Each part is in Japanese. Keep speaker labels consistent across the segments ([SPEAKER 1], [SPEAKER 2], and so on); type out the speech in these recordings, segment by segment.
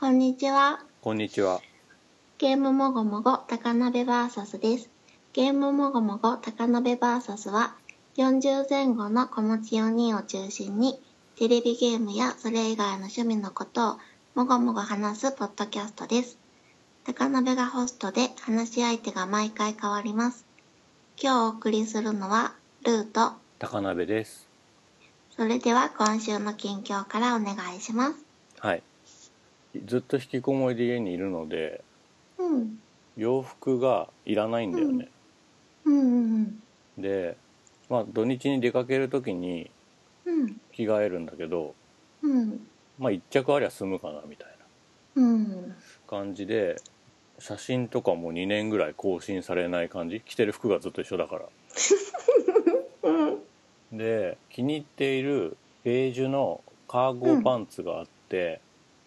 [SPEAKER 1] こんにちは。
[SPEAKER 2] こんにちは。
[SPEAKER 1] ゲームもごもご高鍋バーサスです。ゲームもごもご高鍋バーサスは、40前後の子持ち4人を中心に、テレビゲームやそれ以外の趣味のことをもごもご話すポッドキャストです。高鍋がホストで話し相手が毎回変わります。今日お送りするのは、ルート。
[SPEAKER 2] 高鍋です。
[SPEAKER 1] それでは今週の近況からお願いします。
[SPEAKER 2] はい。ずっと引きこもりで家にいるので、
[SPEAKER 1] うん。
[SPEAKER 2] 洋服がいらないんだよね。
[SPEAKER 1] うんうん
[SPEAKER 2] で、まあ土日に出かける時に
[SPEAKER 1] うん。うん。
[SPEAKER 2] 着替えるんだけど、
[SPEAKER 1] うん。
[SPEAKER 2] まあ一着ありゃ済むかなみたいな
[SPEAKER 1] うん。
[SPEAKER 2] 感じで、写真とかも2年ぐらい更新されない感じ。着てる服がずっと一緒だから。で、気に入っているベージュのカーゴパンツがあって、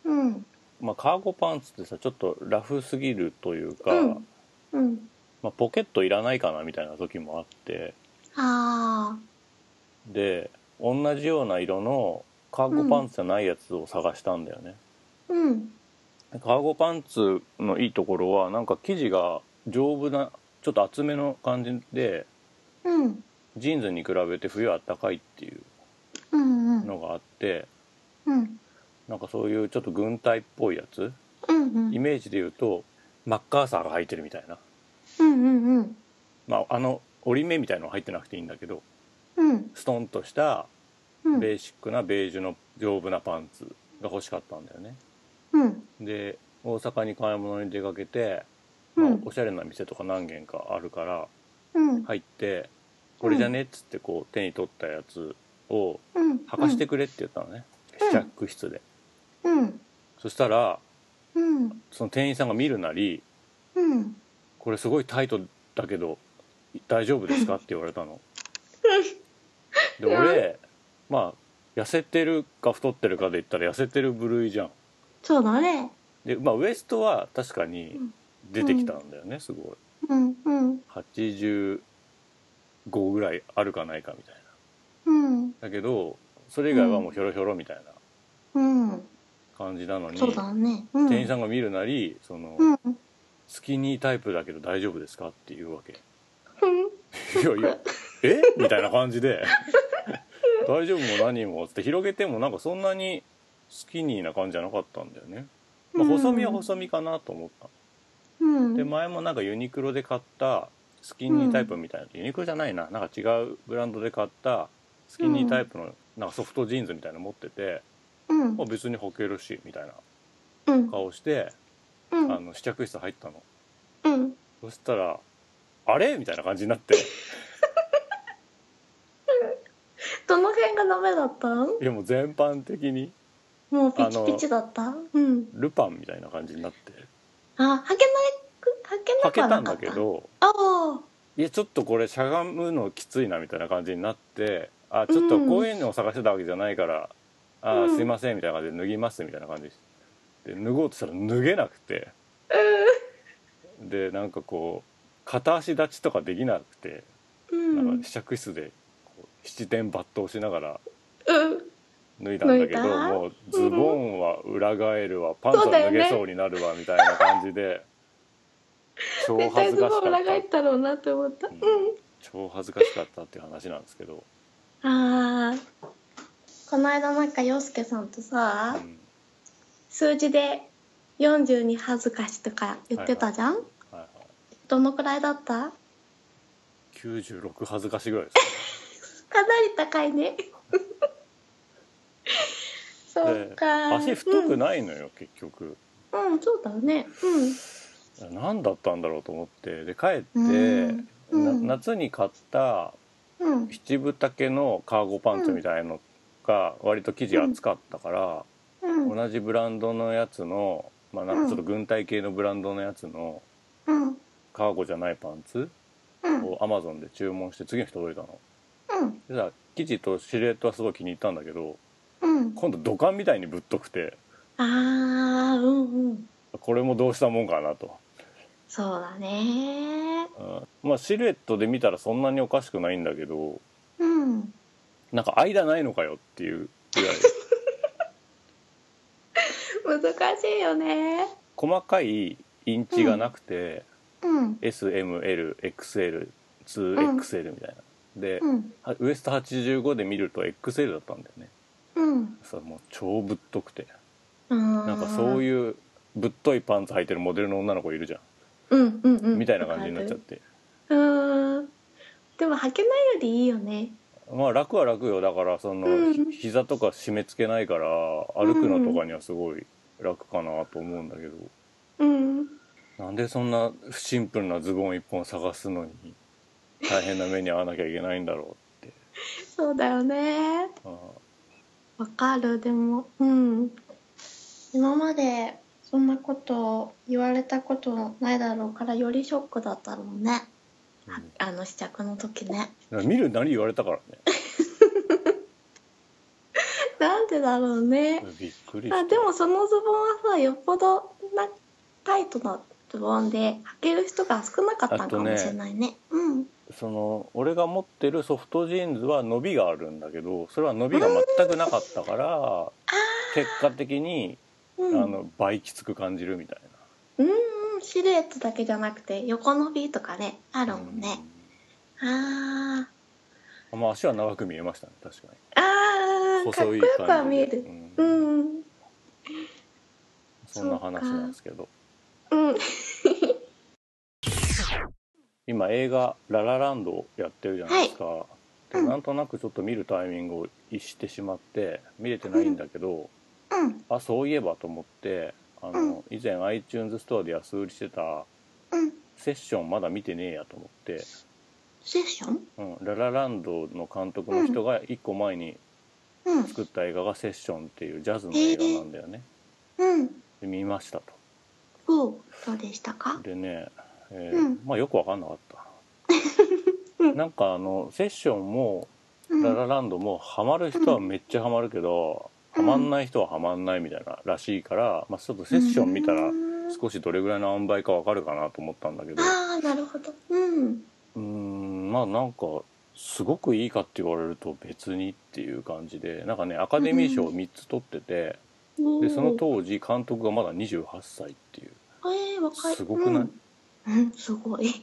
[SPEAKER 1] うん。
[SPEAKER 2] まあ、カーゴパンツってさちょっとラフすぎるというか、
[SPEAKER 1] うんうん。
[SPEAKER 2] まあ、ポケットいらないかなみたいな時もあって
[SPEAKER 1] あ
[SPEAKER 2] で同じような色のカーゴパンツじゃないやつを探したんだよね、
[SPEAKER 1] ーうん。
[SPEAKER 2] でカーゴパンツのいいところはなんか生地が丈夫なちょっと厚めの感じで
[SPEAKER 1] うん。
[SPEAKER 2] ジーンズに比べて冬はあったかいっていう
[SPEAKER 1] うん。うん。
[SPEAKER 2] のがあって
[SPEAKER 1] うん。
[SPEAKER 2] なんかそういうちょっと軍隊っぽいやつ
[SPEAKER 1] うん。
[SPEAKER 2] イメージで言うとマッカーサーが入ってるみたいな、
[SPEAKER 1] うん。うん。
[SPEAKER 2] まあ、あの折り目みたいのは入ってなくていいんだけど
[SPEAKER 1] うん。
[SPEAKER 2] ストンとした
[SPEAKER 1] うん。
[SPEAKER 2] ベーシックなベージュの丈夫なパンツが欲しかったんだよね
[SPEAKER 1] うん。
[SPEAKER 2] で大阪に買い物に出かけて、
[SPEAKER 1] う
[SPEAKER 2] まあ
[SPEAKER 1] ん。
[SPEAKER 2] おしゃれな店とか何軒かあるから
[SPEAKER 1] うん。
[SPEAKER 2] 入って「これじゃね?」っつってこう手に取ったやつを
[SPEAKER 1] うん。
[SPEAKER 2] 履かしてくれって言ったのね
[SPEAKER 1] うん
[SPEAKER 2] 試着室で
[SPEAKER 1] うん。
[SPEAKER 2] そしたら
[SPEAKER 1] うん。
[SPEAKER 2] その店員さんが見るなり
[SPEAKER 1] うん。
[SPEAKER 2] 「これすごいタイトだけど大丈夫ですか?」って言われ たので俺まあ痩せてるか太ってるかで言ったら痩せてる部類じゃん
[SPEAKER 1] そうだね。
[SPEAKER 2] で、まあ、ウエストは確かに出てきたんだよね、すごい
[SPEAKER 1] うん。うん。
[SPEAKER 2] 85ぐらいあるかないかみたい
[SPEAKER 1] うん。
[SPEAKER 2] なだけどそれ以外はもうひょろひょろみたいな
[SPEAKER 1] うん。
[SPEAKER 2] 感じなのに、
[SPEAKER 1] そうだね。うん。
[SPEAKER 2] 店員さんが見るなりその、
[SPEAKER 1] うん。
[SPEAKER 2] スキニータイプだけど大丈夫ですかってい うわけ
[SPEAKER 1] うん。
[SPEAKER 2] いやいやえみたいな感じで 大丈夫も何もつって広げてもなんかそんなにスキニーな感じじゃなかったんだよね、まあ、細身は細身かなと思った
[SPEAKER 1] うん。
[SPEAKER 2] で前もなんかユニクロで買ったスキニータイプみたいな、ユニクロじゃないななんか違うブランドで買ったスキニータイプのなんかソフトジーンズみたいなの持ってて、
[SPEAKER 1] うん
[SPEAKER 2] あ。別に履けるしみたいな
[SPEAKER 1] うん。
[SPEAKER 2] 顔して、
[SPEAKER 1] う
[SPEAKER 2] あ
[SPEAKER 1] ん。
[SPEAKER 2] の試着室入ったの
[SPEAKER 1] うん。
[SPEAKER 2] そしたら「あれ?」みたいな感じになって「
[SPEAKER 1] どの辺がダメだったん
[SPEAKER 2] いやもう全般的に
[SPEAKER 1] もうピチピチだったうん。
[SPEAKER 2] ルパン」みたいな感じになって
[SPEAKER 1] あ、履けない、履けなか
[SPEAKER 2] 履け
[SPEAKER 1] った。
[SPEAKER 2] たんだけ。ど
[SPEAKER 1] ああ。
[SPEAKER 2] いやちょっとこれしゃがむのきついなみたいな感じになってあちょっとこういうのを探してたわけじゃないから、あ
[SPEAKER 1] うん
[SPEAKER 2] ーすいませんみたいな感じで脱ぎますみたいな感じで脱ごうとしたら脱げなくてでなんかこう片足立ちとかできなくて、
[SPEAKER 1] うん。う
[SPEAKER 2] なんんか。試着室でこう七点抜刀しながら
[SPEAKER 1] うん。
[SPEAKER 2] 脱いだんだけど
[SPEAKER 1] 脱いだ
[SPEAKER 2] もうズボンは裏返るわ、パンツは脱げそうになるわみたいな感じで、超
[SPEAKER 1] 絶対
[SPEAKER 2] 恥
[SPEAKER 1] ズ
[SPEAKER 2] ずかしか
[SPEAKER 1] ボン
[SPEAKER 2] っ
[SPEAKER 1] 裏返
[SPEAKER 2] た
[SPEAKER 1] ったろうなって思った。う
[SPEAKER 2] うん
[SPEAKER 1] ん。
[SPEAKER 2] 超恥ずかしかったっていう話なんですけど。
[SPEAKER 1] ああ。この間なんか洋介さんと
[SPEAKER 2] う
[SPEAKER 1] さ、
[SPEAKER 2] ん
[SPEAKER 1] 数字で42恥ずかしとか言ってたじゃん、
[SPEAKER 2] はいはい、
[SPEAKER 1] どのくらいだったかな
[SPEAKER 2] 96恥ずかしぐらいです
[SPEAKER 1] り高いね。そう
[SPEAKER 2] ね
[SPEAKER 1] か。
[SPEAKER 2] 足太く
[SPEAKER 1] な
[SPEAKER 2] ないのよ、結局
[SPEAKER 1] うん、うん、そうだね。
[SPEAKER 2] 何だったんだろうと思ってで帰って、
[SPEAKER 1] うんうん
[SPEAKER 2] な夏に買った
[SPEAKER 1] うん。うん。
[SPEAKER 2] 七分丈のカーゴパンツみたいのが割と生地厚かったから、
[SPEAKER 1] うん。
[SPEAKER 2] 同じブランドのやつのまあなんかちょっと軍隊系のブランドのやつの
[SPEAKER 1] うん。
[SPEAKER 2] カーゴじゃないパンツ
[SPEAKER 1] うん。
[SPEAKER 2] をアマゾンで注文して次の日届いたの
[SPEAKER 1] うん。
[SPEAKER 2] でさ生地とシルエットはすごい気に入ったんだけど
[SPEAKER 1] うん。
[SPEAKER 2] 今度土管みたいにぶっとくて
[SPEAKER 1] ああ、うんうん。
[SPEAKER 2] これもどうしたもんかなと
[SPEAKER 1] そうだね。
[SPEAKER 2] まあシルエットで見たらそんなにおかしくないんだけど
[SPEAKER 1] うん。
[SPEAKER 2] なんか間ないのかよっていうぐらい
[SPEAKER 1] 難しいよね
[SPEAKER 2] 細かいインチがなくて、
[SPEAKER 1] うん。
[SPEAKER 2] SMLXL2XL みたいな、で、
[SPEAKER 1] うん。
[SPEAKER 2] はウエスト85で見ると XL だったんだよね
[SPEAKER 1] うん。
[SPEAKER 2] さもう超ぶっとくてな
[SPEAKER 1] なん
[SPEAKER 2] かそう
[SPEAKER 1] う。
[SPEAKER 2] いうぶっといパンツ履いてるモデルの女の子いるじゃ
[SPEAKER 1] うんうんうんん。
[SPEAKER 2] みたいな感じになっちゃって
[SPEAKER 1] うーん。でも履けないよりいいよね。
[SPEAKER 2] まあ楽は楽よだからその、
[SPEAKER 1] うん
[SPEAKER 2] ひ膝とか締め付けないから歩くのとかにはすごい楽かなと思うんだけど、
[SPEAKER 1] うん。
[SPEAKER 2] なんでそんな不シンプルなズボン一本探すのに大変な目に遭わなきゃいけないんだろうって
[SPEAKER 1] そうだよね。
[SPEAKER 2] あ
[SPEAKER 1] わかる、でも。うん。今までそんなこと言われたことないだろうからよりショックだったろうね。
[SPEAKER 2] ー、うん
[SPEAKER 1] あの試着の時ね。
[SPEAKER 2] なんか見るなり言われたからね
[SPEAKER 1] なんでだろうね。
[SPEAKER 2] びっくりした
[SPEAKER 1] あでもそのズボンはさよっぽどなタイトなズボンで履ける人が少なかったんかもしれないねうん
[SPEAKER 2] その俺が持ってるソフトジーンズは伸びがあるんだけどそれは伸びが全くなかったから結果的
[SPEAKER 1] うん
[SPEAKER 2] に、あの倍きつく感じるみたい
[SPEAKER 1] うんうんシルエットだけじゃなくて横伸びとかねある
[SPEAKER 2] な、
[SPEAKER 1] もんね、あー
[SPEAKER 2] うんまあ足は長く見えましたね確かに
[SPEAKER 1] あーかっこ
[SPEAKER 2] 細い
[SPEAKER 1] よ
[SPEAKER 2] 感じで
[SPEAKER 1] くは見えるう
[SPEAKER 2] うん
[SPEAKER 1] ん
[SPEAKER 2] そんな話なんですけど
[SPEAKER 1] うん
[SPEAKER 2] 今映画「ララランド」をやってるじゃないですか、で
[SPEAKER 1] うん
[SPEAKER 2] なんとなくちょっと見るタイミングを逸してしまって見れてないんだけど、
[SPEAKER 1] うん
[SPEAKER 2] あそういえばと思ってあの、以前 iTunes ストアで安売りしてた
[SPEAKER 1] うん
[SPEAKER 2] セッションまだ見てねえやと思って、
[SPEAKER 1] セッション
[SPEAKER 2] うん、ララランドの監督の人が1個前に
[SPEAKER 1] うん
[SPEAKER 2] 作った映画が「セッション」っていうジャズの映画なんだよね。
[SPEAKER 1] うん
[SPEAKER 2] で見ましたと。
[SPEAKER 1] おうどうでしたか
[SPEAKER 2] でね、えー
[SPEAKER 1] うん
[SPEAKER 2] まあよく分かんなかった。
[SPEAKER 1] うん
[SPEAKER 2] なんかあのセッションも
[SPEAKER 1] うん
[SPEAKER 2] ララランドもハマる人はめっちゃハマるけど、
[SPEAKER 1] うん
[SPEAKER 2] ハマんない人はハマんないみたいならしいから、まあ、ちょっとセッション見たら
[SPEAKER 1] うん
[SPEAKER 2] 少しどれぐらいの塩梅かわかるかなと思ったんだけど
[SPEAKER 1] ああなるほどうん
[SPEAKER 2] うーんまあなんかすごくいいかって言われると別にっていう感じでなんかねアカデミー賞を3つ取ってて、
[SPEAKER 1] お
[SPEAKER 2] で
[SPEAKER 1] ー
[SPEAKER 2] その当時監督がまだ28歳っていう
[SPEAKER 1] えー、若い
[SPEAKER 2] すごく
[SPEAKER 1] う
[SPEAKER 2] ない
[SPEAKER 1] ん、うん、すごい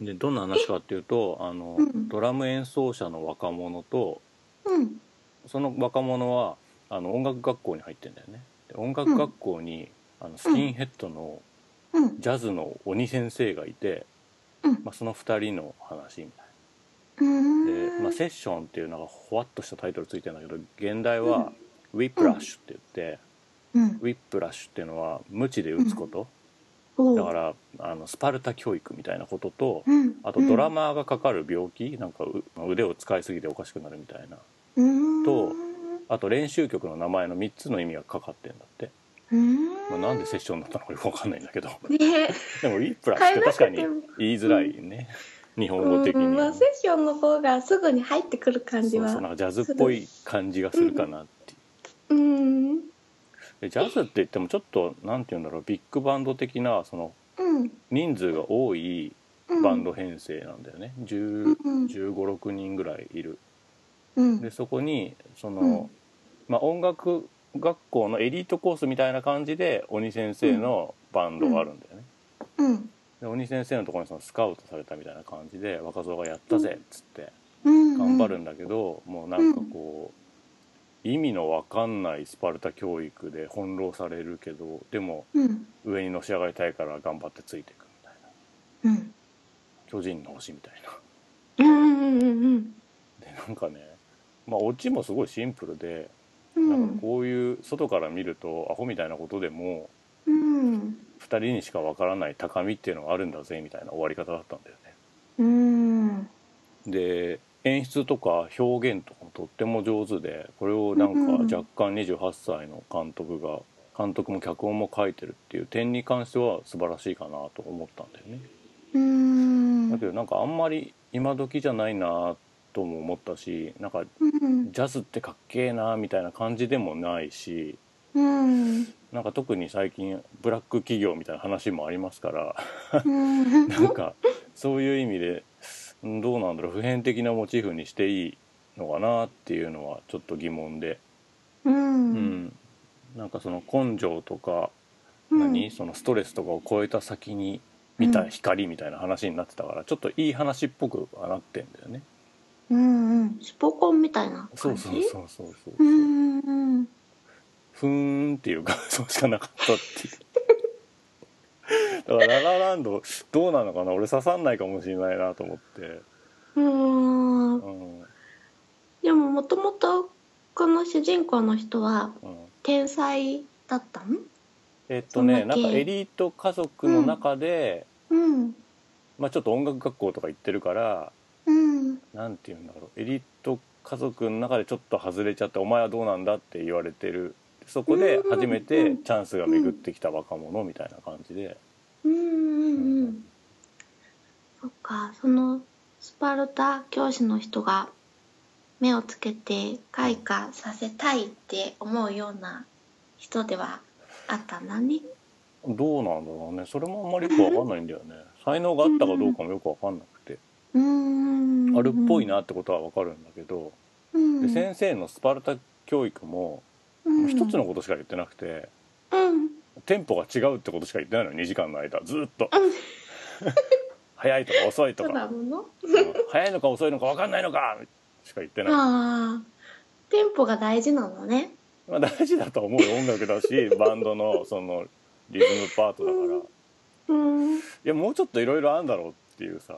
[SPEAKER 2] でどんな話かっていうとあの、
[SPEAKER 1] うん
[SPEAKER 2] ドラム演奏者の若者と
[SPEAKER 1] うん
[SPEAKER 2] その若者はあの音楽学校に入ってんだよねで音楽学校に、あのスキンヘッドの
[SPEAKER 1] うん
[SPEAKER 2] ジャズの鬼先生がいて、
[SPEAKER 1] うん
[SPEAKER 2] まあ、その2人の話みたいな。
[SPEAKER 1] うー
[SPEAKER 2] で、
[SPEAKER 1] ん
[SPEAKER 2] まあ、セッションっていうのがほわっとしたタイトルついてるんだけど現代はウィップラッシュって言って、
[SPEAKER 1] うん
[SPEAKER 2] ウィップラッシュっていうのは無知で打つこと、
[SPEAKER 1] おう
[SPEAKER 2] だからあのスパルタ教育みたいなことと、
[SPEAKER 1] うん
[SPEAKER 2] あとドラマーがかかる病気なんかう腕を使いすぎておかしくなるみたいな
[SPEAKER 1] うん
[SPEAKER 2] と
[SPEAKER 1] う
[SPEAKER 2] あと練習曲の名前の3つの意味がかかってんだって、
[SPEAKER 1] ーん
[SPEAKER 2] まあ、なんでセッションだったのかよくわかんないんだけど
[SPEAKER 1] ね
[SPEAKER 2] でもウィップラッシュって確かに
[SPEAKER 1] 変えなく
[SPEAKER 2] 言いづらいね、日本語的に、
[SPEAKER 1] うんまあセッションの方がすぐに入ってくる感じ
[SPEAKER 2] そう
[SPEAKER 1] は
[SPEAKER 2] そうなんかジャズっぽい感じがするかなっていう
[SPEAKER 1] うん
[SPEAKER 2] でジャズって言ってもちょっとなんて言うんだろうビッグバンド的なその
[SPEAKER 1] うん
[SPEAKER 2] 人数が多い
[SPEAKER 1] うん
[SPEAKER 2] バンド編成なんだよね、
[SPEAKER 1] うん
[SPEAKER 2] 1
[SPEAKER 1] うん
[SPEAKER 2] 0 1 5 6人ぐらいいる
[SPEAKER 1] うん
[SPEAKER 2] でそこにその、
[SPEAKER 1] うん
[SPEAKER 2] まあ、音楽学校のエリートコースみたいな感じで鬼先生のバンドがあるんだよね、
[SPEAKER 1] うん
[SPEAKER 2] で鬼先生のところにそのスカウトされたみたいな感じで若造が「やったぜ」っつって
[SPEAKER 1] うん
[SPEAKER 2] 頑張るんだけど、もうなんかこう意味のわかんないスパルタ教育で翻弄されるけどでも
[SPEAKER 1] うん
[SPEAKER 2] 上にのし上がりたいから頑張ってついていくみたいな
[SPEAKER 1] うん
[SPEAKER 2] 巨人の星みたい
[SPEAKER 1] うんうんうん
[SPEAKER 2] な でなんかねまあオチもすごいシンプルで、
[SPEAKER 1] う
[SPEAKER 2] なんか
[SPEAKER 1] ん
[SPEAKER 2] こういう外から見るとアホみたいなことでも
[SPEAKER 1] うん
[SPEAKER 2] 2人にしかわからない高みっていうのがあるんだぜみたいな終わり方だったんだよね
[SPEAKER 1] うん
[SPEAKER 2] で演出とか表現とかもとっても上手でこれをなん
[SPEAKER 1] うん
[SPEAKER 2] か若干28歳の監督が監督も脚本も書いてるっていう点に関しては素晴らしいかなと思ったんだよね
[SPEAKER 1] うん
[SPEAKER 2] だけどなんかあんまり今時じゃないなとも思ったしなんか
[SPEAKER 1] うん
[SPEAKER 2] ジャズってかっけえなみたいな感じでもないし
[SPEAKER 1] うん
[SPEAKER 2] なんか特に最近ブラック企業みたいな話もありますから
[SPEAKER 1] うん
[SPEAKER 2] なんかそういう意味でうんどうなんだろう普遍的なモチーフにしていいのかなっていうのはちょっと疑問で、
[SPEAKER 1] う
[SPEAKER 2] うん
[SPEAKER 1] ん
[SPEAKER 2] なんかその根性とか、
[SPEAKER 1] うん
[SPEAKER 2] 何そのストレスとかを超えた先に見た光みたいな話になってたから、ちょっといい話っぽくはなってんだよね。
[SPEAKER 1] うんうんスポコンみたいな感じ
[SPEAKER 2] そうそうそうそうそう。
[SPEAKER 1] うんうんうん
[SPEAKER 2] ふーんっていう感想しか なかったっていう。だからララランドどうなのかな俺刺さんないかもしれないなと思って、
[SPEAKER 1] うん
[SPEAKER 2] うん
[SPEAKER 1] でももともとこの主人公の人は
[SPEAKER 2] うん、
[SPEAKER 1] 天才だったん
[SPEAKER 2] えっとね
[SPEAKER 1] そん
[SPEAKER 2] な
[SPEAKER 1] だ
[SPEAKER 2] ん
[SPEAKER 1] け
[SPEAKER 2] かエリート家族の中で、
[SPEAKER 1] うん
[SPEAKER 2] まあ、ちょっと音楽学校とか行ってるから
[SPEAKER 1] うん
[SPEAKER 2] なんて言うんだろうエリート家族の中でちょっと外れちゃって「お前はどうなんだ?」って言われてるそこで初めてチャンスが巡ってきた若者みたいな感じで、
[SPEAKER 1] うんうんう
[SPEAKER 2] うん
[SPEAKER 1] そっかそのスパルタ教師の人が目をつけて開花させたいって思うような人ではあったんだね。
[SPEAKER 2] どうなんだろうねそれもあんまりよくわかんないんだよね才能があったかどうかもよくわかんなくて、
[SPEAKER 1] うーん
[SPEAKER 2] あるっぽいなってことはわかるんだけど、
[SPEAKER 1] うん、
[SPEAKER 2] で先生のスパルタ教育も
[SPEAKER 1] うん
[SPEAKER 2] 一つのことしか言ってなくて。
[SPEAKER 1] うん
[SPEAKER 2] テンポが違うってことしか言ってないの2時間の間ずっと 早いとか遅いと
[SPEAKER 1] ただ
[SPEAKER 2] か
[SPEAKER 1] もの
[SPEAKER 2] うん早いのか遅いのか分かんないのかしか言ってない、
[SPEAKER 1] ああテンポが大事なのね。
[SPEAKER 2] まあ、大事だと思うよ音楽だし バンドのそのリズムパートだからい
[SPEAKER 1] うん
[SPEAKER 2] やもうちょっといろいろあんだろうっていうさ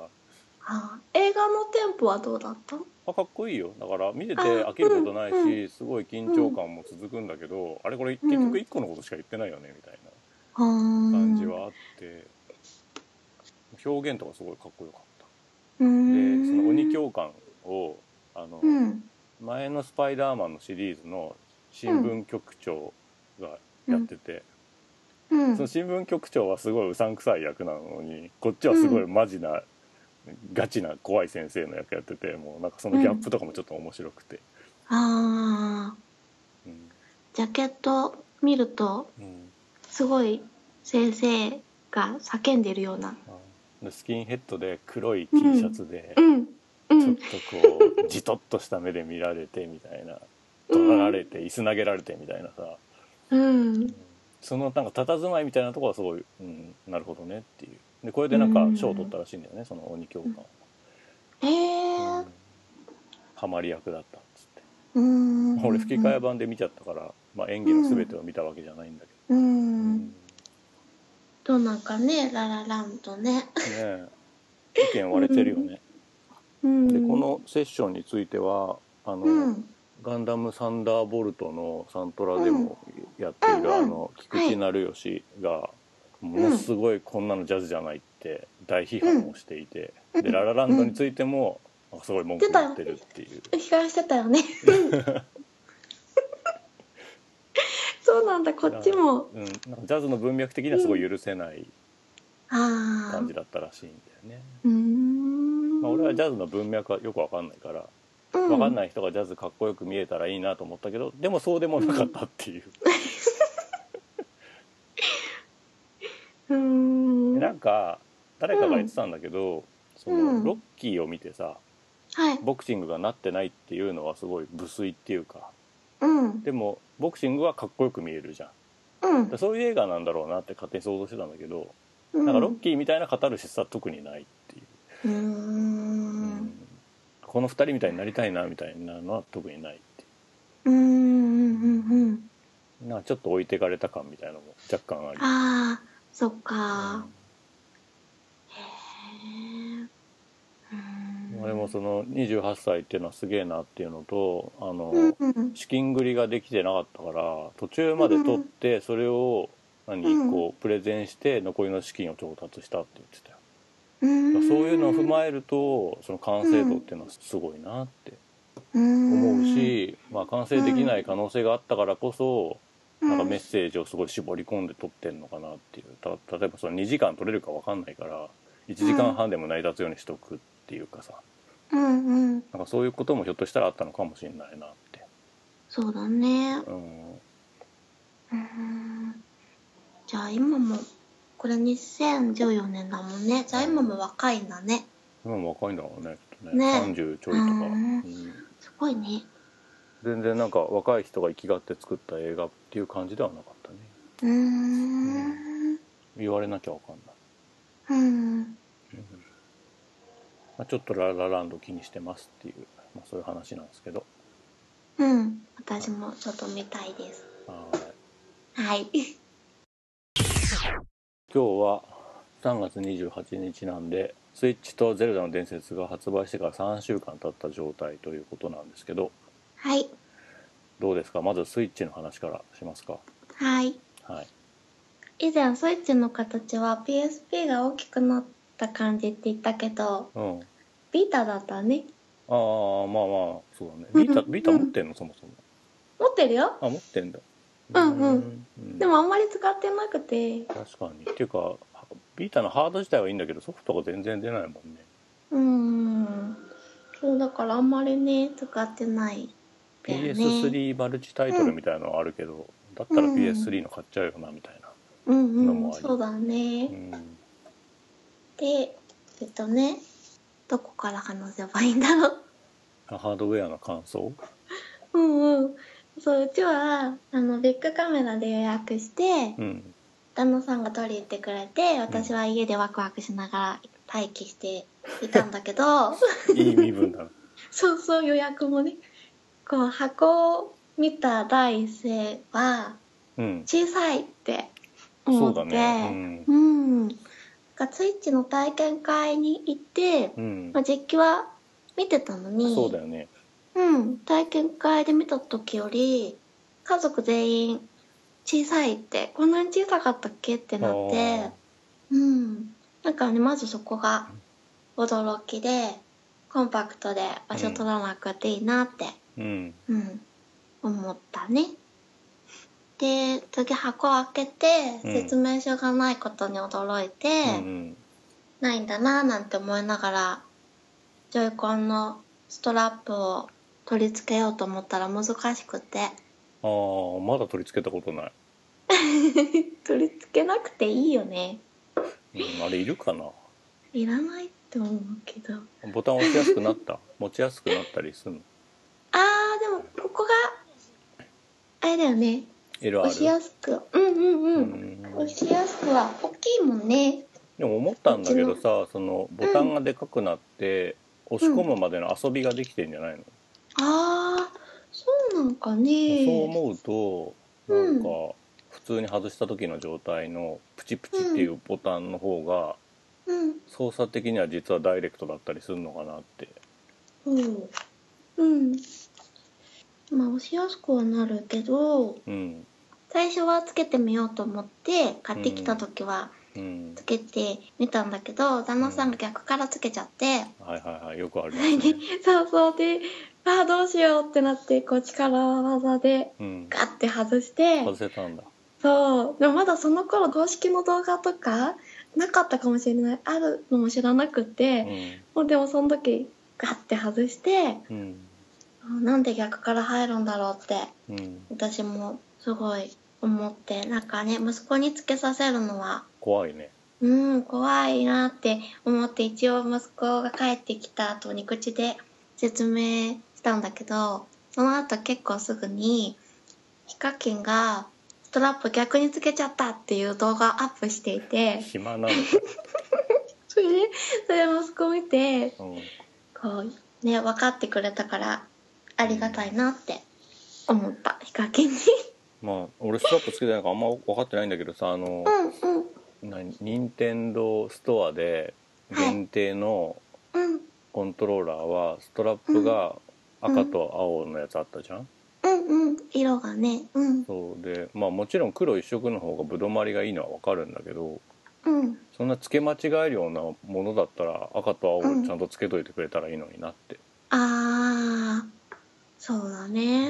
[SPEAKER 1] あー映画のテンポはどうだった
[SPEAKER 2] あかっこいいよだから見てて
[SPEAKER 1] あ
[SPEAKER 2] 飽きることないし、
[SPEAKER 1] うん
[SPEAKER 2] すごい緊張感も続くんだけど、あれこれ結局1個のことしか言ってないよねみたいな感
[SPEAKER 1] 感
[SPEAKER 2] じはあって、表現とかすごいかっこよかった。
[SPEAKER 1] でそ
[SPEAKER 2] でその鬼教官をあの、
[SPEAKER 1] うん
[SPEAKER 2] 前の「スパイダーマン」のシリーズの新聞局長がやってて、
[SPEAKER 1] うん
[SPEAKER 2] その新聞局長はすごいうさんくさい役なのにこっちはすごいマジな、ガチな怖い先生の役やっててもうなんかそのギャップとかもちょっと面白くて、
[SPEAKER 1] ああ
[SPEAKER 2] うん
[SPEAKER 1] ジャケット見ると
[SPEAKER 2] うん
[SPEAKER 1] すごい先生が叫んでるような
[SPEAKER 2] あでスキンヘッドで黒い T シャツで、
[SPEAKER 1] うんう
[SPEAKER 2] ちょっ
[SPEAKER 1] ん
[SPEAKER 2] とこうじとっとした目で見られてみたいな怒られて椅子投げられてみたいなさ、
[SPEAKER 1] うん
[SPEAKER 2] そのなんか佇まいみたいなところはすごい、うん、なるほどねっていうでこれでなんか
[SPEAKER 1] うん
[SPEAKER 2] 賞を取ったらしいんだよねその鬼教官は、
[SPEAKER 1] へえ
[SPEAKER 2] うんハマり役だったっつって、
[SPEAKER 1] うん
[SPEAKER 2] 俺吹き替え版で見ちゃったから、まあ、演技の全てを見たわけじゃないんだけ
[SPEAKER 1] う
[SPEAKER 2] ど、うんん
[SPEAKER 1] となんかねララランドね
[SPEAKER 2] ねえ意見割れてるよね、
[SPEAKER 1] うん
[SPEAKER 2] でこのセッションについてはあの、
[SPEAKER 1] うん
[SPEAKER 2] ガンダムサンダーボルトのサントラでもやっている、
[SPEAKER 1] うんうん
[SPEAKER 2] あの菊池成吉がものすごいこんなのジャズじゃないって大批判をしていて、
[SPEAKER 1] うん
[SPEAKER 2] でララランドについてもなんかすごい文句言ってるっていう、
[SPEAKER 1] 吹き返してたよね そうなんだこっちも
[SPEAKER 2] うん、なんかジャズの文脈的にはすごい許せない
[SPEAKER 1] ああ
[SPEAKER 2] 感じだったらしいんだよね、
[SPEAKER 1] うーん
[SPEAKER 2] まあ、俺はジ
[SPEAKER 1] ゃ
[SPEAKER 2] ャズの文脈はよくわかんないから
[SPEAKER 1] 分
[SPEAKER 2] わかん
[SPEAKER 1] い
[SPEAKER 2] ない人がジャズかっこよく見えたらいいなと思ったけどでもそうでもなかったっていう、
[SPEAKER 1] うーん
[SPEAKER 2] で
[SPEAKER 1] は
[SPEAKER 2] なんか誰かが言ってたんだけど、そ
[SPEAKER 1] うん
[SPEAKER 2] のロッキーを見てさ、
[SPEAKER 1] い
[SPEAKER 2] ボクシングがなってないっていうのはすごい無粋っていうか
[SPEAKER 1] うん
[SPEAKER 2] でもボクシングはかっこよく見えるじゃん
[SPEAKER 1] うん
[SPEAKER 2] でそういう映画なんだろうなって勝手に想像してたんだけど、
[SPEAKER 1] うん
[SPEAKER 2] なんかロッキーみたいな語るしさ特にないってい
[SPEAKER 1] う
[SPEAKER 2] う、
[SPEAKER 1] ー
[SPEAKER 2] うん
[SPEAKER 1] ん
[SPEAKER 2] この2人みたいになりたいなみたいなのは特にないってい
[SPEAKER 1] うんうんうんうん
[SPEAKER 2] うなんかちょっと置いてかれた感みたいなのも若干あり
[SPEAKER 1] ああそっか、
[SPEAKER 2] あうん、俺もその28歳っていうのはすげえなっていうのとあの、
[SPEAKER 1] うんうん
[SPEAKER 2] 資金繰りができてなかったから途中まで取ってそれを何、
[SPEAKER 1] うん
[SPEAKER 2] こうプレゼンして残りの資金を調達したって言ってたよ
[SPEAKER 1] う
[SPEAKER 2] だ
[SPEAKER 1] ん
[SPEAKER 2] からそういうのを踏
[SPEAKER 1] え
[SPEAKER 2] まえるとその完成度っていうのはすごいなって思
[SPEAKER 1] 思
[SPEAKER 2] うし、まあ、完成できない可能性があったからこそなんかメッ
[SPEAKER 1] ジ
[SPEAKER 2] セージをすごい絞り込んで撮ってんのかなっていうた例えばその2時間撮れるか分かんないから1時間半でも成り立つようにしとくっていうかさ
[SPEAKER 1] うんうん
[SPEAKER 2] なんかそういうこともひょっとしたらあったのかもしれないなって。
[SPEAKER 1] そうだね
[SPEAKER 2] うん
[SPEAKER 1] うんじゃあ今もこれ2014年だもんねじゃあ今も若いんだね
[SPEAKER 2] 今も若いんだろうねきっとね
[SPEAKER 1] ね
[SPEAKER 2] 30ちょいとか、
[SPEAKER 1] うん
[SPEAKER 2] うん
[SPEAKER 1] すごいね
[SPEAKER 2] 全然なんか若い人が生きがって作った映画っていう感じではなかったね
[SPEAKER 1] うーん
[SPEAKER 2] 言われなきゃわかんない、
[SPEAKER 1] うん
[SPEAKER 2] まあ、ちょっと「ラ・ラ・ランド」気にしてますっていう、まあ、そういう話なんですけど
[SPEAKER 1] うん私もちょっと見たいです
[SPEAKER 2] はい
[SPEAKER 1] はい
[SPEAKER 2] 今日は3月28日なんで「スイッチと「ゼルダの伝説」が発売してから3週間経った状態ということなんですけど
[SPEAKER 1] はい
[SPEAKER 2] どうですかまずスイッチの話からしますか
[SPEAKER 1] はい
[SPEAKER 2] はい
[SPEAKER 1] 以前スイッチの形は PSP が大きくなった感じって言ったけど
[SPEAKER 2] うん
[SPEAKER 1] ビータだったね
[SPEAKER 2] ああまあまあそうだねビータビータ持ってんのそもそも
[SPEAKER 1] 持ってるよ
[SPEAKER 2] あ持ってんだ
[SPEAKER 1] うんうん
[SPEAKER 2] うん
[SPEAKER 1] でもあんまり使ってなくて
[SPEAKER 2] 確かにっていうかビータのハード自体はいいんだけどソフトが全然出ないもんね
[SPEAKER 1] うーんそうだからあんまりね使ってないだよね
[SPEAKER 2] PS3 マルチタイトルみたいなのはあるけど、だったら PS3 の買っちゃうよなみたいな
[SPEAKER 1] うん
[SPEAKER 2] の
[SPEAKER 1] う
[SPEAKER 2] も
[SPEAKER 1] ん
[SPEAKER 2] あり
[SPEAKER 1] そうだね、
[SPEAKER 2] うん
[SPEAKER 1] でえっとねどこから話せばいいんだろう
[SPEAKER 2] ハードウェアの感想
[SPEAKER 1] うんうんそううちはあのビッグカメラで予約して
[SPEAKER 2] うん
[SPEAKER 1] 旦那さんが取り行ってくれて私は家でワクワクしながら待機していたんだけ ど
[SPEAKER 2] いい身分だな
[SPEAKER 1] そうそう予約もねこう箱を見た第一声は
[SPEAKER 2] うん
[SPEAKER 1] 小さいって
[SPEAKER 2] そ
[SPEAKER 1] 思
[SPEAKER 2] う
[SPEAKER 1] って
[SPEAKER 2] だね
[SPEAKER 1] うんなんかスイッチの体験会に行って、
[SPEAKER 2] うん、うん
[SPEAKER 1] まあ、実機は見てたのに
[SPEAKER 2] そうだよね
[SPEAKER 1] うん、体験会で見た時より家族全員小さいってこんなに小さかったっけってなってうんなんかねまずそこが驚きでコンパクトで場所取らなくていいなって、
[SPEAKER 2] うん
[SPEAKER 1] うん、思ったねで次箱を開けて
[SPEAKER 2] うん
[SPEAKER 1] 説明書がないことに驚いて、
[SPEAKER 2] うんうん
[SPEAKER 1] ないんだなぁなんて思いながらジョイコンのストラップを取り付けようと思ったら難しくて
[SPEAKER 2] ああまだ取り付けたことない、
[SPEAKER 1] 取り付けなくていいよね
[SPEAKER 2] うん、あれいるかない
[SPEAKER 1] らないって思うけど
[SPEAKER 2] ボタン押しやすくなった持ちやすくなったりするの
[SPEAKER 1] あーでもここがあれだよね
[SPEAKER 2] LR
[SPEAKER 1] 押しやすくうんうんうん、
[SPEAKER 2] うん
[SPEAKER 1] 押しやすくは大きいもんね
[SPEAKER 2] でも思ったんだけどさそのボタンがでかくなって、押し込むまでの遊びができてんじゃないの、
[SPEAKER 1] あーそうなんかね
[SPEAKER 2] そう思うと
[SPEAKER 1] う
[SPEAKER 2] なんんか普通に外した時の状態のプチプチっていうボタンの方が
[SPEAKER 1] うん
[SPEAKER 2] 操作的には実はダイレクトだったりするのかなって
[SPEAKER 1] うんうんまあ押しやすくはなるけど
[SPEAKER 2] うん
[SPEAKER 1] 最初はつけてみようと思って買ってきた時は
[SPEAKER 2] うん
[SPEAKER 1] つけてみたんだけど、旦那さんが逆からつけちゃって、
[SPEAKER 2] はいはいはいよくありま
[SPEAKER 1] それ
[SPEAKER 2] す
[SPEAKER 1] で
[SPEAKER 2] ね、
[SPEAKER 1] そうそうでああどうしようってなってこう力技で
[SPEAKER 2] うん
[SPEAKER 1] ガッて外して
[SPEAKER 2] 外せたんだ
[SPEAKER 1] そうでもまだその頃公式の動画とかなかったかもしれないあるのも知らなく
[SPEAKER 2] う
[SPEAKER 1] て、
[SPEAKER 2] ん
[SPEAKER 1] もうでもその時ガッて外して
[SPEAKER 2] うん
[SPEAKER 1] あなんで逆から入るんだろうって
[SPEAKER 2] うん
[SPEAKER 1] 私もすごい思ってなんかね息子につけさせるのは
[SPEAKER 2] 怖いね
[SPEAKER 1] うん怖いなって思って一応息子が帰ってきた後に口で説明したんだけどその後結構すぐにヒカキンがストラップ逆につけちゃったっていう動画をアップしていて
[SPEAKER 2] 暇なのか、
[SPEAKER 1] それでそれ息子見て
[SPEAKER 2] うん、
[SPEAKER 1] こうね分かってくれたからありがたいなって思ったヒカキンに。
[SPEAKER 2] まあ俺ストラップつけてないからあんま分かってないんだけどさあの、
[SPEAKER 1] うんうん
[SPEAKER 2] 何任天堂ストアで限定の
[SPEAKER 1] うん
[SPEAKER 2] コントローラーはストラップが赤と青のやつあったじゃん、
[SPEAKER 1] うんうん色がねうん
[SPEAKER 2] そうでまあもちろん黒一色の方がぶどまりがいいのは分かるんだけど
[SPEAKER 1] うん
[SPEAKER 2] そんな付け間違えるようなものだったら赤と青をちゃんと付けといてくれたらいいのになって、
[SPEAKER 1] あーそうだね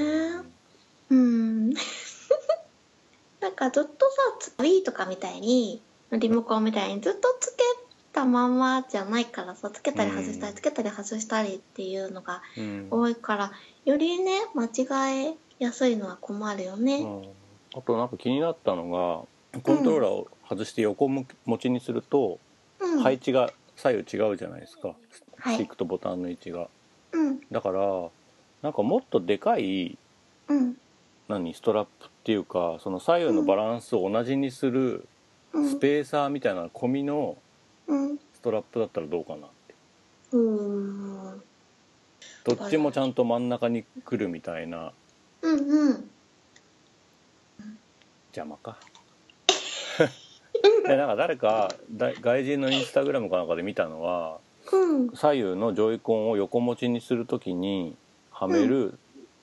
[SPEAKER 1] う
[SPEAKER 2] うん
[SPEAKER 1] ん なんかずっとさ Wii とかみたいにリモコンみたいにずっとつけたまんまじゃないからさつけたり外した
[SPEAKER 2] う
[SPEAKER 1] り
[SPEAKER 2] ん
[SPEAKER 1] つけたり外したりっていうのが
[SPEAKER 2] うん
[SPEAKER 1] 多いからよりね間違えやすいのは困るよ
[SPEAKER 2] う
[SPEAKER 1] ね
[SPEAKER 2] んあとなんか気になったのがコントローラーを外して横向き持ちにすると
[SPEAKER 1] うん、
[SPEAKER 2] 配置が左右違うじゃないですか、
[SPEAKER 1] はい
[SPEAKER 2] スティックとボタンの位置が。
[SPEAKER 1] うん
[SPEAKER 2] だからなんかもっとでかい
[SPEAKER 1] うん
[SPEAKER 2] 何ストラップっていうかその左右のバランスを同じにする
[SPEAKER 1] うん
[SPEAKER 2] スペーサーみたいな込みの
[SPEAKER 1] うん
[SPEAKER 2] ストラップだったらどうかなって
[SPEAKER 1] うん
[SPEAKER 2] どっちもちゃんと真ん中に来るみたいな
[SPEAKER 1] うんうん
[SPEAKER 2] 邪 魔かでなんか誰かだ外人のインスタグラムかなんかで見たのは
[SPEAKER 1] うん
[SPEAKER 2] 左右のジョイコンを横持ちにするときにはめる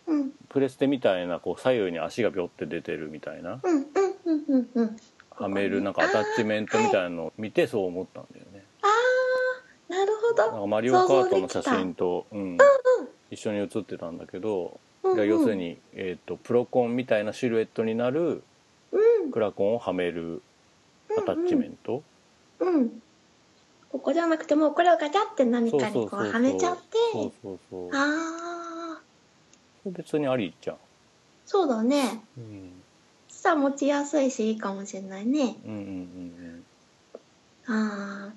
[SPEAKER 1] うん
[SPEAKER 2] プレステみたいなこう左右に足がビョって出てるみたいな
[SPEAKER 1] うんうんうんうんうん
[SPEAKER 2] はめるなんかアタッチメントみたいなのを見てそう思ったんだよね
[SPEAKER 1] あーなるほ
[SPEAKER 2] なん
[SPEAKER 1] ど
[SPEAKER 2] かマリオカートの写真と、うん、一緒に写ってたんだけど
[SPEAKER 1] うんうん
[SPEAKER 2] 要するに、えー、とプロコンみたいなシルエットになる
[SPEAKER 1] うん
[SPEAKER 2] クラコンをはめるアタッチメント、
[SPEAKER 1] うんここじゃなくてもうこれをガチャって何かにこうはめちゃって
[SPEAKER 2] そうそうそう
[SPEAKER 1] ああ
[SPEAKER 2] 別にありじゃん、
[SPEAKER 1] そうだね
[SPEAKER 2] うん、
[SPEAKER 1] さ持ちやすいしいいかもしれないね
[SPEAKER 2] うんうんうんうん
[SPEAKER 1] ああ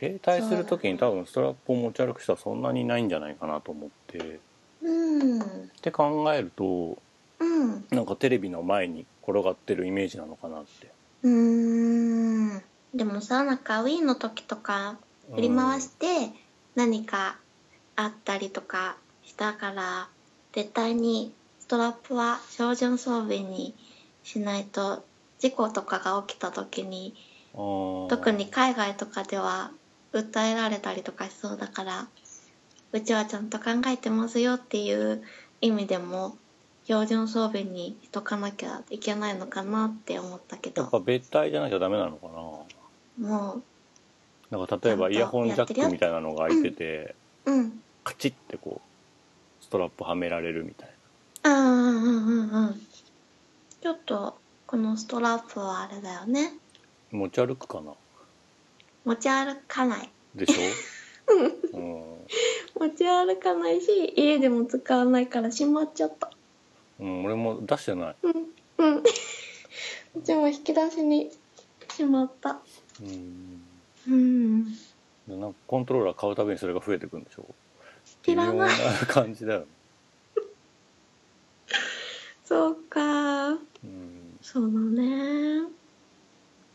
[SPEAKER 2] で携帯する時に多分ストラップを持ち歩く人はそんなにいないんじゃないかなと思ってっ
[SPEAKER 1] うん
[SPEAKER 2] て考えると
[SPEAKER 1] うん
[SPEAKER 2] なんかテレビの前に転がってるイメージなのかなって
[SPEAKER 1] うーんでもさなんかウィーンの時とか振り回して何かあったりとかしたから絶対にストラップは標準装備にしないと事故とかが起きた時に
[SPEAKER 2] うんあー
[SPEAKER 1] 特に海外とかでは訴えられたりとかしそうだからうちはちゃんと考えてますよっていう意味でも標準装備にしとかなきゃいけないのかなって思ったけ
[SPEAKER 2] やっぱ
[SPEAKER 1] ど
[SPEAKER 2] 別体じゃなきゃダメなのか
[SPEAKER 1] も
[SPEAKER 2] ななんか例えばイヤホンジャックみたいなのが開いてて
[SPEAKER 1] ううん
[SPEAKER 2] カチッてこうストラップはめられるみたい
[SPEAKER 1] うんうんうんうんうんちょっとこのストラップはあれだよね
[SPEAKER 2] な持ち歩くかな
[SPEAKER 1] 持ち歩かない
[SPEAKER 2] でしょ、うん
[SPEAKER 1] 持ち歩かないし家でも使わないからしまっちゃった
[SPEAKER 2] うん、俺も出してない、
[SPEAKER 1] うん うちも引き出しにしまった
[SPEAKER 2] うん、
[SPEAKER 1] うん
[SPEAKER 2] でなんかコントローラー買うたびにそれが増えてくんでしょ
[SPEAKER 1] いらない
[SPEAKER 2] 微妙な感じだよね、
[SPEAKER 1] そうか
[SPEAKER 2] うん、
[SPEAKER 1] そうだね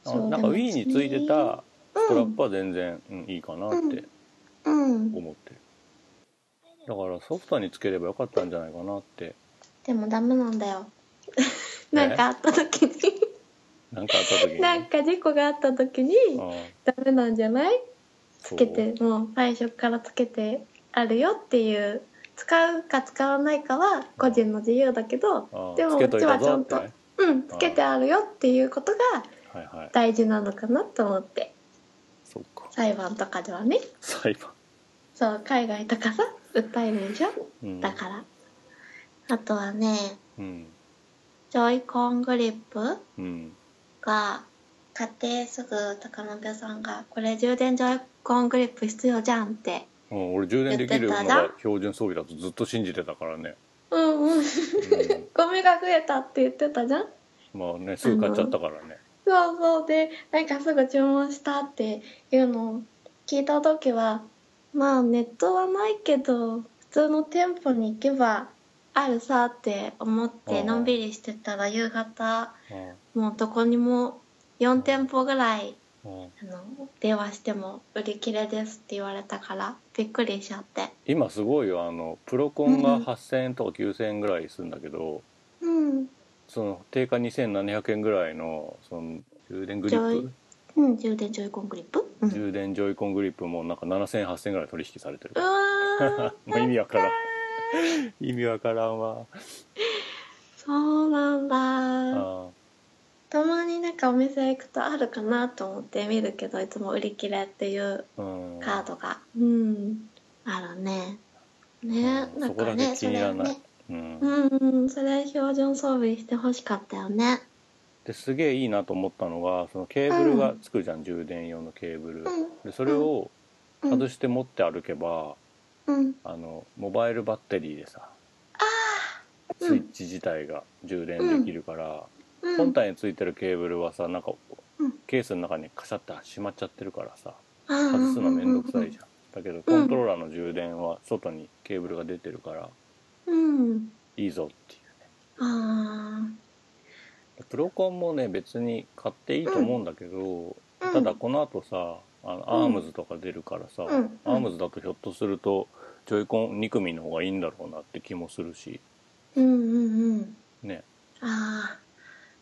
[SPEAKER 2] あ
[SPEAKER 1] そう
[SPEAKER 2] なんか
[SPEAKER 1] でも
[SPEAKER 2] Wii についてたスト
[SPEAKER 1] う
[SPEAKER 2] ラッ
[SPEAKER 1] ん
[SPEAKER 2] プは全然、うんいいかなって
[SPEAKER 1] うん
[SPEAKER 2] 思ってるだからソフトにつければよかったんじゃないかなって
[SPEAKER 1] でもダメなんだよ なんかあった時に
[SPEAKER 2] なんかあった時に
[SPEAKER 1] なんか事故があった時に
[SPEAKER 2] ああ
[SPEAKER 1] ダメなんじゃない
[SPEAKER 2] そ
[SPEAKER 1] つ
[SPEAKER 2] う
[SPEAKER 1] けてもう最初からつけてあるよっていう使うか使わないかは個人の自由だけど
[SPEAKER 2] ああ
[SPEAKER 1] でも
[SPEAKER 2] つけといたぞって
[SPEAKER 1] うちは
[SPEAKER 2] ね
[SPEAKER 1] うんつけてあるよっていうことが
[SPEAKER 2] はいはい
[SPEAKER 1] 大事なのかなと思って
[SPEAKER 2] そうか
[SPEAKER 1] 裁判とかではね
[SPEAKER 2] 裁判、
[SPEAKER 1] そう海外とかさ訴えるでしょ
[SPEAKER 2] うん、
[SPEAKER 1] だから、あとはね
[SPEAKER 2] うん
[SPEAKER 1] ジョイコングリップ
[SPEAKER 2] うん
[SPEAKER 1] が買ってすぐ高鍋さんが「これ充電ジョイコングリップ必要じゃん」って
[SPEAKER 2] うん、俺充電できるのが標準装備だとずっと信じてたからね、
[SPEAKER 1] うんうん
[SPEAKER 2] う
[SPEAKER 1] ゴミが増えたって言ってたじゃん
[SPEAKER 2] ん、 まあねすぐ買っちゃったからね
[SPEAKER 1] そうそうでなんかすぐ注文したっていうのを聞いた時はまあネットはないけど普通の店舗に行けばあるさって思って
[SPEAKER 2] うん
[SPEAKER 1] のんびりしてたら夕方
[SPEAKER 2] うん
[SPEAKER 1] もうどこにも4店舗ぐらい
[SPEAKER 2] うん
[SPEAKER 1] あの電話しても売り切れですって言われたからびっくりしちゃって
[SPEAKER 2] 今すごいよあのプロコンが8,000円とか9,000円ぐらいするんだけど、
[SPEAKER 1] うん
[SPEAKER 2] その定価2,700円ぐらいのその充電グリ
[SPEAKER 1] ジ
[SPEAKER 2] ッ
[SPEAKER 1] ョ
[SPEAKER 2] プ
[SPEAKER 1] イうん充電ジョイコングリップ、うん、う
[SPEAKER 2] 充電ジョイコングリップもなんか7,0008,000円ぐらい取引されてる
[SPEAKER 1] わー
[SPEAKER 2] もう意味わからん 意味わからんわ
[SPEAKER 1] そうなんだー
[SPEAKER 2] あー
[SPEAKER 1] たまになんかお店行くとあるかなと思って見るけどいつも売り切れっていう
[SPEAKER 2] うん
[SPEAKER 1] カードがうんあるねね
[SPEAKER 2] うん
[SPEAKER 1] なんかね
[SPEAKER 2] そこだけ気に入らないうん
[SPEAKER 1] それねうんそれ標準装備してほしかったよね
[SPEAKER 2] ですげえいいなと思ったのがそのケーブルがつくじゃん、充電用のケーブル、
[SPEAKER 1] う
[SPEAKER 2] でそれを
[SPEAKER 1] んう
[SPEAKER 2] 外
[SPEAKER 1] ん
[SPEAKER 2] して持って歩けば、
[SPEAKER 1] うん
[SPEAKER 2] あのモバイルバッテリーでさ
[SPEAKER 1] うん
[SPEAKER 2] スイッチ自体が充電できるから、
[SPEAKER 1] うん
[SPEAKER 2] 本体についてるケーブルはさなんか、
[SPEAKER 1] うん
[SPEAKER 2] ケースの中にカシャってしまっちゃってるからさ
[SPEAKER 1] 外
[SPEAKER 2] 外すのめんどくさいじゃん。だけどコントローラーの充電は外にケーブルが出てるから
[SPEAKER 1] うん
[SPEAKER 2] いいぞっていう
[SPEAKER 1] あ
[SPEAKER 2] プロコンもね別に買っていいと思うんだけど、
[SPEAKER 1] あ。うん
[SPEAKER 2] ただ、この後さあのアームズとか出るからさ、
[SPEAKER 1] うん
[SPEAKER 2] アームズだとひょっとするとジョイコン2組の方がいいんだろうなって気もするし
[SPEAKER 1] うんうんうん。
[SPEAKER 2] ね
[SPEAKER 1] ああ。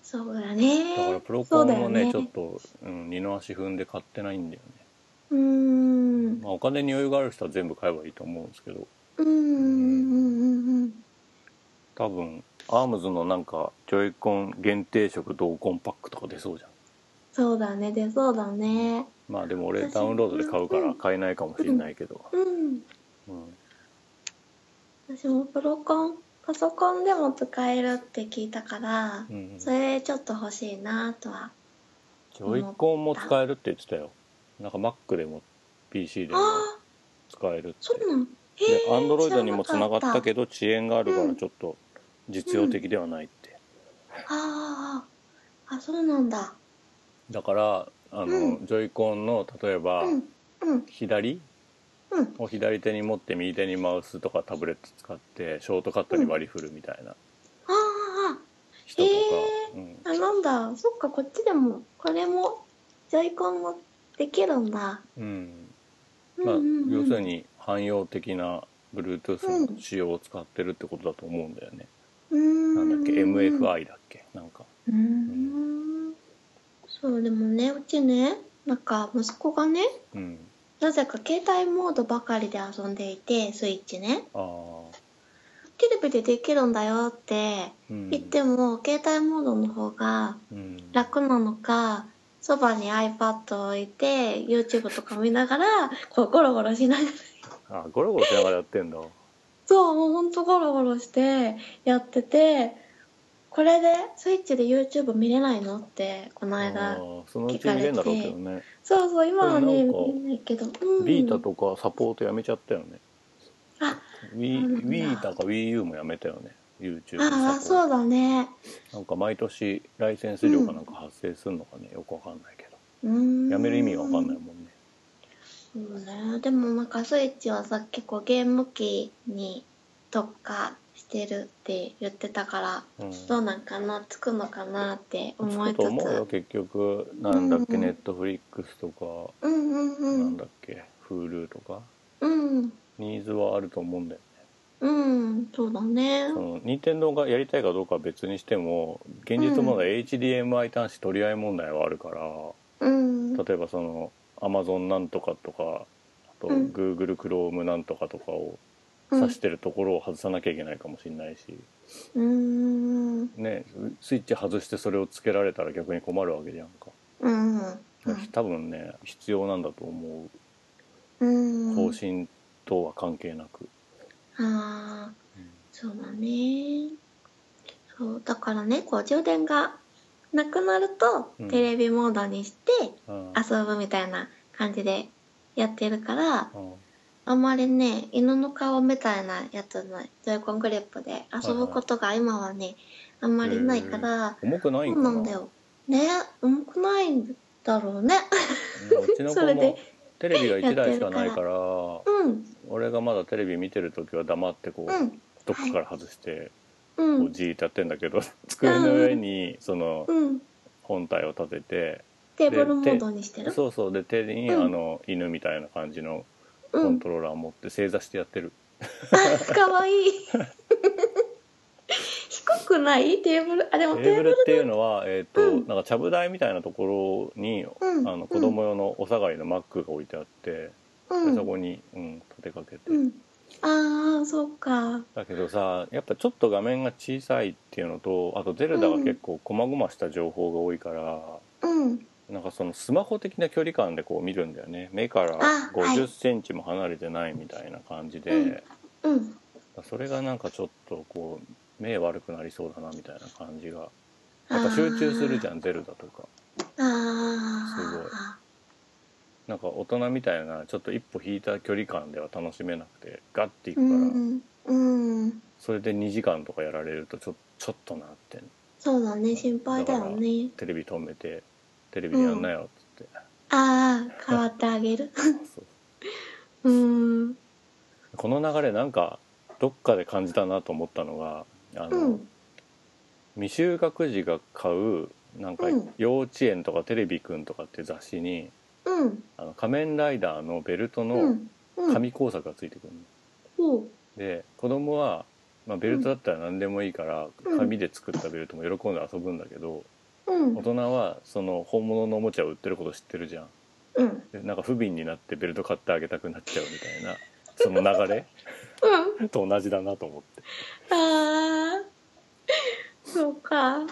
[SPEAKER 1] そうだ
[SPEAKER 2] だ
[SPEAKER 1] ね。
[SPEAKER 2] からプロコ
[SPEAKER 1] そ
[SPEAKER 2] ンも
[SPEAKER 1] う
[SPEAKER 2] ね
[SPEAKER 1] だよ
[SPEAKER 2] ちょっと、うん、二の足踏んで買ってないんだよね、
[SPEAKER 1] うーん。
[SPEAKER 2] まあ、お金に余裕がある人は全部買えばいいと思うんですけど
[SPEAKER 1] うんうんうんうん
[SPEAKER 2] 多分アームズのなんかジョイコン限定色同コンパックとか出そうじゃん
[SPEAKER 1] そうだね出そうだね
[SPEAKER 2] まあでも俺ダウンロードで買うから買えないかもしれないけど、
[SPEAKER 1] うん
[SPEAKER 2] うん、
[SPEAKER 1] 私もプロコンパソコンでも使えるって聞いたから、
[SPEAKER 2] うんうん
[SPEAKER 1] それちょっと欲しいなとは
[SPEAKER 2] ジョイコンも使えるって言ってたよなんか Mac でも PC でも
[SPEAKER 1] ああ
[SPEAKER 2] 使えるって
[SPEAKER 1] そうなの
[SPEAKER 2] で
[SPEAKER 1] へえ
[SPEAKER 2] Android にもつながった
[SPEAKER 1] ど
[SPEAKER 2] けど遅延があるか
[SPEAKER 1] う
[SPEAKER 2] ら
[SPEAKER 1] ん
[SPEAKER 2] ちょっと実用的ではないって、
[SPEAKER 1] あああそうなんだ
[SPEAKER 2] だからあの、
[SPEAKER 1] うん
[SPEAKER 2] ジョイコンの例えば、
[SPEAKER 1] うんうん
[SPEAKER 2] 左
[SPEAKER 1] うん
[SPEAKER 2] を左手に持って右手にマウスとかタブレット使ってショートカットに割り振るみたいな
[SPEAKER 1] ああ
[SPEAKER 2] 人とか、
[SPEAKER 1] へ
[SPEAKER 2] うん
[SPEAKER 1] ああなんだそっかこっちでもこれもジョイコンもできるんだ
[SPEAKER 2] うん
[SPEAKER 1] うん
[SPEAKER 2] まあ
[SPEAKER 1] うんうん
[SPEAKER 2] 要するに汎用的な Bluetooth
[SPEAKER 1] う
[SPEAKER 2] の
[SPEAKER 1] ん
[SPEAKER 2] 仕様を使ってるってことだと思うんだよね、
[SPEAKER 1] うーん
[SPEAKER 2] なんだっけ MFI だっけなんか
[SPEAKER 1] うーんそうでもねうちねなんか息子がね
[SPEAKER 2] うん
[SPEAKER 1] なぜか携帯モードばかりで遊んでいてスイッチね
[SPEAKER 2] ああ
[SPEAKER 1] テレビでできるんだよって
[SPEAKER 2] うん
[SPEAKER 1] 言っても、携帯モードの方が
[SPEAKER 2] うん
[SPEAKER 1] 楽なのかそばに iPad を置いて YouTube とか見ながらこうゴロゴロしながら
[SPEAKER 2] あゴロゴロしながらやってんだ
[SPEAKER 1] そうもうほんとゴロゴロしてやっててこれでスイッチで YouTube 見れないのってこの
[SPEAKER 2] あ
[SPEAKER 1] 間
[SPEAKER 2] ーそのうち見れんだろうけどね、
[SPEAKER 1] そうそう今はね
[SPEAKER 2] でもなんか
[SPEAKER 1] 見れないけど、うん、
[SPEAKER 2] ビータとかサポートやめちゃったよね
[SPEAKER 1] あ
[SPEAKER 2] Wii
[SPEAKER 1] そうなん
[SPEAKER 2] Wii
[SPEAKER 1] だ
[SPEAKER 2] だか WiiU もやめたよね YouTube の
[SPEAKER 1] ああ
[SPEAKER 2] サポー
[SPEAKER 1] そうだね
[SPEAKER 2] トなんか毎年ライセンス料かなんか発生するのかね、よくわかんないけど
[SPEAKER 1] うーん
[SPEAKER 2] やめる意味がわかんないもんね
[SPEAKER 1] そうねでもなんかスイッチはさ結構ゲーム機に特化してるって言ってたから、
[SPEAKER 2] うん
[SPEAKER 1] どうなんかなつくのかなって思
[SPEAKER 2] つ
[SPEAKER 1] い
[SPEAKER 2] く
[SPEAKER 1] つ
[SPEAKER 2] と
[SPEAKER 1] つ
[SPEAKER 2] 思うよ結局なんだっけ、
[SPEAKER 1] うん
[SPEAKER 2] Netflix と
[SPEAKER 1] うんうん
[SPEAKER 2] か、
[SPEAKER 1] う
[SPEAKER 2] なん
[SPEAKER 1] ん
[SPEAKER 2] だっけ Hulu とか
[SPEAKER 1] うん
[SPEAKER 2] ニーズはあると思うんだよね
[SPEAKER 1] うんそうだね
[SPEAKER 2] その任天堂がやりたいかどうかは別にしても現実まだ HDMI 端子取り合い問題はあるから、
[SPEAKER 1] うん
[SPEAKER 2] 例えばその Amazon なんとかとかあと
[SPEAKER 1] うん
[SPEAKER 2] Google Chrome なんとかとかを指してるところを外さなきゃいけないかもしれないし、
[SPEAKER 1] うんうん
[SPEAKER 2] ねスイッチ外してそれをつけられたら逆に困るわけじゃんか。
[SPEAKER 1] うん
[SPEAKER 2] 多分ね必要なんだと思
[SPEAKER 1] うん
[SPEAKER 2] う方針とは関係なく、
[SPEAKER 1] ああそうだねそうだからねこう充電がなくなると、
[SPEAKER 2] うん
[SPEAKER 1] テレビモードにして
[SPEAKER 2] うん
[SPEAKER 1] 遊ぶみたいな感じでやってるから
[SPEAKER 2] うん
[SPEAKER 1] あんまりね犬の顔みたいなやつのジョイコングリップで遊ぶことが今はねあんまりないから、
[SPEAKER 2] 重くないん
[SPEAKER 1] そ
[SPEAKER 2] か
[SPEAKER 1] う
[SPEAKER 2] な
[SPEAKER 1] なんだよね重くないんだろうね
[SPEAKER 2] うんうちの
[SPEAKER 1] そ
[SPEAKER 2] 子
[SPEAKER 1] れで
[SPEAKER 2] もテレビが1台しかないから
[SPEAKER 1] うん
[SPEAKER 2] 俺がまだテレビ見てる時は黙ってこう、
[SPEAKER 1] うん
[SPEAKER 2] どっかから外して
[SPEAKER 1] う
[SPEAKER 2] こうんじーっとやってんだけど、 机の上にその
[SPEAKER 1] うん
[SPEAKER 2] 本体を立てて、
[SPEAKER 1] テーブルモードにしてる
[SPEAKER 2] そうそうで手に
[SPEAKER 1] うん
[SPEAKER 2] あの犬みたいな感じのコ
[SPEAKER 1] う
[SPEAKER 2] ン
[SPEAKER 1] ん
[SPEAKER 2] トローラーを持って正座してやってる、
[SPEAKER 1] かわいい 低くないテーブルあでもテ
[SPEAKER 2] テー
[SPEAKER 1] ー
[SPEAKER 2] ブ
[SPEAKER 1] ブ
[SPEAKER 2] ル
[SPEAKER 1] ル
[SPEAKER 2] っていうのは、えーと
[SPEAKER 1] うん
[SPEAKER 2] なんかちゃぶ台みたいなところに、
[SPEAKER 1] うん
[SPEAKER 2] あの子供用のお下がりのマックが置いてあって、
[SPEAKER 1] う
[SPEAKER 2] で
[SPEAKER 1] ん
[SPEAKER 2] そこに、うん、立てかけて、
[SPEAKER 1] うんああそうか
[SPEAKER 2] だけどさやっぱちょっと画面が小さいっていうのとあとゼルダが結構細々した情報が多いから、
[SPEAKER 1] うん
[SPEAKER 2] なんかそのスマホ的な距離感でこう見るんだよね目から
[SPEAKER 1] あはい
[SPEAKER 2] 50センチも離れてないみたいな感じで、
[SPEAKER 1] うん
[SPEAKER 2] それがなんかちょっとこう目悪くなりそうだなみたいな感じが
[SPEAKER 1] あ
[SPEAKER 2] なんか集中するじ
[SPEAKER 1] ん
[SPEAKER 2] ゃんゼルダとか
[SPEAKER 1] あ
[SPEAKER 2] なんか大人みたいなちょっと一歩引いた距離感では楽しめなくてガッてい
[SPEAKER 1] ー
[SPEAKER 2] く
[SPEAKER 1] う
[SPEAKER 2] から、
[SPEAKER 1] んうん
[SPEAKER 2] それで2時間とかやられるとちょちょっとなって
[SPEAKER 1] そうだね心配だよね
[SPEAKER 2] テレビ止めてテレビやんなよっつって、
[SPEAKER 1] ああ変わってあげ る
[SPEAKER 2] そう
[SPEAKER 1] うーん
[SPEAKER 2] この流れなんかどっかで感じたなと思ったのがあの、
[SPEAKER 1] うん
[SPEAKER 2] 未就学児が買うなんか
[SPEAKER 1] うん
[SPEAKER 2] 幼稚園とかテレビくんとかって雑誌に
[SPEAKER 1] うん
[SPEAKER 2] 「あの仮面ライダー」のベルト
[SPEAKER 1] う
[SPEAKER 2] の
[SPEAKER 1] んうん
[SPEAKER 2] 紙工作がついてくるの
[SPEAKER 1] ほう
[SPEAKER 2] で子供はまあ、ベルトだったら何でもいいから
[SPEAKER 1] うん
[SPEAKER 2] 紙で作ったベルトも喜んで遊ぶんだけど
[SPEAKER 1] うん
[SPEAKER 2] 大人はその本物のおもちゃを売ってること知ってるじゃん
[SPEAKER 1] うんうん
[SPEAKER 2] でなんか不憫になってベルト買ってあげたくなっちゃうみたいなその流れと同じだなと思って
[SPEAKER 1] あーそうかう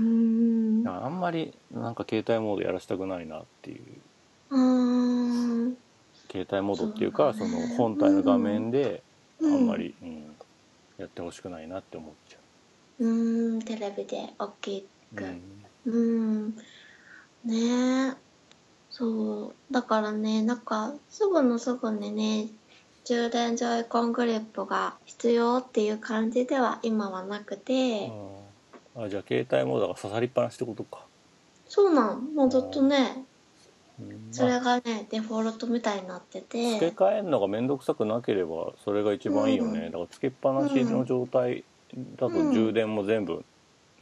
[SPEAKER 1] ーん
[SPEAKER 2] あんまりなんか携帯モードやらしたくないなっていう
[SPEAKER 1] うーん
[SPEAKER 2] 携帯モードっていうか
[SPEAKER 1] そ
[SPEAKER 2] そう
[SPEAKER 1] だね
[SPEAKER 2] の本体の画面であ
[SPEAKER 1] うん
[SPEAKER 2] んまり、うんやってほしくないなって思っちゃ、
[SPEAKER 1] うーんテレビで大きいうう
[SPEAKER 2] うんん、
[SPEAKER 1] うーんねえそうだからねなんかすぐのすぐにね充電ジョイコングリップが必要っていう感じでは今はなくて、
[SPEAKER 2] あじゃあ携帯モードが刺さりっぱなしってことか、
[SPEAKER 1] そうなんもうずっとね
[SPEAKER 2] うん
[SPEAKER 1] それ
[SPEAKER 2] ま
[SPEAKER 1] が
[SPEAKER 2] あ
[SPEAKER 1] ねデフォルトみたいになって
[SPEAKER 2] 付
[SPEAKER 1] て
[SPEAKER 2] け替えるのが面倒くさくなければそれが一番いいよね、
[SPEAKER 1] うん
[SPEAKER 2] だから付けっぱなしの状態だと
[SPEAKER 1] うん
[SPEAKER 2] 充電も全部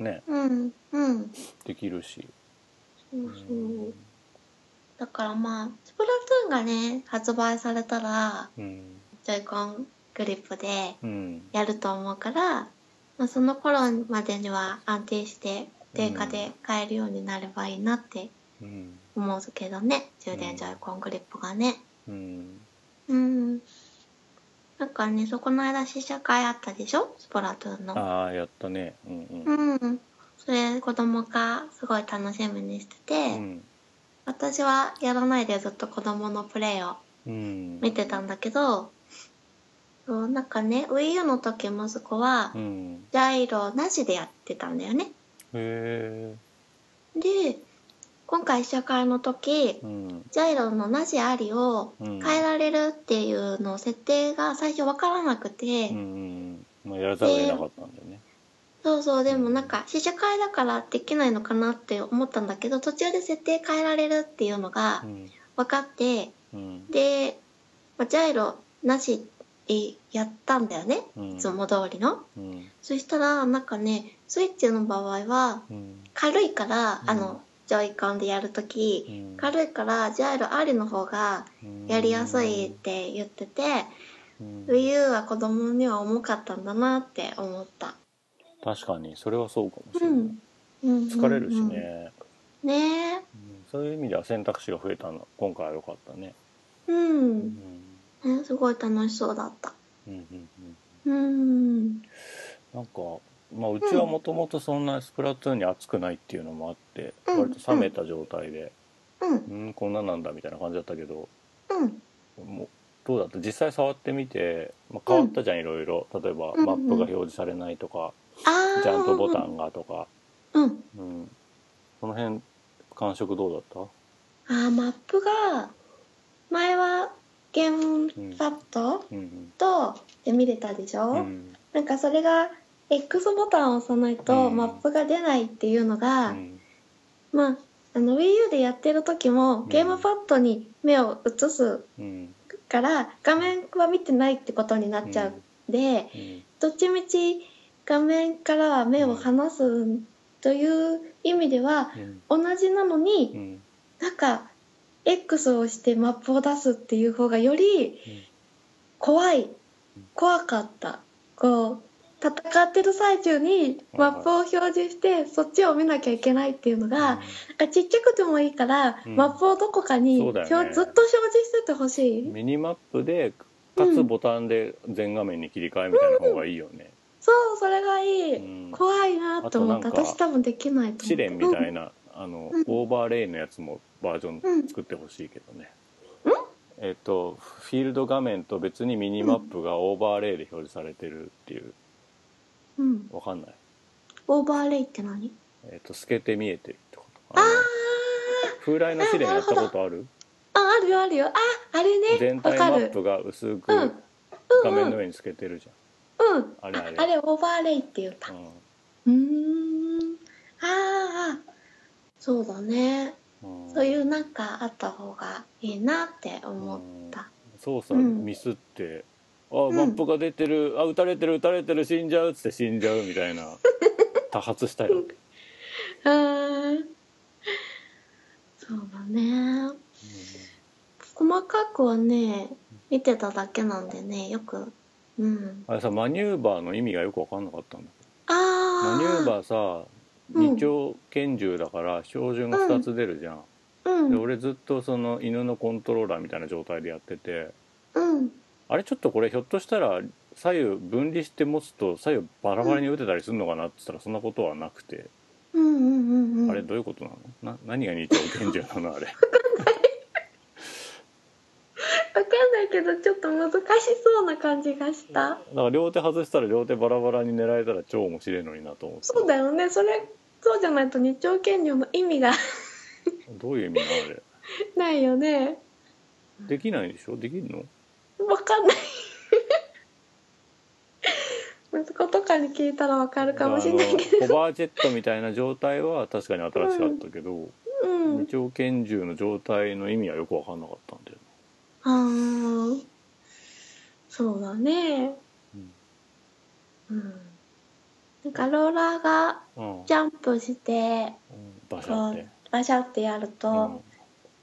[SPEAKER 2] ね
[SPEAKER 1] うんうん
[SPEAKER 2] できるし、
[SPEAKER 1] そうそううんだからまあスプラトゥーンがね発売されたら
[SPEAKER 2] うん
[SPEAKER 1] ジョイコングリップで
[SPEAKER 2] うん
[SPEAKER 1] やると思うから、まあ、その頃までには安定して定価で買えるようになればいいなって
[SPEAKER 2] うん
[SPEAKER 1] 思うけどね充
[SPEAKER 2] う
[SPEAKER 1] 電
[SPEAKER 2] ん
[SPEAKER 1] ジョイコングリップがね
[SPEAKER 2] うん
[SPEAKER 1] うんなんかねそこの間試写会あったでしょスプラトゥーンの
[SPEAKER 2] ああやったねうんうん
[SPEAKER 1] うんそれ子供がすごい楽しみにしてて、
[SPEAKER 2] うん
[SPEAKER 1] 私はやらないでずっと子供のプレイを
[SPEAKER 2] うん
[SPEAKER 1] 見てたんだけど、そうなんかね WiiU の時息子は
[SPEAKER 2] うんへ
[SPEAKER 1] ジャイロなしでやってたんだよね
[SPEAKER 2] え
[SPEAKER 1] で今回試写会の時
[SPEAKER 2] うん
[SPEAKER 1] ジャイロのなしありを
[SPEAKER 2] うん
[SPEAKER 1] 変えられるっていうのを設定が最初わからなくて、
[SPEAKER 2] うんうんうんまあやらざるを得なかったんだよね
[SPEAKER 1] そうそうでもなんか試写会だからできないのかなって思ったんだけど途中で設定変えられるっていうのが
[SPEAKER 2] うん
[SPEAKER 1] 分かって
[SPEAKER 2] うん
[SPEAKER 1] で、まあジャイロなしでやったんだよね
[SPEAKER 2] うん
[SPEAKER 1] いつも通りの。
[SPEAKER 2] うん
[SPEAKER 1] そしたらなんかねスイッチの場合は
[SPEAKER 2] うん
[SPEAKER 1] 軽いから、
[SPEAKER 2] うん
[SPEAKER 1] あのジョイコンでやるとき、
[SPEAKER 2] うん
[SPEAKER 1] 軽いからジャイロありの方がやりやすいって言ってて、
[SPEAKER 2] うんうん
[SPEAKER 1] WiiU は子供には重かったんだなって思った、
[SPEAKER 2] 確かにそれはそうかもし
[SPEAKER 1] う
[SPEAKER 2] れない
[SPEAKER 1] んうん、
[SPEAKER 2] 疲れるしね
[SPEAKER 1] ねえ
[SPEAKER 2] うんそういう意味では選択肢が増えたの今回は良かったね
[SPEAKER 1] うん
[SPEAKER 2] う、ん
[SPEAKER 1] ねすごい楽しそうだった
[SPEAKER 2] うんうんうん
[SPEAKER 1] うん
[SPEAKER 2] なんか、まあ、うちはもともとそんなスプラトゥーンに熱くないっていうのもあって、
[SPEAKER 1] うん
[SPEAKER 2] 割と冷めた状態で、
[SPEAKER 1] うん
[SPEAKER 2] うん、こんななんだみたいな感じだったけど
[SPEAKER 1] うん
[SPEAKER 2] もうどうだった実際触ってみて、まあ、変わったじゃん、いろいろ例えば
[SPEAKER 1] うん
[SPEAKER 2] マップが表示されないとか、
[SPEAKER 1] ああ
[SPEAKER 2] ジャンプボタンがとか、
[SPEAKER 1] うん
[SPEAKER 2] うん、その辺感触どうだっ
[SPEAKER 1] あーマップが前はゲームパッド、
[SPEAKER 2] た、うん
[SPEAKER 1] とで見れたでしょ、
[SPEAKER 2] うん
[SPEAKER 1] なんかそれが X ボタンを押さないと
[SPEAKER 2] うん
[SPEAKER 1] マップが出ないっていうの
[SPEAKER 2] う
[SPEAKER 1] が、
[SPEAKER 2] ん
[SPEAKER 1] まああの WiiU でやってる時もゲームパッドに目を移す
[SPEAKER 2] うん
[SPEAKER 1] から画面は見てないってことになっちゃう、で
[SPEAKER 2] うん
[SPEAKER 1] どっちみち画面からは目を離すという意味では
[SPEAKER 2] うん
[SPEAKER 1] 同じなのに、
[SPEAKER 2] うん
[SPEAKER 1] なんか X を押してマップを出すっていう方がより
[SPEAKER 2] うん
[SPEAKER 1] 怖い怖かったこう戦ってる最中にマップを表示してそっちを見なきゃいけないっていうのがなんかちっちゃくてもいいから
[SPEAKER 2] うん
[SPEAKER 1] マップをどこかに
[SPEAKER 2] そう
[SPEAKER 1] 表
[SPEAKER 2] だよ
[SPEAKER 1] ずっと表示
[SPEAKER 2] ね
[SPEAKER 1] しててほしい
[SPEAKER 2] ミニマップでかつボタンで全画面に切り替えみたいな方がいいよね、
[SPEAKER 1] そうそれがいい
[SPEAKER 2] うん
[SPEAKER 1] 怖いなと思った
[SPEAKER 2] あとなんか
[SPEAKER 1] 私多分できないと思う
[SPEAKER 2] 試練みたいな、あの
[SPEAKER 1] うん
[SPEAKER 2] オーバーレイのやつもバージョン作ってほしいけどね、えっとフィールド画面と別にミニマップがオーバーレイで表示されてるっていう
[SPEAKER 1] うん、うん
[SPEAKER 2] わかんない、
[SPEAKER 1] オーバーレイって何
[SPEAKER 2] えっと透けて見えてるってことかな風来の試練やったことある
[SPEAKER 1] ああるよあるよああれね
[SPEAKER 2] 全
[SPEAKER 1] わ
[SPEAKER 2] 体
[SPEAKER 1] か
[SPEAKER 2] マ
[SPEAKER 1] る
[SPEAKER 2] ップが薄
[SPEAKER 1] うんうん
[SPEAKER 2] く画面の上に透けてるじ
[SPEAKER 1] うん
[SPEAKER 2] あれあれ
[SPEAKER 1] あれオーバーレイって言った
[SPEAKER 2] ゃん、うん
[SPEAKER 1] うーんああそうだね
[SPEAKER 2] ん
[SPEAKER 1] そういうなんかあった方がいいなって思った、
[SPEAKER 2] 操作ミスってあマップが出てる、あ撃たれてる撃たれてる死んじゃうっつって死んじゃうみた いな多発したよ、
[SPEAKER 1] あーそうだね細かくはね見てただけなんでねよくうん
[SPEAKER 2] あれさマニューバーの意味がよく分かんなかったんだ
[SPEAKER 1] ああ
[SPEAKER 2] マニューバーさ
[SPEAKER 1] うん
[SPEAKER 2] 二丁拳銃だから照準が2つ出るじゃん、
[SPEAKER 1] う
[SPEAKER 2] で
[SPEAKER 1] ん
[SPEAKER 2] 俺ずっとその犬のコントローラーみたいな状態でやってて
[SPEAKER 1] うん
[SPEAKER 2] あれちょっとこれひょっとしたら左右分離して持つと左右バラバラに打てたりするのかなって言ったらそんなことはなくて、
[SPEAKER 1] うんうんうんうん
[SPEAKER 2] あれどういうことなのな何が二丁拳銃な のあれ
[SPEAKER 1] わかんないけどちょっと難しそうな感じがした
[SPEAKER 2] だから両手外したら両手バラバラに狙えたら超面白いのになと思って
[SPEAKER 1] そうだよねそれそうじゃないと二丁拳銃の意味が
[SPEAKER 2] どういう意味なのあれ
[SPEAKER 1] ないよね
[SPEAKER 2] できないでしょできんの
[SPEAKER 1] わかんない 息子とかに聞いたらわかるかもしれないけど
[SPEAKER 2] あのコバージェットみたいな状態は確かに新しかったけど、
[SPEAKER 1] うん
[SPEAKER 2] 二丁拳銃の状態の意味はよく分かんなかったんだよね
[SPEAKER 1] あーそうだね
[SPEAKER 2] うん
[SPEAKER 1] うんなんかローラーが
[SPEAKER 2] うん
[SPEAKER 1] ジャンプして
[SPEAKER 2] うんバシ
[SPEAKER 1] こ
[SPEAKER 2] ャっ
[SPEAKER 1] う
[SPEAKER 2] て
[SPEAKER 1] バシャってやると、
[SPEAKER 2] うん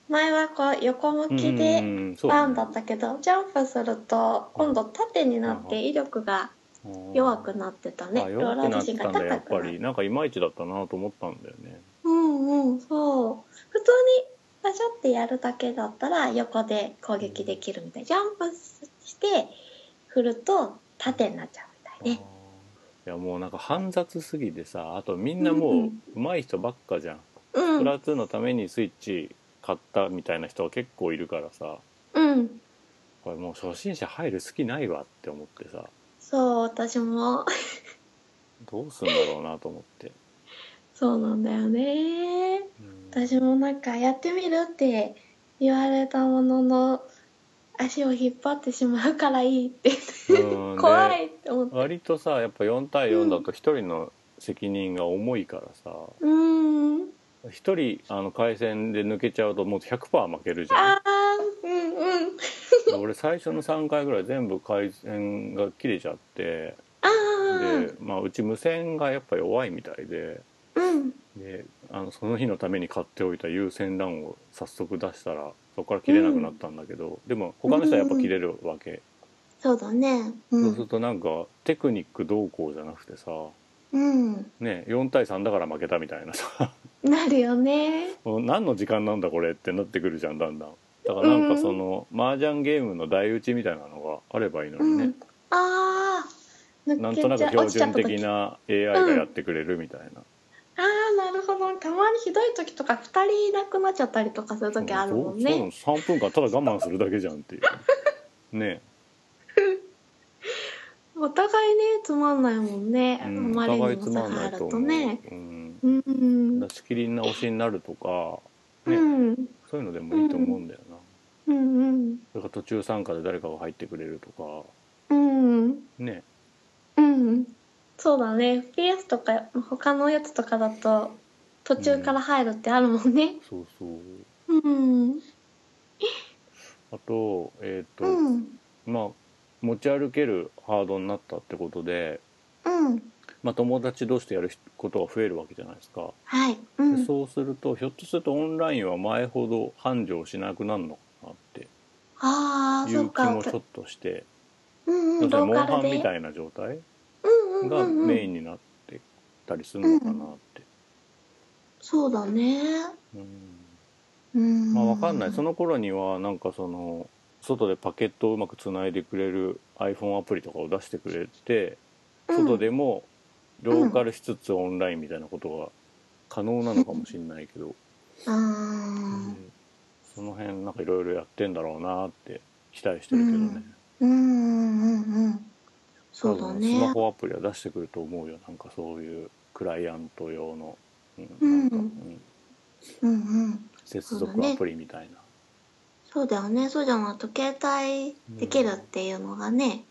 [SPEAKER 1] 前はこう横向き
[SPEAKER 2] う
[SPEAKER 1] で
[SPEAKER 2] んうんうんそう
[SPEAKER 1] バ
[SPEAKER 2] だ
[SPEAKER 1] ーン
[SPEAKER 2] ね
[SPEAKER 1] だったけど、ジャンプすると今度縦になって威力が
[SPEAKER 2] うん
[SPEAKER 1] 弱くなってたね、
[SPEAKER 2] あ
[SPEAKER 1] ロー
[SPEAKER 2] 弱
[SPEAKER 1] ラ
[SPEAKER 2] く
[SPEAKER 1] ー
[SPEAKER 2] なっ
[SPEAKER 1] 自身
[SPEAKER 2] た
[SPEAKER 1] が
[SPEAKER 2] んだや
[SPEAKER 1] 高
[SPEAKER 2] っ
[SPEAKER 1] く
[SPEAKER 2] ぱ
[SPEAKER 1] なる
[SPEAKER 2] りなんかいまいちだったなと思ったんだよね
[SPEAKER 1] うんうんそう普通にバシャってやるだけだったら横で攻撃できるみたいジャンプして振ると縦になっちゃうみたいね
[SPEAKER 2] いやもうなんか煩雑すぎてさあとみんなもう上手い人ばっかじゃん、
[SPEAKER 1] う
[SPEAKER 2] スプ
[SPEAKER 1] ん
[SPEAKER 2] ラトゥーンのためにスイッチ買ったみたいな人は結構いるからさ
[SPEAKER 1] うん
[SPEAKER 2] これもう初心者入る好きないわって思ってさ
[SPEAKER 1] そう私も
[SPEAKER 2] どうすんだろうなと思って、
[SPEAKER 1] そうなんだよね
[SPEAKER 2] うん
[SPEAKER 1] 私もなんかやってみるって言われたものの足を引っ張ってしまうからいいって
[SPEAKER 2] うんで
[SPEAKER 1] 怖いって思って
[SPEAKER 2] 割とさやっぱ4対4だと1人の責任が重いからさ、
[SPEAKER 1] うん
[SPEAKER 2] 一人あの回線で抜けちゃうともう100%負けるじゃん
[SPEAKER 1] ああうんうん
[SPEAKER 2] 俺最初の3回ぐらい全部回線が切れちゃって
[SPEAKER 1] あ
[SPEAKER 2] で
[SPEAKER 1] あ、
[SPEAKER 2] まあ、うち無線がやっぱ弱いみたいで
[SPEAKER 1] うん
[SPEAKER 2] であのその日のために買っておいた有線 LAN を早速出したらそこから切れなくなったんだけど、でも他の人はやっぱ切れるわけ、
[SPEAKER 1] そうだねう
[SPEAKER 2] そうする
[SPEAKER 1] ん
[SPEAKER 2] となんかテクニックどうこうじゃなくてさ、
[SPEAKER 1] うん
[SPEAKER 2] ね、4対3だから負けたみたいなさ
[SPEAKER 1] なるよね
[SPEAKER 2] もう何の時間なんだこれってなってくるじゃんだんだんだからなんかその、麻雀ゲームの台打ちみたいなのがあればいいの
[SPEAKER 1] う
[SPEAKER 2] に
[SPEAKER 1] ん、
[SPEAKER 2] ね、
[SPEAKER 1] ああ
[SPEAKER 2] な
[SPEAKER 1] 抜
[SPEAKER 2] ん
[SPEAKER 1] け
[SPEAKER 2] となく
[SPEAKER 1] ちゃ
[SPEAKER 2] 標
[SPEAKER 1] 落ちちゃっ
[SPEAKER 2] 準
[SPEAKER 1] た時
[SPEAKER 2] 的な AI がやってくれるみたいな、
[SPEAKER 1] ああなるほどたまにひどい時とか2人いなくなっちゃったりとかする時あるもんね
[SPEAKER 2] そうそう3分間ただ我慢するだけじゃんっていう ね
[SPEAKER 1] お互いねつまんないもんね、
[SPEAKER 2] う
[SPEAKER 1] あ
[SPEAKER 2] ん、
[SPEAKER 1] まりにも
[SPEAKER 2] つ
[SPEAKER 1] 差
[SPEAKER 2] まん
[SPEAKER 1] が
[SPEAKER 2] な
[SPEAKER 1] ある
[SPEAKER 2] いと
[SPEAKER 1] と
[SPEAKER 2] 思う、
[SPEAKER 1] ね
[SPEAKER 2] うん、
[SPEAKER 1] うんうん
[SPEAKER 2] だしきりな推しになるとか、
[SPEAKER 1] う
[SPEAKER 2] ね
[SPEAKER 1] ん
[SPEAKER 2] そういうのでもいいと思うんだよな、
[SPEAKER 1] うん
[SPEAKER 2] それから途中参加で誰かが入ってくれると
[SPEAKER 1] う
[SPEAKER 2] か
[SPEAKER 1] ん
[SPEAKER 2] ね
[SPEAKER 1] うんそうだね PS とか他のやつとかだと途中から入るってあるもんね
[SPEAKER 2] そうそう
[SPEAKER 1] うん
[SPEAKER 2] あとえっ、
[SPEAKER 1] う
[SPEAKER 2] と、
[SPEAKER 1] ん
[SPEAKER 2] まあ持ち歩けるハードになったってことで、
[SPEAKER 1] うん
[SPEAKER 2] まあ、友達同士でやることが増えるわけじゃないですか、
[SPEAKER 1] はいうん
[SPEAKER 2] でそうするとひょっとするとオンラインは前ほど繁盛しなくなるのかなって
[SPEAKER 1] ああ
[SPEAKER 2] い
[SPEAKER 1] そうう
[SPEAKER 2] 気
[SPEAKER 1] か
[SPEAKER 2] もちょっとして
[SPEAKER 1] うんう
[SPEAKER 2] 要
[SPEAKER 1] ん
[SPEAKER 2] する
[SPEAKER 1] ロ
[SPEAKER 2] にモ
[SPEAKER 1] ー
[SPEAKER 2] ン
[SPEAKER 1] カ
[SPEAKER 2] ハ
[SPEAKER 1] ル
[SPEAKER 2] ン
[SPEAKER 1] で
[SPEAKER 2] みたいな状態
[SPEAKER 1] うんうん
[SPEAKER 2] が
[SPEAKER 1] うんうん
[SPEAKER 2] メインになってたりするのかなって、
[SPEAKER 1] そうだね
[SPEAKER 2] う
[SPEAKER 1] う
[SPEAKER 2] ん
[SPEAKER 1] ん
[SPEAKER 2] まあわかんないその頃にはなんかその外でパケットをうまくつないでくれる iPhone アプリとかを出してくれて外でもローカルしつつオンラインみたいなことが可能なのかもしれないけど、
[SPEAKER 1] うんあ
[SPEAKER 2] その辺なんかいろいろやってんだろうなって期待してるけどね、
[SPEAKER 1] ーうんうんうんうんそうだ
[SPEAKER 2] 多分スマ
[SPEAKER 1] ね
[SPEAKER 2] ホアプリは出してくると思うよなんかそういうクライアント用の、うん
[SPEAKER 1] うん
[SPEAKER 2] なんかうん
[SPEAKER 1] うんうん
[SPEAKER 2] 接
[SPEAKER 1] そうだ
[SPEAKER 2] 続
[SPEAKER 1] ね
[SPEAKER 2] アプリみたいな、
[SPEAKER 1] そうだよねそうじゃないと携帯できるっていうのがね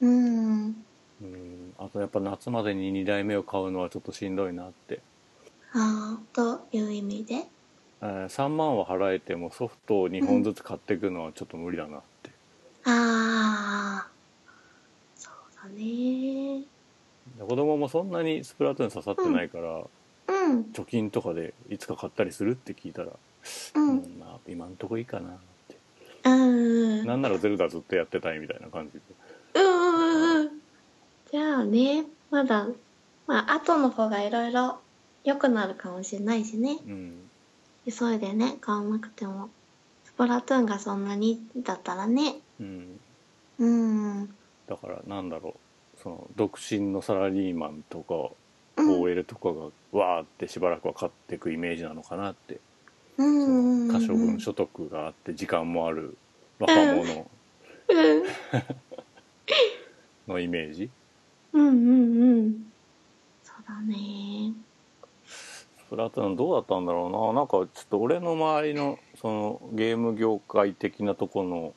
[SPEAKER 1] うん
[SPEAKER 2] うんあとやっぱ夏までに2台目を買うのはちょっとしんどいなって、
[SPEAKER 1] ああという意味で
[SPEAKER 2] えー3万は払えてもソフトを2本ずつ買っていくのはちょっと無理だなって、
[SPEAKER 1] ああ
[SPEAKER 2] もそんなにスプラトゥーン刺さってないから、
[SPEAKER 1] うん
[SPEAKER 2] 貯金とかでいつか買ったりするって聞いたら、
[SPEAKER 1] う
[SPEAKER 2] うんん、まあ今んとこいいかなって、
[SPEAKER 1] うん
[SPEAKER 2] なんならゼルダずっとやってたいみたいな感じで
[SPEAKER 1] うんうんじゃあねまだまあ後の方がいろいろ良くなるかもしれないしね
[SPEAKER 2] うん
[SPEAKER 1] 急いでね買わなくてもスプラトゥーンがそんなにだったらね
[SPEAKER 2] うん
[SPEAKER 1] うんうん
[SPEAKER 2] だからなんだろうその独身のサラリーマンとか
[SPEAKER 1] うん
[SPEAKER 2] OL とかがわーってしばらくは買っていくイメージなのかなって、
[SPEAKER 1] うんう
[SPEAKER 2] そ
[SPEAKER 1] んうん
[SPEAKER 2] の可処分所得があって時間もある若者
[SPEAKER 1] うん
[SPEAKER 2] のイメージ
[SPEAKER 1] うんうんうんそうだね
[SPEAKER 2] スプラトゥーンどうだったんだろうななんかちょっと俺の周りのそのゲーム業界的なとこの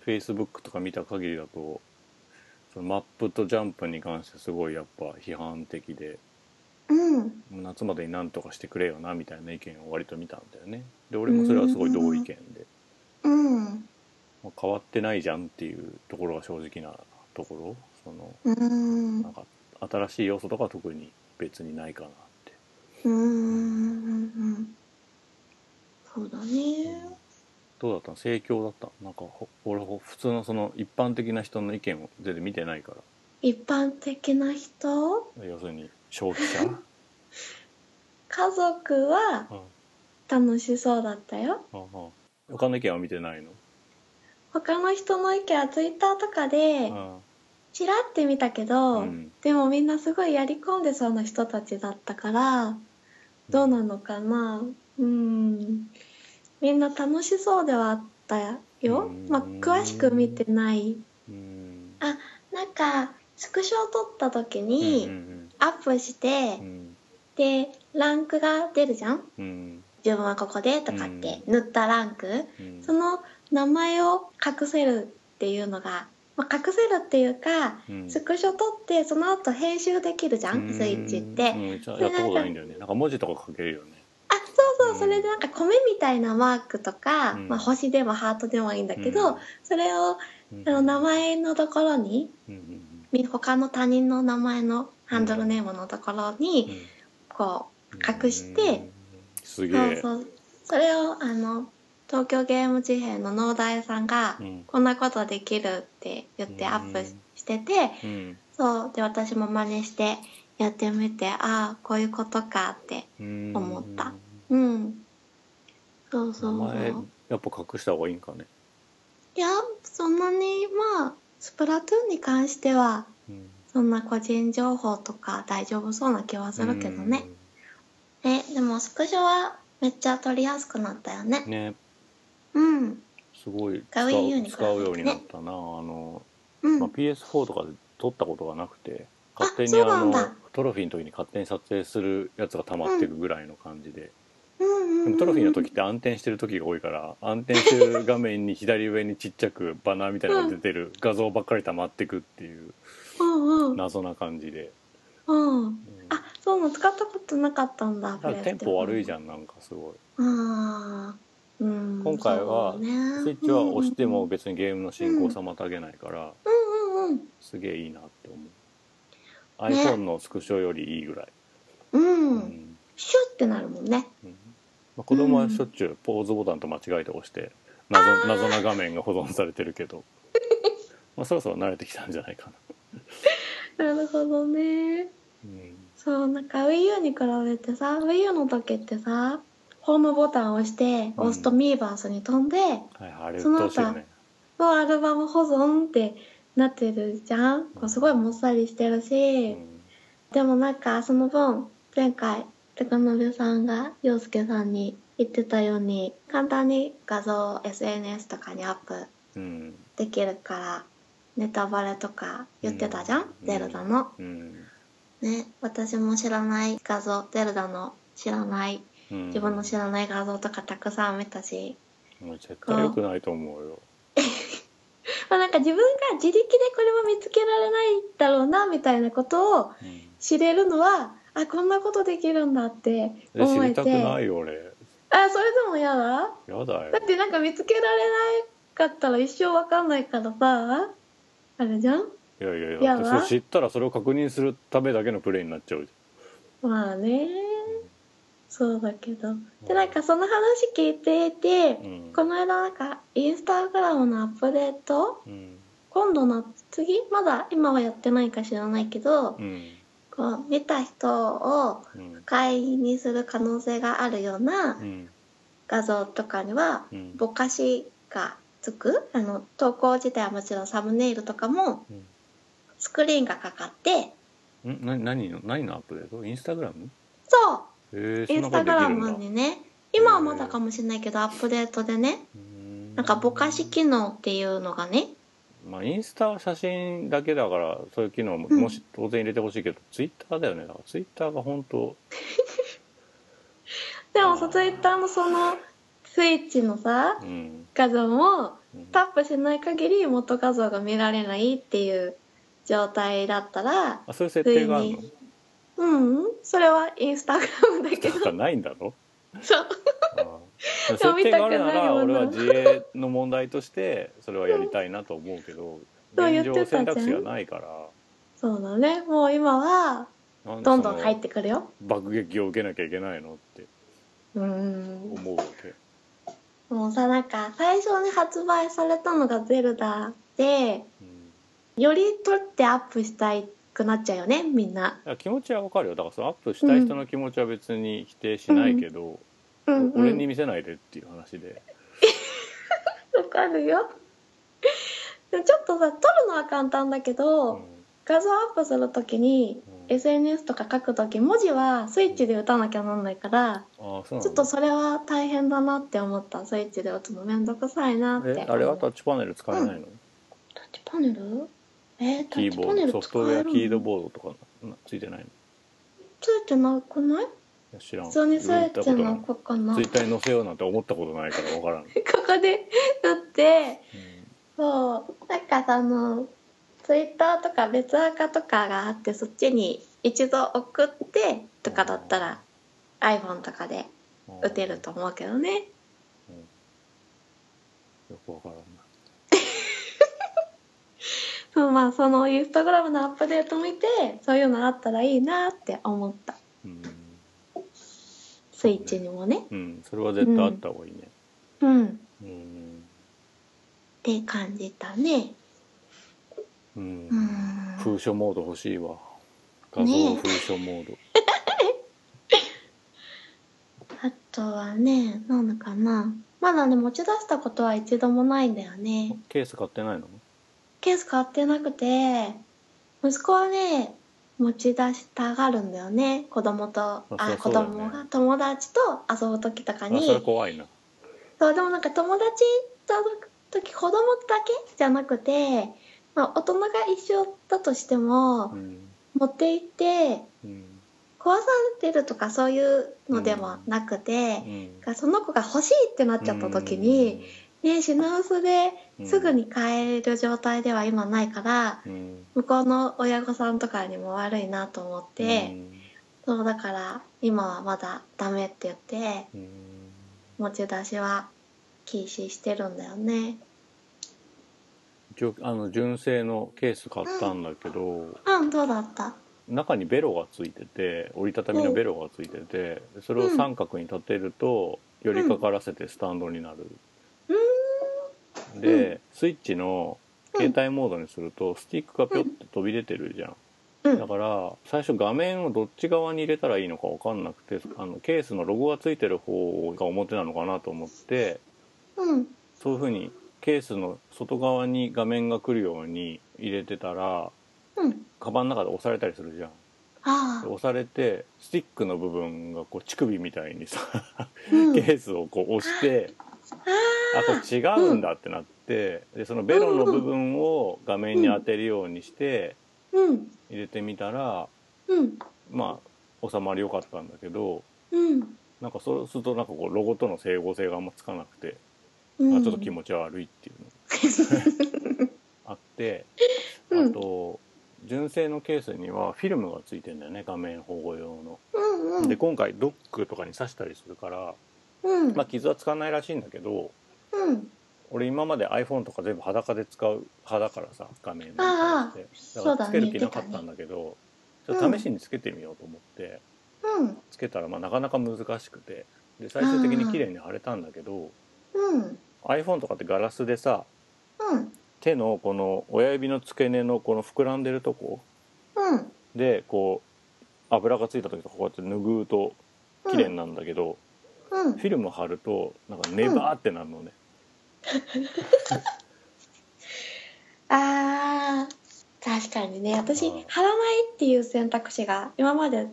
[SPEAKER 2] フェイスブックとか見た限りだとそのマップとジャンプに関してすごいやっぱ批判的で
[SPEAKER 1] うん
[SPEAKER 2] 夏までになんとかしてくれよなみたいな意見を割と見たんだよねで俺もそれはすごい同意見で、
[SPEAKER 1] うん
[SPEAKER 2] まあ変わってないじゃんっていうところが正直なところその
[SPEAKER 1] うん
[SPEAKER 2] なんか新しい要素とか特に別にないかなって
[SPEAKER 1] うーんそうだね。
[SPEAKER 2] どうだったの盛況だったのなんかほ俺ほ普通のその一般的な人の意見を全然見てないか
[SPEAKER 1] 一般的な人
[SPEAKER 2] ら要するに消費者、うん
[SPEAKER 1] 家族は
[SPEAKER 2] あ
[SPEAKER 1] 楽しそうだったよ。
[SPEAKER 2] ああ他の意見は見てないの、
[SPEAKER 1] 他の人の意見はツイッターとかで
[SPEAKER 2] あ
[SPEAKER 1] チラって見たけど、
[SPEAKER 2] うん
[SPEAKER 1] でもみんなすごいやり込んでそうな人たちだったからどうなのかなうんみんな楽しそうではあったよ
[SPEAKER 2] う。ん
[SPEAKER 1] まあ詳しく見てない。
[SPEAKER 2] うん
[SPEAKER 1] なんかスクショを撮った時
[SPEAKER 2] うん
[SPEAKER 1] に、
[SPEAKER 2] うん
[SPEAKER 1] アップして、
[SPEAKER 2] うん
[SPEAKER 1] でランクが出るじゃん
[SPEAKER 2] うん
[SPEAKER 1] 自分はここでとかって
[SPEAKER 2] う
[SPEAKER 1] 塗ったランク、
[SPEAKER 2] うん
[SPEAKER 1] その名前を隠せるっていうのが、まあ、隠せるっていうか、
[SPEAKER 2] うん
[SPEAKER 1] スクショ撮ってその後編集できるじゃん、スイッチって、
[SPEAKER 2] うんうん、じゃあ
[SPEAKER 1] それ
[SPEAKER 2] や
[SPEAKER 1] なん
[SPEAKER 2] っ
[SPEAKER 1] か
[SPEAKER 2] たことないんだよねなんか文字とか書けるよね
[SPEAKER 1] あそうそう、
[SPEAKER 2] うん
[SPEAKER 1] それでなんか米みたいなマークとか、
[SPEAKER 2] うん
[SPEAKER 1] まあ、星でもハートでもいいんだけど、
[SPEAKER 2] うん
[SPEAKER 1] それを
[SPEAKER 2] うん
[SPEAKER 1] あの名前のところに
[SPEAKER 2] うんうん
[SPEAKER 1] み他の他人の名前のハンドルネームのところ
[SPEAKER 2] うん
[SPEAKER 1] にこう隠して、
[SPEAKER 2] うんすげ
[SPEAKER 1] そう
[SPEAKER 2] え
[SPEAKER 1] そうそれをあの東京ゲーム事変の農大さんが、
[SPEAKER 2] うん
[SPEAKER 1] こんなことできるって言ってアップししてて、
[SPEAKER 2] うん
[SPEAKER 1] そうで私も真似してやってみてああこういうことかって
[SPEAKER 2] うん
[SPEAKER 1] 思ったうんそうそ
[SPEAKER 2] 名
[SPEAKER 1] うそう
[SPEAKER 2] 前やっぱ隠した方がいいんかね、
[SPEAKER 1] いやそんなにまあスプラトゥーンに関しては
[SPEAKER 2] うん
[SPEAKER 1] そんな個人情報とか大丈夫そうな気はするけどね、えでもスクショはめっちゃ取りやすくなったよね
[SPEAKER 2] うんね
[SPEAKER 1] うん
[SPEAKER 2] すごい
[SPEAKER 1] 使うようになったね
[SPEAKER 2] 使うようになったなあの、
[SPEAKER 1] うん、
[SPEAKER 2] まあ、PS4 とかで撮ったことがなくて
[SPEAKER 1] あ
[SPEAKER 2] 勝手に
[SPEAKER 1] そう
[SPEAKER 2] あ
[SPEAKER 1] なん
[SPEAKER 2] の
[SPEAKER 1] だ
[SPEAKER 2] トロフィーの時に勝手に撮影するやつが溜まっていくぐらいの感じで,、
[SPEAKER 1] うんうんうん
[SPEAKER 2] でもトロフィーの時って暗転してる時が多いから暗転してる画面に左上にちっちゃくバナーみたいなのが出てる画像ばっかり溜まってくっていう
[SPEAKER 1] うんうん
[SPEAKER 2] 謎な感じで、
[SPEAKER 1] うん
[SPEAKER 2] うん
[SPEAKER 1] あそうなの使ったことなかったんだ
[SPEAKER 2] だからテンポ悪いじ
[SPEAKER 1] ゃん
[SPEAKER 2] ゃんなんかすごい
[SPEAKER 1] あーうん
[SPEAKER 2] 今回は
[SPEAKER 1] そうね
[SPEAKER 2] スイッチは押しても別にゲームの進行を妨げないから、
[SPEAKER 1] うんうんうん
[SPEAKER 2] すげえいいなって思う
[SPEAKER 1] ね
[SPEAKER 2] iPhone のスクショよりいいぐらい、
[SPEAKER 1] うん、
[SPEAKER 2] う
[SPEAKER 1] うん
[SPEAKER 2] ん
[SPEAKER 1] シュッてなるもんね
[SPEAKER 2] うんまあ、子供はしょっちゅうポーズボタンと間違えて押して謎謎な画面が保存されてるけどまあそろそろ慣れてきたんじゃないかな、
[SPEAKER 1] なるほどね
[SPEAKER 2] うん
[SPEAKER 1] そうなんか WiiU に比べてさ WiiU の時ってさホームボタンを押して
[SPEAKER 2] うん
[SPEAKER 1] 押すとミーバースに飛んで、
[SPEAKER 2] はい、あれ
[SPEAKER 1] その
[SPEAKER 2] どうしようね
[SPEAKER 1] もうアルバム保存ってなってるじゃんこうすごいもっさりしてるし、
[SPEAKER 2] うん
[SPEAKER 1] でもなんかその分前回高鍋さんが陽介さんに言ってたように簡単に画像を SNS とかにアップ
[SPEAKER 2] うん
[SPEAKER 1] できるからネタバレとか言ってたじゃん、
[SPEAKER 2] うん
[SPEAKER 1] ゼルダの。
[SPEAKER 2] うん
[SPEAKER 1] ね私も知らない画像ゼルダの知らない
[SPEAKER 2] うん
[SPEAKER 1] 自分の知らない画像とかたくさん見たし、
[SPEAKER 2] もう絶対良くないと思うよ
[SPEAKER 1] まあ、なんか自分が自力でこれは見つけられないだろうなみたいなことを
[SPEAKER 2] うん
[SPEAKER 1] 知れるのはあこんなことできるんだって
[SPEAKER 2] え知
[SPEAKER 1] 思え
[SPEAKER 2] り
[SPEAKER 1] て
[SPEAKER 2] たくないよ俺
[SPEAKER 1] あそれでも嫌だ
[SPEAKER 2] やだよ
[SPEAKER 1] だってなんか見つけられなかったら一生わかんないからさあれじゃん
[SPEAKER 2] いやいやい
[SPEAKER 1] や
[SPEAKER 2] やだってそ
[SPEAKER 1] わ
[SPEAKER 2] れ知ったらそれを確認するためだけのプレイになっちゃうじ
[SPEAKER 1] まあねそうだけどでなんかその話聞いていて、
[SPEAKER 2] ゃんうん
[SPEAKER 1] この間なんかインスタグラムのアップデート
[SPEAKER 2] うん
[SPEAKER 1] 今度の次まだ今はやってないか知らないけど、
[SPEAKER 2] うん
[SPEAKER 1] こう見た人を
[SPEAKER 2] うん
[SPEAKER 1] 不快にする可能性があるような
[SPEAKER 2] うん
[SPEAKER 1] 画像とかには
[SPEAKER 2] うん
[SPEAKER 1] ぼかしがつくあの投稿自体はもちろんサムネイルとかも
[SPEAKER 2] うん
[SPEAKER 1] スクリーンがかかって
[SPEAKER 2] んな何の何のアップデートインスタグラム
[SPEAKER 1] そ
[SPEAKER 2] えー、
[SPEAKER 1] うイ
[SPEAKER 2] そん
[SPEAKER 1] ン
[SPEAKER 2] な
[SPEAKER 1] ス
[SPEAKER 2] こ
[SPEAKER 1] タ
[SPEAKER 2] とで
[SPEAKER 1] グラ
[SPEAKER 2] きるん
[SPEAKER 1] ム
[SPEAKER 2] だ
[SPEAKER 1] にね今はまだかもしれないけどアップデートでね
[SPEAKER 2] うん
[SPEAKER 1] なんかぼかし機能っていうのがね
[SPEAKER 2] まあインスタは写真だけだからそういう機能も
[SPEAKER 1] うん
[SPEAKER 2] もし当然入れてほしいけど、ツイッターだよねだからツイッターが本当
[SPEAKER 1] でもさツイッターのそのスイッチのさ
[SPEAKER 2] うん、
[SPEAKER 1] 画像も
[SPEAKER 2] うん
[SPEAKER 1] タップしない限り元画像が見られないっていう状態だったら
[SPEAKER 2] あそういう設定があるの
[SPEAKER 1] ついうんそれはインスタグラムだけ
[SPEAKER 2] だ
[SPEAKER 1] ど
[SPEAKER 2] から ないんだろ
[SPEAKER 1] そう
[SPEAKER 2] ああ
[SPEAKER 1] そう
[SPEAKER 2] 設定があるな
[SPEAKER 1] 見たくない
[SPEAKER 2] ら
[SPEAKER 1] よう
[SPEAKER 2] 俺
[SPEAKER 1] な
[SPEAKER 2] は自衛の問題としてそれはやりたいなと思うけど
[SPEAKER 1] そう言
[SPEAKER 2] 現
[SPEAKER 1] って
[SPEAKER 2] 状
[SPEAKER 1] たじゃん
[SPEAKER 2] 選択肢がないから
[SPEAKER 1] そうだねもう今は
[SPEAKER 2] なんで
[SPEAKER 1] ど
[SPEAKER 2] そ
[SPEAKER 1] ん
[SPEAKER 2] の
[SPEAKER 1] どん入ってくるよ
[SPEAKER 2] 爆撃を受けなきゃいけないのって
[SPEAKER 1] うん
[SPEAKER 2] 思うわけ
[SPEAKER 1] もうさなんか最初に発売されたのが「ゼルダで
[SPEAKER 2] うん
[SPEAKER 1] より撮ってアップしたいくなっちゃうよねみんない
[SPEAKER 2] や気持ちはわかるよだからそのアップしたい人の気持ちは別に否定しないけど、
[SPEAKER 1] うんう
[SPEAKER 2] 俺に
[SPEAKER 1] ん
[SPEAKER 2] 見せないでっていう話で、
[SPEAKER 1] わかるよ でもちょっとさ撮るのは簡単だけど、画像アップするときに
[SPEAKER 2] うん
[SPEAKER 1] SNS とか書くとき文字はスイッチで打たなきゃなんないから
[SPEAKER 2] ああそうな
[SPEAKER 1] ちょっと
[SPEAKER 2] んだ
[SPEAKER 1] それは大変だなって思ったスイッチで打つのめんどくさいなって
[SPEAKER 2] えあれは
[SPEAKER 1] タ
[SPEAKER 2] タッチパネル使えないの、
[SPEAKER 1] ッチパネルえー、タ
[SPEAKER 2] キ
[SPEAKER 1] ッ
[SPEAKER 2] ー
[SPEAKER 1] チ
[SPEAKER 2] ボ
[SPEAKER 1] パネ
[SPEAKER 2] ー
[SPEAKER 1] ル
[SPEAKER 2] ドソフ
[SPEAKER 1] 使
[SPEAKER 2] トウェ
[SPEAKER 1] え
[SPEAKER 2] ア
[SPEAKER 1] る
[SPEAKER 2] キ
[SPEAKER 1] の
[SPEAKER 2] ードボードとかなついてないのい
[SPEAKER 1] ついてなくない
[SPEAKER 2] や知らん
[SPEAKER 1] 普通にスイッチ
[SPEAKER 2] どうい
[SPEAKER 1] の
[SPEAKER 2] った
[SPEAKER 1] 子
[SPEAKER 2] こ
[SPEAKER 1] か
[SPEAKER 2] と
[SPEAKER 1] な
[SPEAKER 2] ツ
[SPEAKER 1] こ
[SPEAKER 2] イッターに載せようなんて思ったことないからわからん、
[SPEAKER 1] こでだって
[SPEAKER 2] うん
[SPEAKER 1] そうなんかそのツイッターとか別アカとかがあってそっちに一度送ってとかだったら iPhone とかで打てると思うけどね
[SPEAKER 2] よくわからんな
[SPEAKER 1] そうまあそのインスタグラムのアップデート見てそういうのあったらいいなって思った
[SPEAKER 2] うん、
[SPEAKER 1] スイッチにもね
[SPEAKER 2] うん、それは絶対あった方がいいね
[SPEAKER 1] うんっ
[SPEAKER 2] うん、
[SPEAKER 1] て感じたね
[SPEAKER 2] う、
[SPEAKER 3] うんん。
[SPEAKER 2] 封書モード欲しいわ画像
[SPEAKER 3] ねえ
[SPEAKER 2] 封書モード、
[SPEAKER 1] あとはねなんだかなまだね持ち出したことは一度もないんだよね
[SPEAKER 2] ケース買ってないの
[SPEAKER 1] ケース買ってなくて息子はね持ち出したがるんだよね子供とあ
[SPEAKER 2] そりゃそ
[SPEAKER 1] 子
[SPEAKER 2] うだよね
[SPEAKER 1] 供が友達と遊ぶ時とか
[SPEAKER 2] あ
[SPEAKER 1] に
[SPEAKER 2] それ怖いな
[SPEAKER 1] そうでもなんか友達と時子供だけじゃなくて、まあ、大人が一緒だとして
[SPEAKER 2] う
[SPEAKER 1] も
[SPEAKER 2] ん、
[SPEAKER 1] 持って行って
[SPEAKER 2] うん
[SPEAKER 1] 壊されてるとかそういうのでもなくて
[SPEAKER 2] う、ん、
[SPEAKER 1] がその子が欲しいってなっちゃった時に、ね、品薄ですぐに買える状態では今ないから、
[SPEAKER 2] うん、うん、
[SPEAKER 1] 向こうの親御さんとかにも悪いなと思って、そうだから今はまだダメって言って
[SPEAKER 2] うん、
[SPEAKER 1] 持ち出しは禁止してるんだよね。
[SPEAKER 2] 一応あの純正のケース買ったんだけど、
[SPEAKER 1] うん、どうだった
[SPEAKER 2] 中にベロがついてて折りたたみのベロがついててそれを三角に立てると寄りかからせてスタンドになる、でスイッチの携帯モードにするとスティックがピョって飛び出てるじゃん、
[SPEAKER 1] うん
[SPEAKER 2] だから最初画面をどっち側に入れたらいいのか分かんなくてあのケースのロゴがついてる方が表なのかなと思って
[SPEAKER 1] うん。
[SPEAKER 2] そういうふうにケースの外側に画面が来るように入れてたら
[SPEAKER 1] うん。
[SPEAKER 2] カバンの中で押されたりするじゃん
[SPEAKER 1] あ
[SPEAKER 2] で
[SPEAKER 1] あ。
[SPEAKER 2] 押されてスティックの部分がこう乳首みたいにさ、
[SPEAKER 1] うん、
[SPEAKER 2] ケースをこう押してあこれ違うんだってなって、でそのベロの部分を画面に当てるようにして
[SPEAKER 1] うん。
[SPEAKER 2] 入れてみたら、
[SPEAKER 1] うん。
[SPEAKER 2] まあ収まり良かったんだけど
[SPEAKER 1] うん。
[SPEAKER 2] なんかそうするとなんかこうロゴとの整合性があんまつかなくて、
[SPEAKER 1] うん。
[SPEAKER 2] あちょっと気持ち悪いっていうの あって
[SPEAKER 1] うん
[SPEAKER 2] あと純正のケースにはフィルムがついてんだよね画面保護用の。
[SPEAKER 1] うんうん。
[SPEAKER 2] で今回ドックとかに刺したりするから、
[SPEAKER 1] うん。
[SPEAKER 2] まあ、傷はつかないらしいんだけど
[SPEAKER 1] うん。
[SPEAKER 2] 俺今まで iPhone とか全部裸で使う派だからさ画面に
[SPEAKER 1] ああ
[SPEAKER 2] 対して
[SPEAKER 1] そうだね
[SPEAKER 2] つける気なかったんだけど
[SPEAKER 1] 言ってたね
[SPEAKER 2] ちょっと試しにつけてみようと思って、
[SPEAKER 1] うん
[SPEAKER 2] つけたらまあなかなか難しくてで最終的に綺麗に貼れたんだけど
[SPEAKER 1] うん
[SPEAKER 2] iPhone とかってガラスでさ
[SPEAKER 1] うん
[SPEAKER 2] 手のこの親指の付け根のこの膨らんでるとこ
[SPEAKER 1] うん
[SPEAKER 2] でこう油がついた時とかこうやって拭うと綺麗になるんだけど、
[SPEAKER 1] うん
[SPEAKER 2] フィルム貼るとなんかネバーってなるのね、
[SPEAKER 1] あー確かにね私
[SPEAKER 2] うん
[SPEAKER 1] 貼らないっていう選択肢が今まで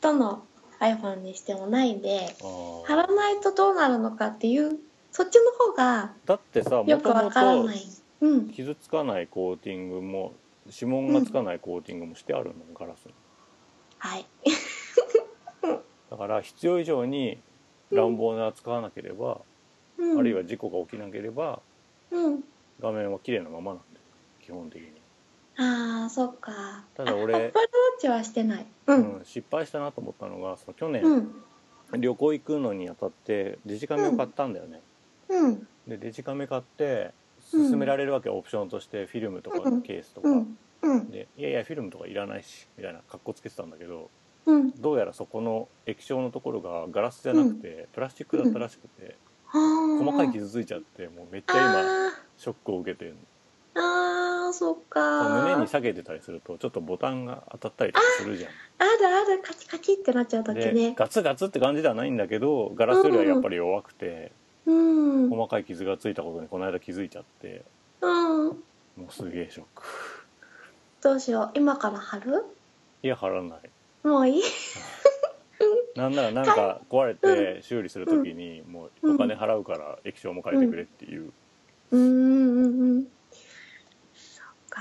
[SPEAKER 1] どの iPhone にしてもないんで
[SPEAKER 2] あ
[SPEAKER 1] 貼
[SPEAKER 2] あ
[SPEAKER 1] らないとどうなるのかっていうそっちの方が
[SPEAKER 2] だってさも
[SPEAKER 1] よく
[SPEAKER 2] と
[SPEAKER 1] わ
[SPEAKER 2] も
[SPEAKER 1] から
[SPEAKER 2] と
[SPEAKER 1] ない。うん、
[SPEAKER 2] 傷つかないコーティングも指紋がつかないコーティングもしてあるの、ガラスに
[SPEAKER 1] はい。
[SPEAKER 2] だから必要以上に乱暴な扱わなければ、
[SPEAKER 1] うん、
[SPEAKER 2] あるいは事故が起きなければ
[SPEAKER 1] うん、
[SPEAKER 2] 画面は綺麗なままなんだよ基本的に
[SPEAKER 1] ああ、そっか。
[SPEAKER 2] ただ
[SPEAKER 1] アップルウォ
[SPEAKER 2] 俺、
[SPEAKER 1] ッチはしてない。う
[SPEAKER 2] うん
[SPEAKER 1] ん、
[SPEAKER 2] 失敗したなと思ったのがその去年、
[SPEAKER 1] うん、
[SPEAKER 2] 旅行行くのにあたってデジカメを買ったんだよね、
[SPEAKER 1] うん、
[SPEAKER 2] でデジカメ買って
[SPEAKER 1] うん
[SPEAKER 2] 勧められるわけよオプションとしてフィルムとか
[SPEAKER 1] うん
[SPEAKER 2] ケースとか、
[SPEAKER 1] うん、うん、
[SPEAKER 2] でいやいやフィルムとかいらないしみたいな格好つけてたんだけど
[SPEAKER 1] うん、
[SPEAKER 2] どうやらそこの液晶のところがガラスじゃなくて、プラスチックだったらしくて、細
[SPEAKER 1] 細
[SPEAKER 2] かい傷ついちゃってもうめっちゃ今
[SPEAKER 1] あ
[SPEAKER 2] ショックを受けてる
[SPEAKER 1] ーあー、そっか。
[SPEAKER 2] 胸に下げてたりするとちょっとボタンが当たったりとかするじゃん
[SPEAKER 1] あるある、カチカチってなっちゃうとき
[SPEAKER 2] で
[SPEAKER 1] ね。
[SPEAKER 2] ガツガツって感じではないんだけどガラスよりはやっぱり弱くて、
[SPEAKER 1] うん、うん、
[SPEAKER 2] 細かい傷がついたことにこの間気づいちゃってもうすげえショック
[SPEAKER 1] どうしよう、今から貼る。
[SPEAKER 2] いや貼らない
[SPEAKER 1] もういい。
[SPEAKER 2] なんならなんか壊れて修理する時にもうお金払うから液晶も変えてくれっていう
[SPEAKER 1] うん、うん、うん。そっか。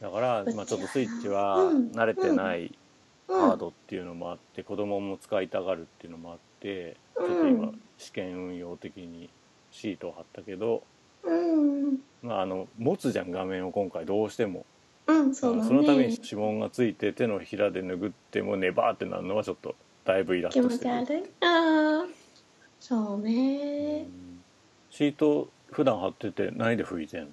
[SPEAKER 2] だからまあちょっとスイッチは
[SPEAKER 1] うん
[SPEAKER 2] 慣れてない
[SPEAKER 1] うん、
[SPEAKER 2] ハードっていうのもあって子供も使いたがるっていうのもあってちょっと
[SPEAKER 1] う
[SPEAKER 2] 今
[SPEAKER 1] ん
[SPEAKER 2] 試験運用的にシートを貼ったけど
[SPEAKER 1] うん、
[SPEAKER 2] まあ、あの持つじゃん画面を今回どうしても
[SPEAKER 1] うん、そう
[SPEAKER 2] だ
[SPEAKER 1] だ
[SPEAKER 2] から
[SPEAKER 1] ね。
[SPEAKER 2] そのために指紋がついて手のひらで拭ってもネバーってなるのはちょっとだいぶイラッ
[SPEAKER 1] 気
[SPEAKER 2] と
[SPEAKER 1] 持
[SPEAKER 2] して
[SPEAKER 1] ち
[SPEAKER 2] る
[SPEAKER 1] 悪い。ああ、そう
[SPEAKER 2] う
[SPEAKER 1] ね。
[SPEAKER 2] んシート普段貼ってて何で拭いてんの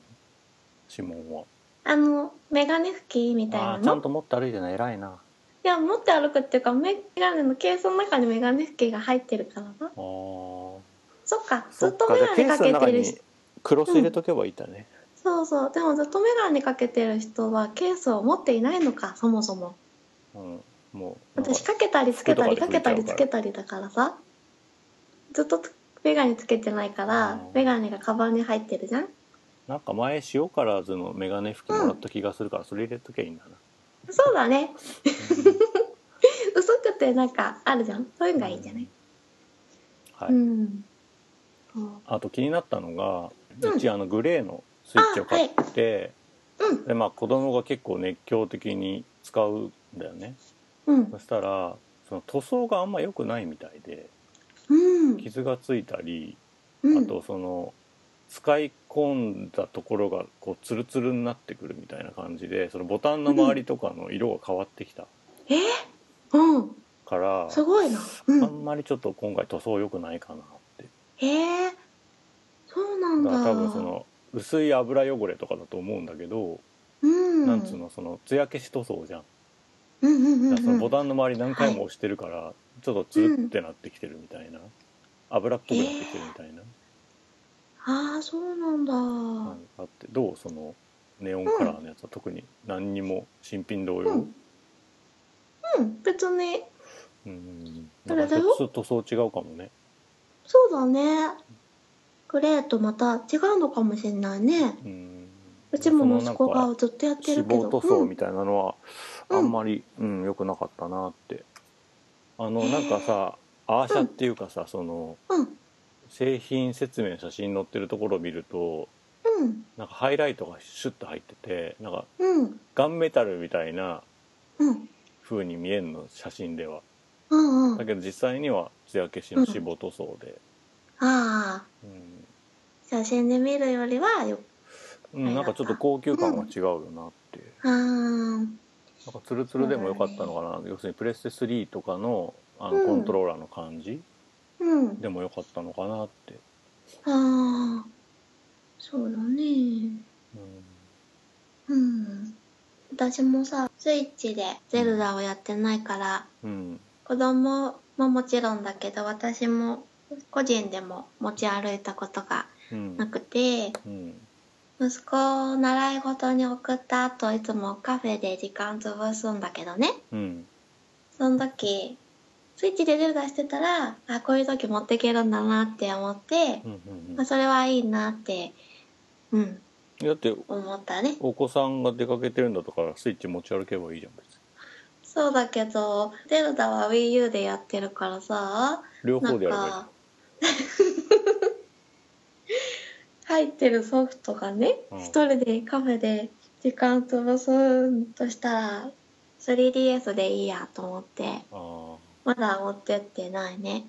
[SPEAKER 2] 指紋は
[SPEAKER 1] あの、メガネ拭きみたい
[SPEAKER 2] あ
[SPEAKER 1] な
[SPEAKER 2] ーちゃん
[SPEAKER 1] の。
[SPEAKER 2] と持って歩いてるの偉いない
[SPEAKER 1] や、持って歩くっていうか、メガネのケースの中にメガネ拭きが入ってるからな。
[SPEAKER 2] あー
[SPEAKER 1] そっか、ず
[SPEAKER 2] そ
[SPEAKER 1] っ
[SPEAKER 2] っ
[SPEAKER 1] と
[SPEAKER 2] か
[SPEAKER 1] メ
[SPEAKER 2] じゃあ
[SPEAKER 1] ガ
[SPEAKER 2] ケ
[SPEAKER 1] ネ
[SPEAKER 2] ー
[SPEAKER 1] か
[SPEAKER 2] スの
[SPEAKER 1] け
[SPEAKER 2] 中
[SPEAKER 1] てる人
[SPEAKER 2] に。クロス入れとけばいいんだね、
[SPEAKER 1] そうそう。でもずっとメガネかけてる人はケースを持っていないのか、そもそも。
[SPEAKER 2] うんもうなん
[SPEAKER 1] 私、
[SPEAKER 2] か
[SPEAKER 1] かけたりつけたり、
[SPEAKER 2] 服
[SPEAKER 1] か
[SPEAKER 2] とかで
[SPEAKER 1] け
[SPEAKER 2] 拭いち
[SPEAKER 1] たりつけ
[SPEAKER 2] ゃうから
[SPEAKER 1] たりだからさ。ずっとつメガネつけてないか
[SPEAKER 2] う
[SPEAKER 1] ら
[SPEAKER 2] ん、
[SPEAKER 1] メガネがカバンに入ってるじゃん
[SPEAKER 2] なんか前塩辛酢のメガネ拭きもらった気がするからそれ入れときゃいいんだな、
[SPEAKER 1] そうだね。薄くてなんかあるじゃん。そういうのがいいんじゃない
[SPEAKER 2] はい、
[SPEAKER 1] うん。そう
[SPEAKER 2] あと気になったのが
[SPEAKER 1] うん
[SPEAKER 2] うちあのグレーのスイッチを買って、
[SPEAKER 1] うん
[SPEAKER 2] でまあ子供が結構熱狂的に使うんだよね
[SPEAKER 1] うん
[SPEAKER 2] そ。したらその塗装があんま良くないみたいで
[SPEAKER 1] うん。
[SPEAKER 2] 傷がついたり
[SPEAKER 1] うん
[SPEAKER 2] あとその使い込んだところがこうツルツルになってくるみたいな感じでそのボタンの周りとかの色が変わってきた
[SPEAKER 1] えうん。
[SPEAKER 2] から、
[SPEAKER 1] すごいな。う
[SPEAKER 2] あ
[SPEAKER 1] ん。
[SPEAKER 2] んまりちょっと今回塗装良くないかなって
[SPEAKER 1] へえ。そうなん
[SPEAKER 2] だから
[SPEAKER 1] だ。
[SPEAKER 2] 多分その薄い油汚れとかだと思うんだけど、
[SPEAKER 1] うん。
[SPEAKER 2] なんつうのその艶消し塗装じゃん
[SPEAKER 1] うんうんうんうん。
[SPEAKER 2] だからそのボタンの周り何回も押してるから、ちょっとツルってなってきてるみたいな、油っぽくなってきてるみたいな、
[SPEAKER 1] ああ、そうなんだ。
[SPEAKER 2] うんあってどうそのネオンカラーのやつは特に何にも新品同様、
[SPEAKER 1] うんうん。別に、
[SPEAKER 2] うん
[SPEAKER 1] そ
[SPEAKER 2] だ
[SPEAKER 1] れ
[SPEAKER 2] か
[SPEAKER 1] だ
[SPEAKER 2] ら
[SPEAKER 1] よ
[SPEAKER 2] ちょっと塗装違うかもね
[SPEAKER 1] そうだね。グレーとまた違うのかもしれないね。
[SPEAKER 2] うん
[SPEAKER 1] うちも息子
[SPEAKER 2] そのな
[SPEAKER 1] が
[SPEAKER 2] んか
[SPEAKER 1] ずっとやって
[SPEAKER 2] 脂
[SPEAKER 1] るけど。
[SPEAKER 2] 肪塗装みたいなのは
[SPEAKER 1] うん
[SPEAKER 2] あんまり、うん良くなかったなってあのなんかさアーシャっていうかさ、その
[SPEAKER 1] うん。
[SPEAKER 2] 製品説明の写真載ってるところを見ると
[SPEAKER 1] うん。
[SPEAKER 2] なんかハイライトがシュッと入っててなんか
[SPEAKER 1] うん。
[SPEAKER 2] ガンメタルみたいな
[SPEAKER 1] うん。
[SPEAKER 2] 風に見えるの写真では
[SPEAKER 1] うん。う
[SPEAKER 2] だ
[SPEAKER 1] ん。
[SPEAKER 2] けど実際には艶消しの脂肪塗装で、
[SPEAKER 1] ああ。
[SPEAKER 2] うん
[SPEAKER 1] 写真で見るよりはよ。
[SPEAKER 2] うんなんかちょっと高級感が違うよなって、
[SPEAKER 1] ああ。
[SPEAKER 2] なんかツルツルでもよかったのかな、要するにプレステ3とかのあ
[SPEAKER 1] う
[SPEAKER 2] の
[SPEAKER 1] ん
[SPEAKER 2] コントローラーの感じ
[SPEAKER 1] うん。
[SPEAKER 2] でもよかったのかなって、
[SPEAKER 1] ああ。そうだね。うん。私もさ、スイッチでゼルダをやってないから、
[SPEAKER 2] うん
[SPEAKER 1] 子供ももちろんだけど、私も個人でも持ち歩いたことが
[SPEAKER 2] うん
[SPEAKER 1] なくて、
[SPEAKER 2] うん
[SPEAKER 1] 息子を習い事に送った後、いつもカフェで時間潰すんだけどね。
[SPEAKER 2] うん
[SPEAKER 1] その時、スイッチでゼルダしてたら、あ、こういう時持っていけるんだなって思って
[SPEAKER 2] う、ん
[SPEAKER 1] まあ、それはいいなって、うん、
[SPEAKER 2] だって
[SPEAKER 1] 思ったね。
[SPEAKER 2] お子さんが出かけてるんだとからスイッチ持ち歩けばいいじゃん別に
[SPEAKER 1] そうだけど、ゼルダは Wii U でやってるからさ、
[SPEAKER 2] 両
[SPEAKER 1] な
[SPEAKER 2] 方
[SPEAKER 1] ん
[SPEAKER 2] でやればいい
[SPEAKER 1] か、 入ってるソフトがね、
[SPEAKER 2] うん
[SPEAKER 1] 一人でカフェで時間潰すとしたら、3DS でいいやと思って、
[SPEAKER 2] あ
[SPEAKER 1] まだ持ってってないね。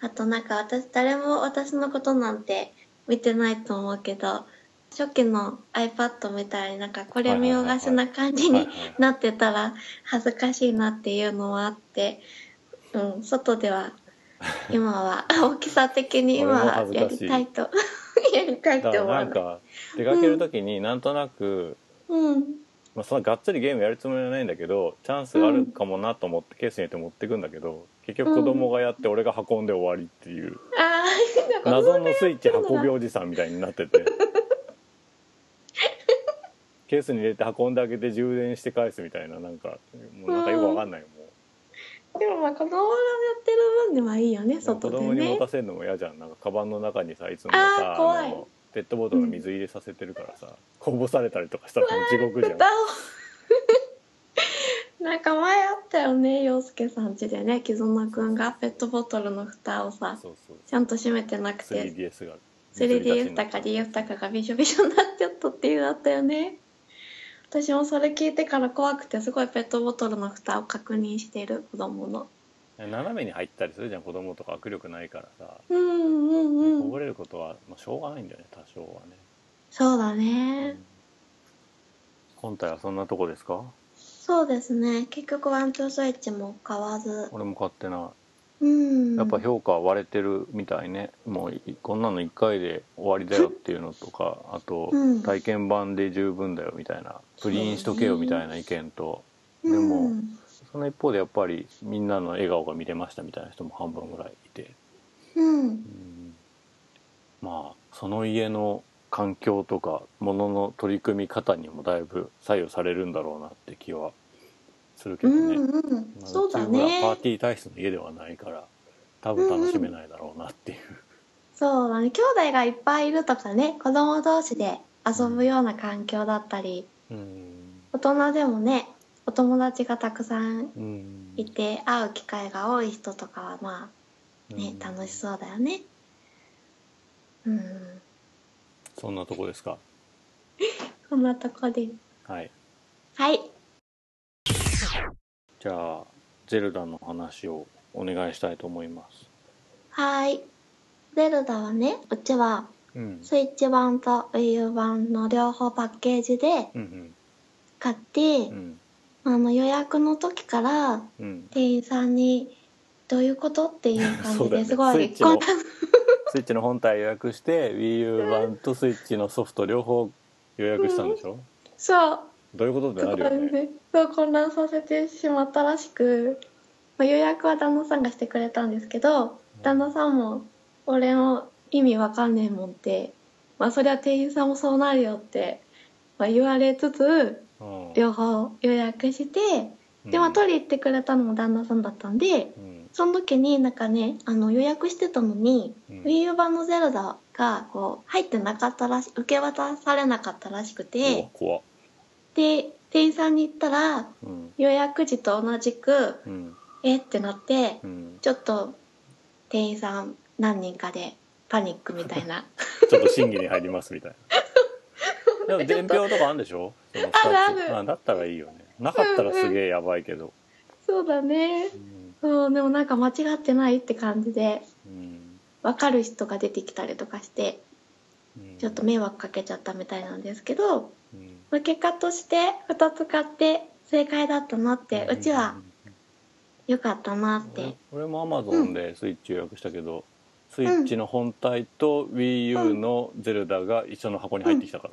[SPEAKER 1] あとなんか私、誰も私のことなんて見てないと思うけど、初期の iPad みたいになんかこれ見よがしな感じ
[SPEAKER 2] ーはい
[SPEAKER 1] に
[SPEAKER 2] はい
[SPEAKER 1] なってたら恥ずかしいなっていうのはあって、うん、外では今は大きさ的に今は
[SPEAKER 2] 俺も
[SPEAKER 1] や
[SPEAKER 2] 恥ずかしい
[SPEAKER 1] りたいとやりたいと
[SPEAKER 2] だから
[SPEAKER 1] 思わ
[SPEAKER 2] な
[SPEAKER 1] な
[SPEAKER 2] ん
[SPEAKER 1] い。
[SPEAKER 2] か出かける時になんとなく、
[SPEAKER 1] うん
[SPEAKER 2] まあ、そんながっつりゲームやるつもりはないんだけどチャンスがあるかもなと思ってケースに入れて持ってくんだけど結局子供がやって俺が運んで終わりっていう
[SPEAKER 1] あー なんか
[SPEAKER 2] 謎のスイッチ運びおじさんみたいになっててケースに入れて運んであげて充電して返すみたいななんかもうなんかよくわかんないも
[SPEAKER 1] でもまあ子供がやってる分ではいいよね
[SPEAKER 2] う、子
[SPEAKER 1] 外で
[SPEAKER 2] 供に
[SPEAKER 1] ね
[SPEAKER 2] 持たせるのも嫌じゃんなんかカバンの中にさいつも
[SPEAKER 1] あー
[SPEAKER 2] さ
[SPEAKER 1] 怖い
[SPEAKER 2] のペットボトルの水入れさせてるからさ、こぼされたりとかしたら地獄じゃん
[SPEAKER 1] だ なんか前あったよね陽介さん家でね絆くんがペットボトルの蓋をさ
[SPEAKER 2] そうそう
[SPEAKER 1] ちゃんと閉めてなくて
[SPEAKER 2] 3DS が
[SPEAKER 1] 3D たか D 豊かがびしょびしょになっちゃったっていうのあったよね私もそれ聞いてから怖くてすごいペットボトルの蓋を確認してる子供の
[SPEAKER 2] 斜めに入ったりするじゃん子供とか握力ないからさ、
[SPEAKER 1] うんうんう
[SPEAKER 2] こ
[SPEAKER 1] ん
[SPEAKER 2] ぼれることは、まあ、しょうがないんだよね多少はね、
[SPEAKER 1] そうだね
[SPEAKER 2] 本体はそんなとこですか
[SPEAKER 1] そうですね結局ワンツースイッチも買わず
[SPEAKER 2] 俺も買ってな
[SPEAKER 1] うん
[SPEAKER 2] いやっぱ評価は割れてるみたいねもういこんなの1回で終わりだよっていうのとかあと
[SPEAKER 1] うん
[SPEAKER 2] 体験版で十分だよみたいなプリンしとけよみたいな意見と
[SPEAKER 1] で
[SPEAKER 2] でもその一方でやっぱりみんなの笑顔が見れましたみたいな人も半分ぐらいいて
[SPEAKER 1] うん
[SPEAKER 2] うんまあその家の環境とかものの取り組み方にもだいぶ左右されるんだろうなって気はするけ
[SPEAKER 1] う
[SPEAKER 2] どね、
[SPEAKER 1] んうん
[SPEAKER 2] まあ
[SPEAKER 1] そうだ
[SPEAKER 2] うちほら
[SPEAKER 1] ね
[SPEAKER 2] パーティー体質の家ではないから多分楽しめないだろうなっていう、
[SPEAKER 1] そうだね兄弟がいっぱいいるとかね子供同士で遊ぶような環境だったり
[SPEAKER 2] うん
[SPEAKER 1] 大人でもねお友達がたくさん
[SPEAKER 2] うん
[SPEAKER 1] いて会う機会が多い人とかはまあね、楽し
[SPEAKER 2] う
[SPEAKER 1] そうだよねうん
[SPEAKER 2] んそんなとこですか
[SPEAKER 1] こんなとこで
[SPEAKER 2] はい
[SPEAKER 1] はい
[SPEAKER 2] じゃあゼルダの話をお願いしたいと思います
[SPEAKER 1] はーいゼルダはねうちは
[SPEAKER 2] うん
[SPEAKER 1] スイッチ版と Wii U 版の両方パッケージで
[SPEAKER 2] うん
[SPEAKER 1] 買って、
[SPEAKER 2] うんうん
[SPEAKER 1] あの予約の時から
[SPEAKER 2] うん
[SPEAKER 1] 店員さんに「どういうこと?」っていう感 じ
[SPEAKER 2] そうだよ
[SPEAKER 1] で
[SPEAKER 2] ね
[SPEAKER 1] すご
[SPEAKER 2] スイ
[SPEAKER 1] い
[SPEAKER 2] ッチの
[SPEAKER 1] 混乱
[SPEAKER 2] スイッチの本体予約して WiiU 版とスイッチのソフト両方予約したんでしょ、
[SPEAKER 1] そう
[SPEAKER 2] どういうことって
[SPEAKER 1] そ
[SPEAKER 2] な
[SPEAKER 1] こ
[SPEAKER 2] るよね
[SPEAKER 1] でそう混乱させてしまったらしく、まあ、予約は旦那さんがしてくれたんですけど旦那さんも「俺の意味わかんねえもん」って、まあ、そりゃ店員さんもそうなるよって、まあ、言われつつ
[SPEAKER 2] うん
[SPEAKER 1] 両方予約してで、まあ、取り行ってくれたのも旦那さんだったんで
[SPEAKER 2] うん
[SPEAKER 1] その時になんかねあの予約してたのに
[SPEAKER 2] うん
[SPEAKER 1] Wii U 版の「ゼルダ」がこう入ってなかったらし受け渡されなかったらしく
[SPEAKER 2] うわ
[SPEAKER 1] て
[SPEAKER 2] 怖っ
[SPEAKER 1] で店員さんに行ったら
[SPEAKER 2] うん
[SPEAKER 1] 予約時と同じく
[SPEAKER 2] うん
[SPEAKER 1] えってなって
[SPEAKER 2] うん
[SPEAKER 1] ちょっと店員さん何人かでパニックみたいな
[SPEAKER 2] ちょっと審議に入りますみたいな でも伝票とかあるんでしょその二つ
[SPEAKER 1] あるある
[SPEAKER 2] だったらいいよねなかったらすげえやばいけど
[SPEAKER 1] そうだね
[SPEAKER 2] うん
[SPEAKER 1] そうでもなんか間違ってないって感じで
[SPEAKER 2] うん
[SPEAKER 1] 分かる人が出てきたりとかして
[SPEAKER 2] うん
[SPEAKER 1] ちょっと迷惑かけちゃったみたいなんですけど、
[SPEAKER 2] うん
[SPEAKER 1] まあ、結果として2つ買って正解だったなってうちは良かったなって
[SPEAKER 2] 俺俺もアマゾンでスイッチ予約したけど、スイッチの本体と WiiU のゼルダが一緒の箱に入ってきたか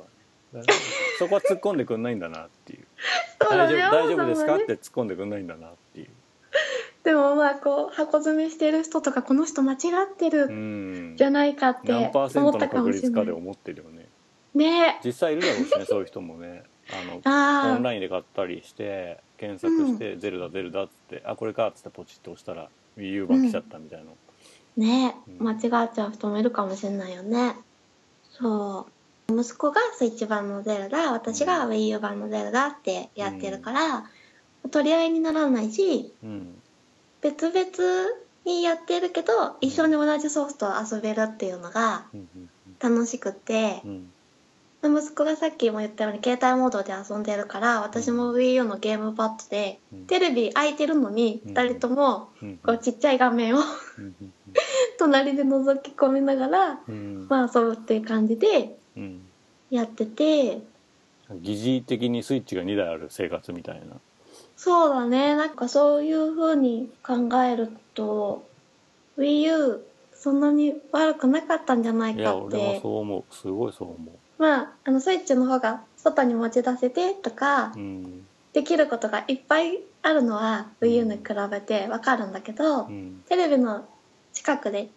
[SPEAKER 2] ら、ねだからそこは突っ込んでくんないんだなっていう
[SPEAKER 1] そうだ
[SPEAKER 2] 大丈
[SPEAKER 1] ね
[SPEAKER 2] 夫大丈夫ですか
[SPEAKER 1] 青さんは
[SPEAKER 2] っ
[SPEAKER 1] ね
[SPEAKER 2] て突っ込んでくんないんだなっていう
[SPEAKER 1] でもまあこう箱詰めしてる人とかこの人間違って
[SPEAKER 2] う
[SPEAKER 1] る
[SPEAKER 2] ん
[SPEAKER 1] じゃないかって
[SPEAKER 2] 何パーセン
[SPEAKER 1] 思
[SPEAKER 2] ト
[SPEAKER 1] っ
[SPEAKER 2] の
[SPEAKER 1] たか
[SPEAKER 2] 確
[SPEAKER 1] もしれ
[SPEAKER 2] 率
[SPEAKER 1] な
[SPEAKER 2] か
[SPEAKER 1] い
[SPEAKER 2] で思ってるよね
[SPEAKER 1] ね
[SPEAKER 2] 実際いるだろうしねそういう人もねあのオ
[SPEAKER 1] あ
[SPEAKER 2] ン
[SPEAKER 1] あ
[SPEAKER 2] ラインで買ったりして検索して「ゼルダゼルダ」っつって「あこれか」っつってポチッと押したら WiiU 版来ちゃったみたいな、
[SPEAKER 1] ね
[SPEAKER 2] うん
[SPEAKER 1] 間違っちゃう人もいるかもしれないよねそう息子がスイッチ版のゼルダ私が WiiU 版のゼルダってやってるから、取り合いにならないし
[SPEAKER 2] うん
[SPEAKER 1] 別々にやってるけど一緒に同じソフトを遊べるっていうのが
[SPEAKER 2] うんうん
[SPEAKER 1] 楽しくて
[SPEAKER 2] う、ん
[SPEAKER 1] 息子がさっきも言ったように携帯モードで遊んでるから私も WiiU のゲームパッドで
[SPEAKER 2] うん
[SPEAKER 1] テレビ開いてるのに
[SPEAKER 2] うん
[SPEAKER 1] 2人とも
[SPEAKER 2] うん
[SPEAKER 1] こうちっちゃい画面を
[SPEAKER 2] うんうん
[SPEAKER 1] 隣で覗き込みながら、
[SPEAKER 2] うん
[SPEAKER 1] まあ、遊ぶっていう感じで
[SPEAKER 2] うん
[SPEAKER 1] やってて
[SPEAKER 2] 疑似的にスイッチが2台ある生活みたいな
[SPEAKER 1] そうだねなんかそういう風に考えると WiiU そんなに悪くなかったんじゃない
[SPEAKER 2] い
[SPEAKER 1] か
[SPEAKER 2] や
[SPEAKER 1] っ
[SPEAKER 2] 俺も
[SPEAKER 1] て
[SPEAKER 2] そう思うすごいそう思
[SPEAKER 1] まああのスイッチの方が外に持ち出せてとか
[SPEAKER 2] ううん
[SPEAKER 1] できることがいっぱいあるのは WiiU に比べてわかるんだけど、
[SPEAKER 2] うん
[SPEAKER 1] テレビの近くで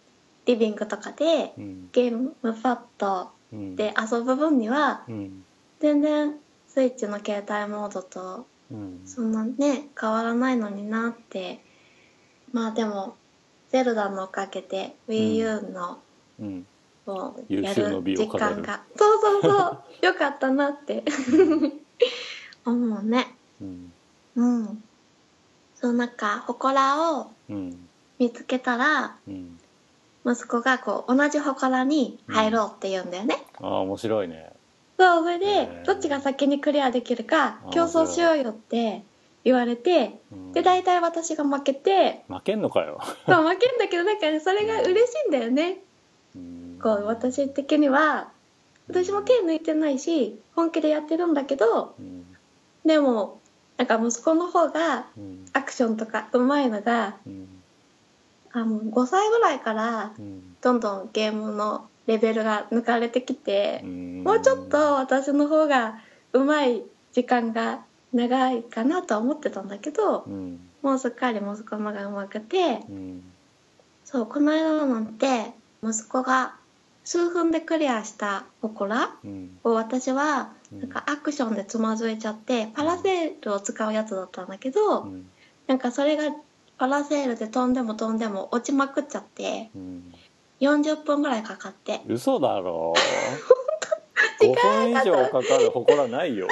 [SPEAKER 1] リビングとかで
[SPEAKER 2] うん
[SPEAKER 1] ゲームパッド
[SPEAKER 2] うん
[SPEAKER 1] で遊ぶ分には
[SPEAKER 2] うん
[SPEAKER 1] 全然スイッチの携帯モードと
[SPEAKER 2] うん
[SPEAKER 1] そんなね変わらないのになってまあでも「ゼルダ」のおかげで WiiU の
[SPEAKER 2] うん
[SPEAKER 1] を
[SPEAKER 2] 優
[SPEAKER 1] や
[SPEAKER 2] 秀の
[SPEAKER 1] る
[SPEAKER 2] 美
[SPEAKER 1] 時
[SPEAKER 2] を飾る
[SPEAKER 1] 間が、そうそうそうよかったなって 思うね
[SPEAKER 2] うん
[SPEAKER 1] うんそうなんか祠を
[SPEAKER 2] うん
[SPEAKER 1] 見つけたら
[SPEAKER 2] うん
[SPEAKER 1] 息子がこう同じ祠に入ろうって言うんだよね、
[SPEAKER 2] ああ面白いね
[SPEAKER 1] そうそれ
[SPEAKER 2] へ
[SPEAKER 1] で
[SPEAKER 2] ー
[SPEAKER 1] どっちが先にクリアできるか
[SPEAKER 2] あー
[SPEAKER 1] 競争しようよって言われて
[SPEAKER 2] うん
[SPEAKER 1] で大体私が負けて
[SPEAKER 2] 負けんのかよ
[SPEAKER 1] そう負けんだけどなんかねそれが嬉しいんだよね
[SPEAKER 2] うん
[SPEAKER 1] こう私的には私も手抜いてないし本気でやってるんだけど
[SPEAKER 2] うん
[SPEAKER 1] でもなんか息子の方が
[SPEAKER 2] うん
[SPEAKER 1] アクションとかうまいのが
[SPEAKER 2] うん
[SPEAKER 1] あもう5歳ぐらいから
[SPEAKER 2] うん
[SPEAKER 1] どんどんゲームのレベルが抜かれてきて。
[SPEAKER 2] うん
[SPEAKER 1] もうちょっと私の方がうまい時間が長いかなとは思ってたんだけど
[SPEAKER 2] うん
[SPEAKER 1] もうすっかり息子の方がうまくて
[SPEAKER 2] うん
[SPEAKER 1] そうこの間なんて息子が数分でクリアした祠
[SPEAKER 2] うん
[SPEAKER 1] を私は
[SPEAKER 2] うん
[SPEAKER 1] なんかアクションでつまずいちゃってパラセールを使うやつだったんだけど
[SPEAKER 2] うん
[SPEAKER 1] なんかそれがパラセールで飛んでも飛んでも落ちまくっちゃって
[SPEAKER 2] うん
[SPEAKER 1] 40分ぐらいかかって
[SPEAKER 2] 嘘だろ
[SPEAKER 1] 時
[SPEAKER 2] 5分以上かかる祠ないよ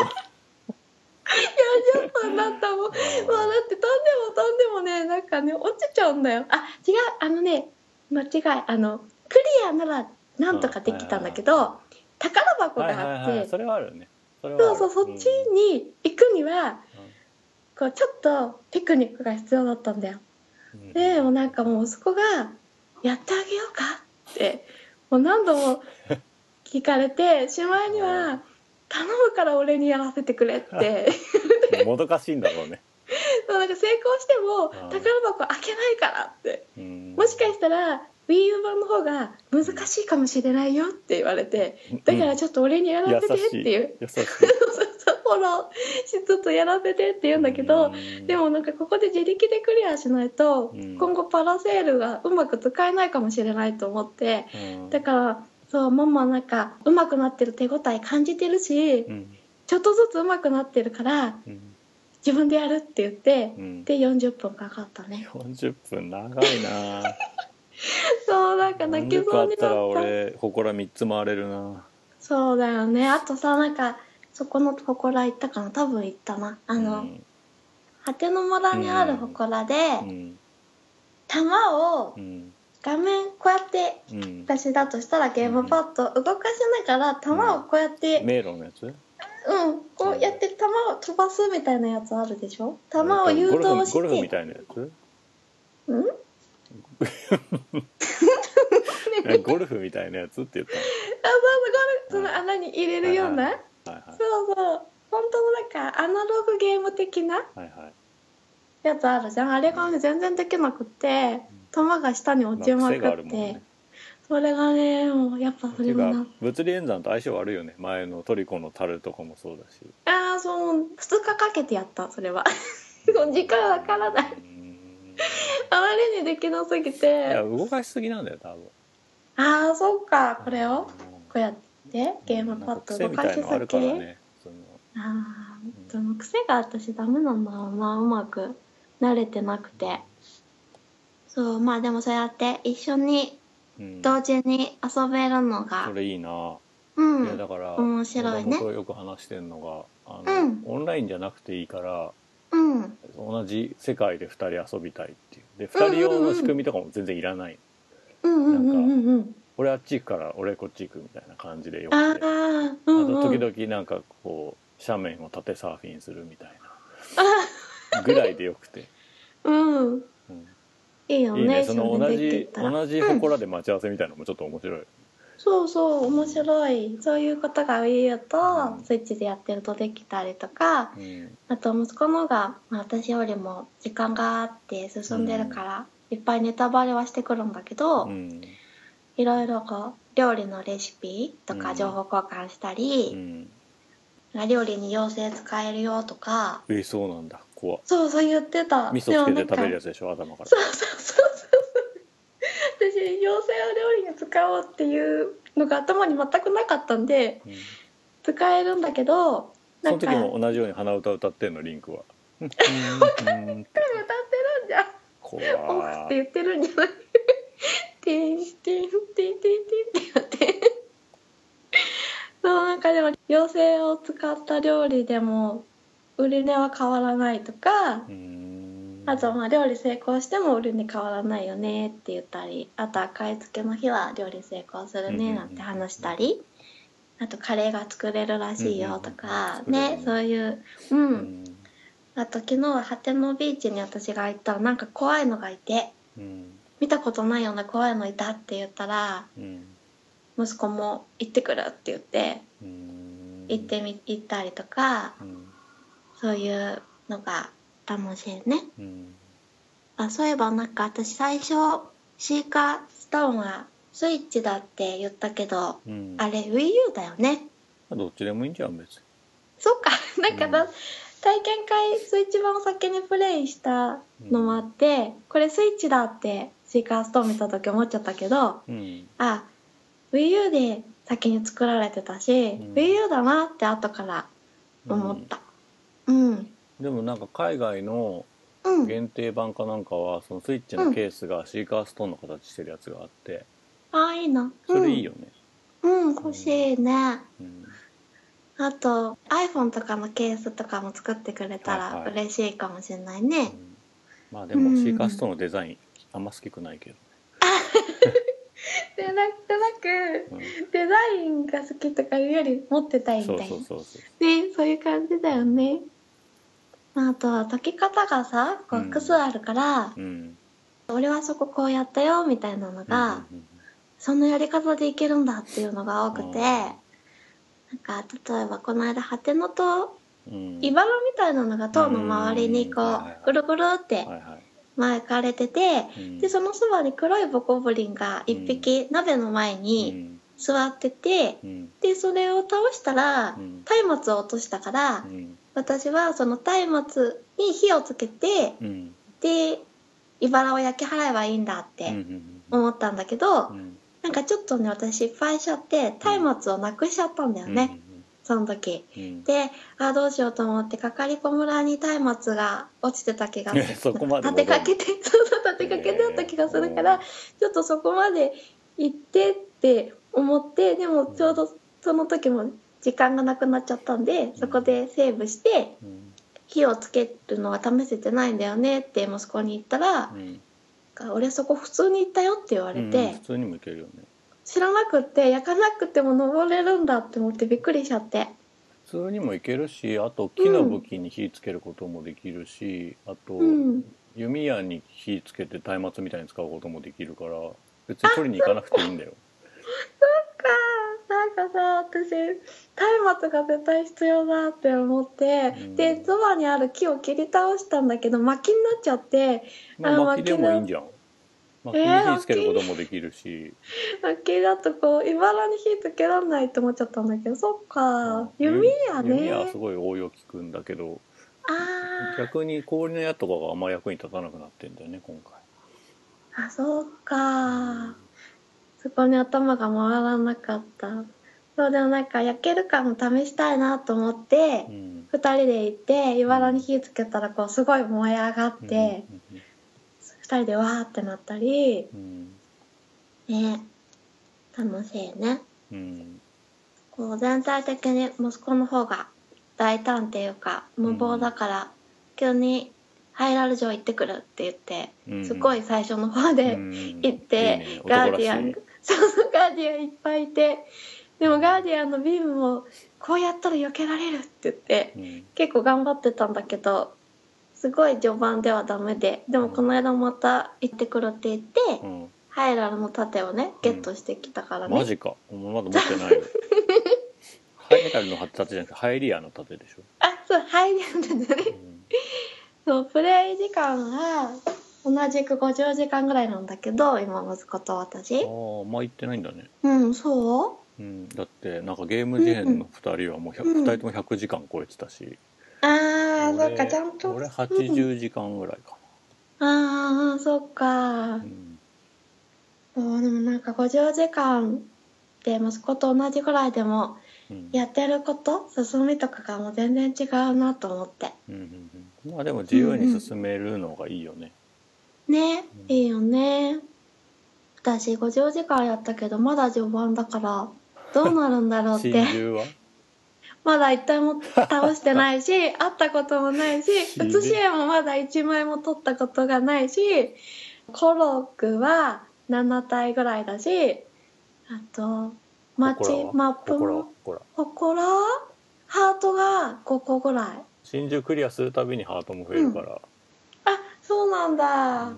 [SPEAKER 1] 40分だったもんまあだって飛んでも飛んでもねなんかね落ちちゃうんだよあ違うあのね間違いあのクリアならなんとかできたんだけど、
[SPEAKER 2] うんはいは
[SPEAKER 1] 宝箱が
[SPEAKER 2] は
[SPEAKER 1] あっ
[SPEAKER 2] い
[SPEAKER 1] て、
[SPEAKER 2] はいはいそれはあるよねそれはあ
[SPEAKER 1] そ
[SPEAKER 2] る
[SPEAKER 1] うそうそっちに行くには、こうちょっとテクニックが必要だったんだよ
[SPEAKER 2] うんうん
[SPEAKER 1] でもうなんかもう息子が「やってあげようか」ってもう何度も聞かれてしまいに
[SPEAKER 2] う
[SPEAKER 1] は「頼むから俺にやらせてくれ」って。
[SPEAKER 2] もどかしいんだろうね
[SPEAKER 1] そうなんか成功しても
[SPEAKER 2] あー
[SPEAKER 1] 宝箱開けないからって
[SPEAKER 2] うん
[SPEAKER 1] もしかしたら WiiU 版の方が難しいかもしれないよって言われてだからちょっと俺にやらせてっていう、
[SPEAKER 2] 優しい
[SPEAKER 1] そ
[SPEAKER 2] 優しい
[SPEAKER 1] うそうフォローしつつやらせてって言うんだけど、
[SPEAKER 2] うん
[SPEAKER 1] でもなんかここで自力でクリアしないと、
[SPEAKER 2] うん
[SPEAKER 1] 今後パラセールがうまく使えないかもしれないと思って
[SPEAKER 2] うん
[SPEAKER 1] だからそうママなんかうまくなってる手応え感じてるし、
[SPEAKER 2] うん
[SPEAKER 1] ちょっとずつうまくなってるから
[SPEAKER 2] うん
[SPEAKER 1] 自分でやるって言って。
[SPEAKER 2] うん
[SPEAKER 1] で40分かかったね
[SPEAKER 2] 40分長いな
[SPEAKER 1] そうなんか泣き
[SPEAKER 2] 40
[SPEAKER 1] そ
[SPEAKER 2] 分あ
[SPEAKER 1] う
[SPEAKER 2] っ
[SPEAKER 1] に
[SPEAKER 2] た
[SPEAKER 1] な
[SPEAKER 2] ら
[SPEAKER 1] った
[SPEAKER 2] 俺祠3つ回れるな
[SPEAKER 1] そうだよねあとさなんかそこの祠行ったかな多分行ったなあの、
[SPEAKER 2] うん
[SPEAKER 1] 果ての村にある祠で、
[SPEAKER 2] うん
[SPEAKER 1] 玉を
[SPEAKER 2] うん
[SPEAKER 1] 画面こうやって
[SPEAKER 2] うん
[SPEAKER 1] 私だとしたらゲームパッドを動かしながら玉をこうやって
[SPEAKER 2] 迷路のやつ
[SPEAKER 1] うん、こうやって玉を飛ばすみたいなやつあるでしょ玉を誘導して
[SPEAKER 2] ゴルフゴルフみたいなやつ
[SPEAKER 1] うん
[SPEAKER 2] えゴルフみたいなやつって言っ
[SPEAKER 1] あそうそうゴルフの穴に入れ
[SPEAKER 2] た
[SPEAKER 1] るような、
[SPEAKER 2] はいはい
[SPEAKER 1] そうそう本当のなんかアナログゲーム的な
[SPEAKER 2] はいはいはい
[SPEAKER 1] やつあるじゃんあれがね全然できなくて球が下に落ち
[SPEAKER 2] まあ
[SPEAKER 1] まく
[SPEAKER 2] 癖があ
[SPEAKER 1] っ
[SPEAKER 2] るもん
[SPEAKER 1] て
[SPEAKER 2] ね
[SPEAKER 1] それがねもうやっぱそ
[SPEAKER 2] てい
[SPEAKER 1] れ
[SPEAKER 2] う
[SPEAKER 1] も
[SPEAKER 2] か
[SPEAKER 1] な
[SPEAKER 2] 物理演算と相性悪いよね前のトリコの樽とかもそうだし
[SPEAKER 1] ああそう2日かけてやったそれは時間わからないう
[SPEAKER 2] ーん
[SPEAKER 1] あまりにできなすぎ
[SPEAKER 2] いや
[SPEAKER 1] て
[SPEAKER 2] 動かしすぎなんだよ多分
[SPEAKER 1] ああそうかこれをこうやって
[SPEAKER 2] うん
[SPEAKER 1] ゲームパッド
[SPEAKER 2] なんか癖
[SPEAKER 1] 動
[SPEAKER 2] み
[SPEAKER 1] か
[SPEAKER 2] たい
[SPEAKER 1] し
[SPEAKER 2] のある
[SPEAKER 1] 先、
[SPEAKER 2] からねその
[SPEAKER 1] ああでも癖が私ダメなんだろうなうまく慣れてなくて
[SPEAKER 3] そう、まあでもそうやって一緒に
[SPEAKER 2] うん
[SPEAKER 3] 同時に遊べるのが
[SPEAKER 2] そ、れいいな、
[SPEAKER 3] う
[SPEAKER 2] いやだ
[SPEAKER 3] ん、
[SPEAKER 2] から
[SPEAKER 3] 面白いね
[SPEAKER 2] 僕とよく話してるのがあの、
[SPEAKER 3] うん
[SPEAKER 2] オンラインじゃなくていいから
[SPEAKER 3] うん、
[SPEAKER 2] 同じ世界で2人遊びたいっていうで
[SPEAKER 3] うんうん
[SPEAKER 2] 2人用の仕組みとかも全然いらない、
[SPEAKER 3] うんうん。
[SPEAKER 1] うんうんうんうん
[SPEAKER 2] 俺あっち行くから俺こっち行くみたいな感じでよくて
[SPEAKER 1] あ
[SPEAKER 2] あ
[SPEAKER 1] あうんうん
[SPEAKER 2] と時々なんかこう斜面を縦サーフィンするみたいなぐらいでよくて、
[SPEAKER 1] うん
[SPEAKER 2] うん
[SPEAKER 1] いいよね
[SPEAKER 2] いいねその
[SPEAKER 1] 一緒
[SPEAKER 2] 同
[SPEAKER 1] にできて
[SPEAKER 2] じ
[SPEAKER 1] たら
[SPEAKER 2] 同じ祠で待ち合わせみたいなのもちょっと面白い、
[SPEAKER 1] そうそう面白いそういうことが言うと、
[SPEAKER 2] うん
[SPEAKER 1] スイッチでやってるとできたりとか
[SPEAKER 2] うん
[SPEAKER 1] あと息子の方が、まあ、私よりも時間があって進んでるから、いっぱいネタバレはしてくるんだけど、
[SPEAKER 2] うん
[SPEAKER 1] いろいろこう料理のレシピと
[SPEAKER 2] う
[SPEAKER 1] か
[SPEAKER 2] ん
[SPEAKER 1] 情報交換した
[SPEAKER 2] う
[SPEAKER 1] り、
[SPEAKER 2] ん、
[SPEAKER 1] 料理に妖精使えるよとか
[SPEAKER 2] えそうなんだ怖っ
[SPEAKER 1] そうそう言ってた
[SPEAKER 2] 味噌つけて
[SPEAKER 1] でもなんか
[SPEAKER 2] 食べるやつでしょ頭から
[SPEAKER 1] そうそうそうそう私妖精を料理に使おうっていうのが頭に全くなかったんで
[SPEAKER 2] うん
[SPEAKER 1] 使えるんだけど
[SPEAKER 2] そ
[SPEAKER 1] な
[SPEAKER 2] の
[SPEAKER 1] んか
[SPEAKER 2] 時も同じように鼻歌歌ってんのリンクは。うん
[SPEAKER 1] 歌ってるんじゃん
[SPEAKER 2] 怖
[SPEAKER 1] オフっ
[SPEAKER 2] い
[SPEAKER 1] て言ってるんじゃないてんてんてんてんてんてんってやってそうなんかでも妖精を使った料理でも売り値は変わらないとか
[SPEAKER 2] うーん
[SPEAKER 1] あとまあ料理成功しても売り値変わらないよねって言ったりあとは買い付けの日は料理成功するねなんて話したりあとカレーが作れるらしいよとか
[SPEAKER 2] うんうんうん
[SPEAKER 1] ねそういうう
[SPEAKER 2] うんん
[SPEAKER 1] あと昨日は果てのビーチに私が行ったらなんか怖いのがいて。
[SPEAKER 2] うん
[SPEAKER 1] 見たことないような怖いのいたって言ったら
[SPEAKER 2] うん
[SPEAKER 1] 息子も行ってくるって言って
[SPEAKER 2] うん
[SPEAKER 1] 行ってみ行ったりとか
[SPEAKER 2] うん
[SPEAKER 1] そういうのが
[SPEAKER 3] 楽しいね。
[SPEAKER 2] うん
[SPEAKER 3] あ、そういえばなんか私最初、シーカー、
[SPEAKER 1] ストーンは
[SPEAKER 3] スイッチだって言ったけど、
[SPEAKER 2] うん
[SPEAKER 3] あれ Wii U だよね。
[SPEAKER 2] どっちでもいいんじゃん別に。
[SPEAKER 1] そうかなんかだ、
[SPEAKER 2] うん
[SPEAKER 1] 体験会スイッチ版を先にプレイしたのもあってこれスイッチだってシーカーストーン見た時思っちゃったけど
[SPEAKER 2] うん
[SPEAKER 1] あ WiiU で先に作られてたし、
[SPEAKER 2] ん
[SPEAKER 1] WiiU だなって後から思った、
[SPEAKER 3] うん。
[SPEAKER 2] でもなんか海外の
[SPEAKER 3] うん。
[SPEAKER 2] 限定版かなんかはそのスイッチのケースがシーカーストーンの形してるやつがあって
[SPEAKER 1] ああいいな
[SPEAKER 2] それいいよね。
[SPEAKER 3] うん、欲しいね。
[SPEAKER 2] うん
[SPEAKER 3] あと、iPhone とかのケースとかも作ってくれた
[SPEAKER 2] はい
[SPEAKER 3] ら
[SPEAKER 2] はい
[SPEAKER 3] 嬉しいかもしれないね。
[SPEAKER 2] うんまあでもシーカーストーンのデザインあんま好きくないけど。
[SPEAKER 1] でなんとなく
[SPEAKER 2] うん
[SPEAKER 1] デザインが好きとかいうより持ってたいみた
[SPEAKER 2] そ
[SPEAKER 1] いうな
[SPEAKER 2] そうそうそう。
[SPEAKER 1] ねそういう感じだよねあとは解き方がさこう
[SPEAKER 2] うん
[SPEAKER 1] 複数あるから、
[SPEAKER 2] うん。
[SPEAKER 1] 俺はそここうやったよみたいなのが、
[SPEAKER 2] うんうん
[SPEAKER 1] そのやり方でいけるんだっていうのが多くて、
[SPEAKER 2] うん
[SPEAKER 1] なんか例えばこの間果ての塔
[SPEAKER 2] うんうん
[SPEAKER 1] いばらみたいなのが塔の周りにこ
[SPEAKER 2] うん
[SPEAKER 1] う
[SPEAKER 2] はいはい
[SPEAKER 1] ぐるぐるって
[SPEAKER 2] はいはい
[SPEAKER 1] 巻かれてて
[SPEAKER 2] うん
[SPEAKER 1] でそのそばに黒いボコブリンが一匹鍋の前
[SPEAKER 2] う
[SPEAKER 1] に
[SPEAKER 2] ん
[SPEAKER 1] 座ってて
[SPEAKER 2] うん
[SPEAKER 1] でそれを倒したら
[SPEAKER 2] うん
[SPEAKER 1] 松明を落としたから、
[SPEAKER 2] うん
[SPEAKER 1] 私はその松明に火をつけて
[SPEAKER 2] うん
[SPEAKER 1] で茨を焼き払えばいいんだっ
[SPEAKER 2] うん
[SPEAKER 1] て
[SPEAKER 2] うん
[SPEAKER 1] 思ったんだけど、
[SPEAKER 2] うん
[SPEAKER 1] なんかちょっとね私失敗しちゃって松明をなくしちゃったんだよね、その時。
[SPEAKER 2] うんうん
[SPEAKER 1] であーどうしようと思ってかかりこ村に松明が落ちてた気が
[SPEAKER 2] そこまで
[SPEAKER 1] 立
[SPEAKER 2] 戻
[SPEAKER 1] てかけ
[SPEAKER 2] る
[SPEAKER 1] てそうそう立てかけてあった気がするから、ちょっとそこまで行ってって思ってでもちょうどその時も時間がなくなっちゃったんでそこでセーブして
[SPEAKER 2] うん
[SPEAKER 1] 火をつけるのは試せてないんだよねって息子に言ったら
[SPEAKER 2] うん
[SPEAKER 1] 「俺そこ普通に行ったよ」って言われて、
[SPEAKER 2] うん普通にもいけるよね
[SPEAKER 1] 知らなくって焼かなくても登れるんだって思ってびっくりしちゃって
[SPEAKER 2] 普通にもいけるしあと木の武器に火つけることもできるしあと
[SPEAKER 1] うん
[SPEAKER 2] 弓矢に火つけて松明みたいに使うこともできるから別に取りに行かなくていいんだよ
[SPEAKER 1] かなんかさ私松明が絶対必要だって思って、
[SPEAKER 2] うん
[SPEAKER 1] でそばにある木を切り倒したんだけど薪になっちゃって
[SPEAKER 2] まあ
[SPEAKER 1] あ
[SPEAKER 2] 薪でもいいんじゃんまあ、
[SPEAKER 1] え
[SPEAKER 2] 首
[SPEAKER 1] ー
[SPEAKER 2] 火つけることもできるし、
[SPEAKER 1] ラッキーだとこういばらに火つけらんないって思っちゃったんだけどそっ
[SPEAKER 2] うん
[SPEAKER 1] か弓矢ね
[SPEAKER 2] 弓矢はすごい応用効くんだけど
[SPEAKER 1] あ
[SPEAKER 2] 逆に氷の矢とかがあんま役に立たなくなってんだよね今回
[SPEAKER 1] ーあそうかそこに頭が回らなかったそうでもなんか焼けるかも試したいなと思って
[SPEAKER 2] う、ん
[SPEAKER 1] 二人で行っていばらに火つけたらこうすごい燃え上がって、二人でわーってなったり
[SPEAKER 2] うんうん
[SPEAKER 3] ね楽しいね。
[SPEAKER 2] うんうん
[SPEAKER 3] こう全体的に息子の方が大胆っていうか無謀だから、急にハイラル城行ってくるって言って、
[SPEAKER 2] うん
[SPEAKER 3] すごい最初の方で行
[SPEAKER 2] 行
[SPEAKER 3] って、ガーディアンそうそうガーディアンいっぱいいてでもガーディアンのビームもこうやったら避けられるって言って結構頑張ってたんだけどすごい序盤ではダメででもこの間また行ってくるって言って、ハイラルの盾をねゲットしてきたからね、
[SPEAKER 2] マジかお前まだ持ってないよハイラルの盾じゃなくてハイリアの盾でしょ、
[SPEAKER 1] あそうハイラルの盾ね
[SPEAKER 2] うん
[SPEAKER 1] そうプレイ時間は同じく50時間ぐらいなんだけど今息子と私
[SPEAKER 2] ああまあ行ってないんだね
[SPEAKER 3] うんそう
[SPEAKER 2] うん、だってなんかゲーム事変の2人はもう、百
[SPEAKER 3] うん
[SPEAKER 2] 2人とも100時間超えてたし、
[SPEAKER 1] ああそ
[SPEAKER 2] 俺
[SPEAKER 1] っかちゃんと
[SPEAKER 2] 俺80時間ぐらいか
[SPEAKER 1] ああそっか、
[SPEAKER 2] な、うん
[SPEAKER 1] そうでもなんか50時間で息子と同じぐらいでも
[SPEAKER 2] うん
[SPEAKER 1] やってること進みとかがもう全然違うなと思って
[SPEAKER 2] うんうんうん、まあでも自由に進めるのがいいよね、
[SPEAKER 1] ね
[SPEAKER 2] うん
[SPEAKER 1] いいよね私50時間やったけどまだ序盤だからどうなるんだろうっ
[SPEAKER 2] 真
[SPEAKER 1] て
[SPEAKER 2] 珠は
[SPEAKER 1] まだ一体も倒してない し会ったこともないし
[SPEAKER 2] ひでえ
[SPEAKER 1] 写し絵もまだ1枚も撮ったことがないしコロクは7体ぐらいだしあと街マップ
[SPEAKER 2] ほら
[SPEAKER 1] も
[SPEAKER 2] ほら
[SPEAKER 1] ほこらハートが5個ぐらい
[SPEAKER 2] 真珠クリアするたびにハートも増えるから、
[SPEAKER 1] あそうなん
[SPEAKER 2] うん
[SPEAKER 1] だ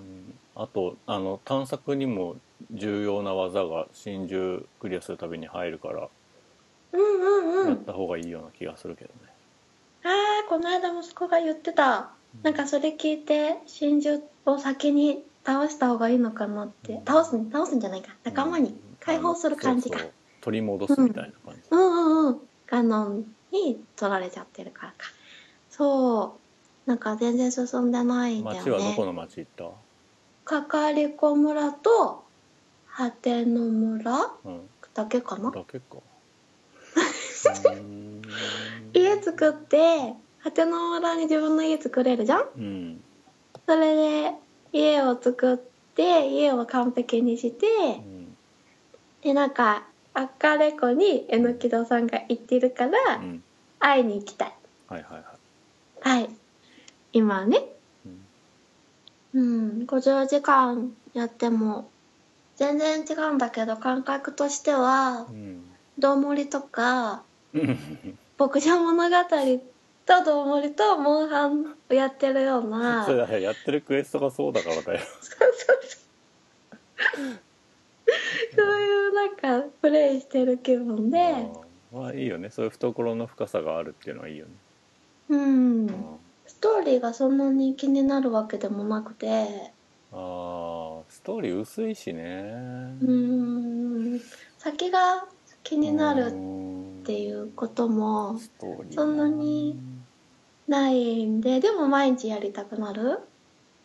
[SPEAKER 2] あとあの探索にも重要な技が真珠クリアするたびに入るから、
[SPEAKER 1] うんうんう
[SPEAKER 2] やっ
[SPEAKER 1] ん
[SPEAKER 2] た方がいいような気がするけどね
[SPEAKER 1] あーこの間息子が言ってたなんかそれ聞いて真珠を先に倒した方がいいのかなって倒すん倒すんじゃないか仲間に解放する感じか、
[SPEAKER 2] そうそう取り戻すみたいな感じ、
[SPEAKER 1] うんうんうん。ガノンに取られちゃってるからか。そう。なんか全然進んでないんだ
[SPEAKER 2] 町
[SPEAKER 1] よ
[SPEAKER 2] はどこ
[SPEAKER 1] ね。
[SPEAKER 2] の町行っ
[SPEAKER 1] かかりこ村と、果ての村
[SPEAKER 2] た、うん、
[SPEAKER 1] だけかな
[SPEAKER 2] だけ かうーん
[SPEAKER 1] 家作って、果ての村に自分の家作れるじゃん
[SPEAKER 2] うん
[SPEAKER 1] それで、家を作って、家を完璧にして、
[SPEAKER 2] うん
[SPEAKER 1] で、なんか、あかれこにえのきどさんが行ってるから、
[SPEAKER 2] うん
[SPEAKER 1] 会いに行きたい。
[SPEAKER 2] はいはいはい、
[SPEAKER 1] はい。今ね、
[SPEAKER 2] うん
[SPEAKER 3] うん、50時間やっても全然違うんだけど感覚としては
[SPEAKER 2] うん
[SPEAKER 3] 「どうもり」とか
[SPEAKER 2] うん
[SPEAKER 3] 「牧場物語」
[SPEAKER 1] とどうもりとモンハンをやってるような
[SPEAKER 2] それだからやってるクエストがそう だからだよ
[SPEAKER 1] そういうなんかプレイしてる気分で
[SPEAKER 2] うんまあいいよねそういう懐の深さがあるっていうのはいいよね、
[SPEAKER 1] うん
[SPEAKER 2] うん
[SPEAKER 1] ストーリーがそんなに気になるわけでもなくて
[SPEAKER 2] ああストーリー薄いしね
[SPEAKER 1] うん先が気になる
[SPEAKER 2] っ
[SPEAKER 1] っていうことも
[SPEAKER 2] ストーリー
[SPEAKER 1] そんなにないんででも毎日やりたくなる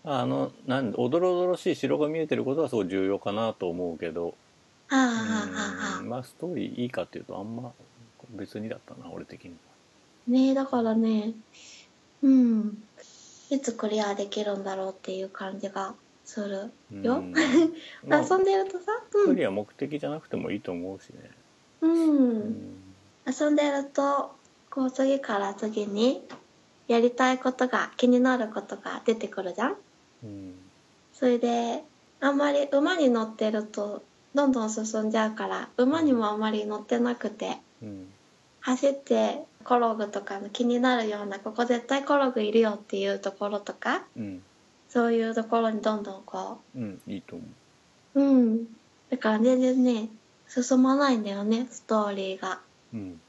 [SPEAKER 2] あのなんおどろおどろしい城が見えてることはすごい重要かなと思うけど
[SPEAKER 1] あああああ
[SPEAKER 2] うんまあストーリーいいかっていうとあんま別にだったな俺的に
[SPEAKER 1] あねえだからねうんいつクリアできるんだろうっていう感じがする、
[SPEAKER 2] うん
[SPEAKER 1] よ
[SPEAKER 2] まあ
[SPEAKER 1] 遊んでるとさう
[SPEAKER 2] ク
[SPEAKER 1] ん
[SPEAKER 2] リア目的じゃなくてもいいと思うしね、
[SPEAKER 1] うん
[SPEAKER 2] うん
[SPEAKER 1] 遊んでるとこう次から次にやりたいことが気になることが出てくるじゃん
[SPEAKER 2] うん
[SPEAKER 1] それであんまり馬に乗ってるとどんどん進んじゃうから馬にもあんまり乗ってなくて
[SPEAKER 2] うん
[SPEAKER 1] 走ってコログとかの気になるようなここ絶対コログいるよっていうところとか
[SPEAKER 2] うん
[SPEAKER 1] そういうところにどんどんこ
[SPEAKER 2] うんいいと思う
[SPEAKER 1] ううんだから全然ね進まないんだよねストーリーが
[SPEAKER 2] うん、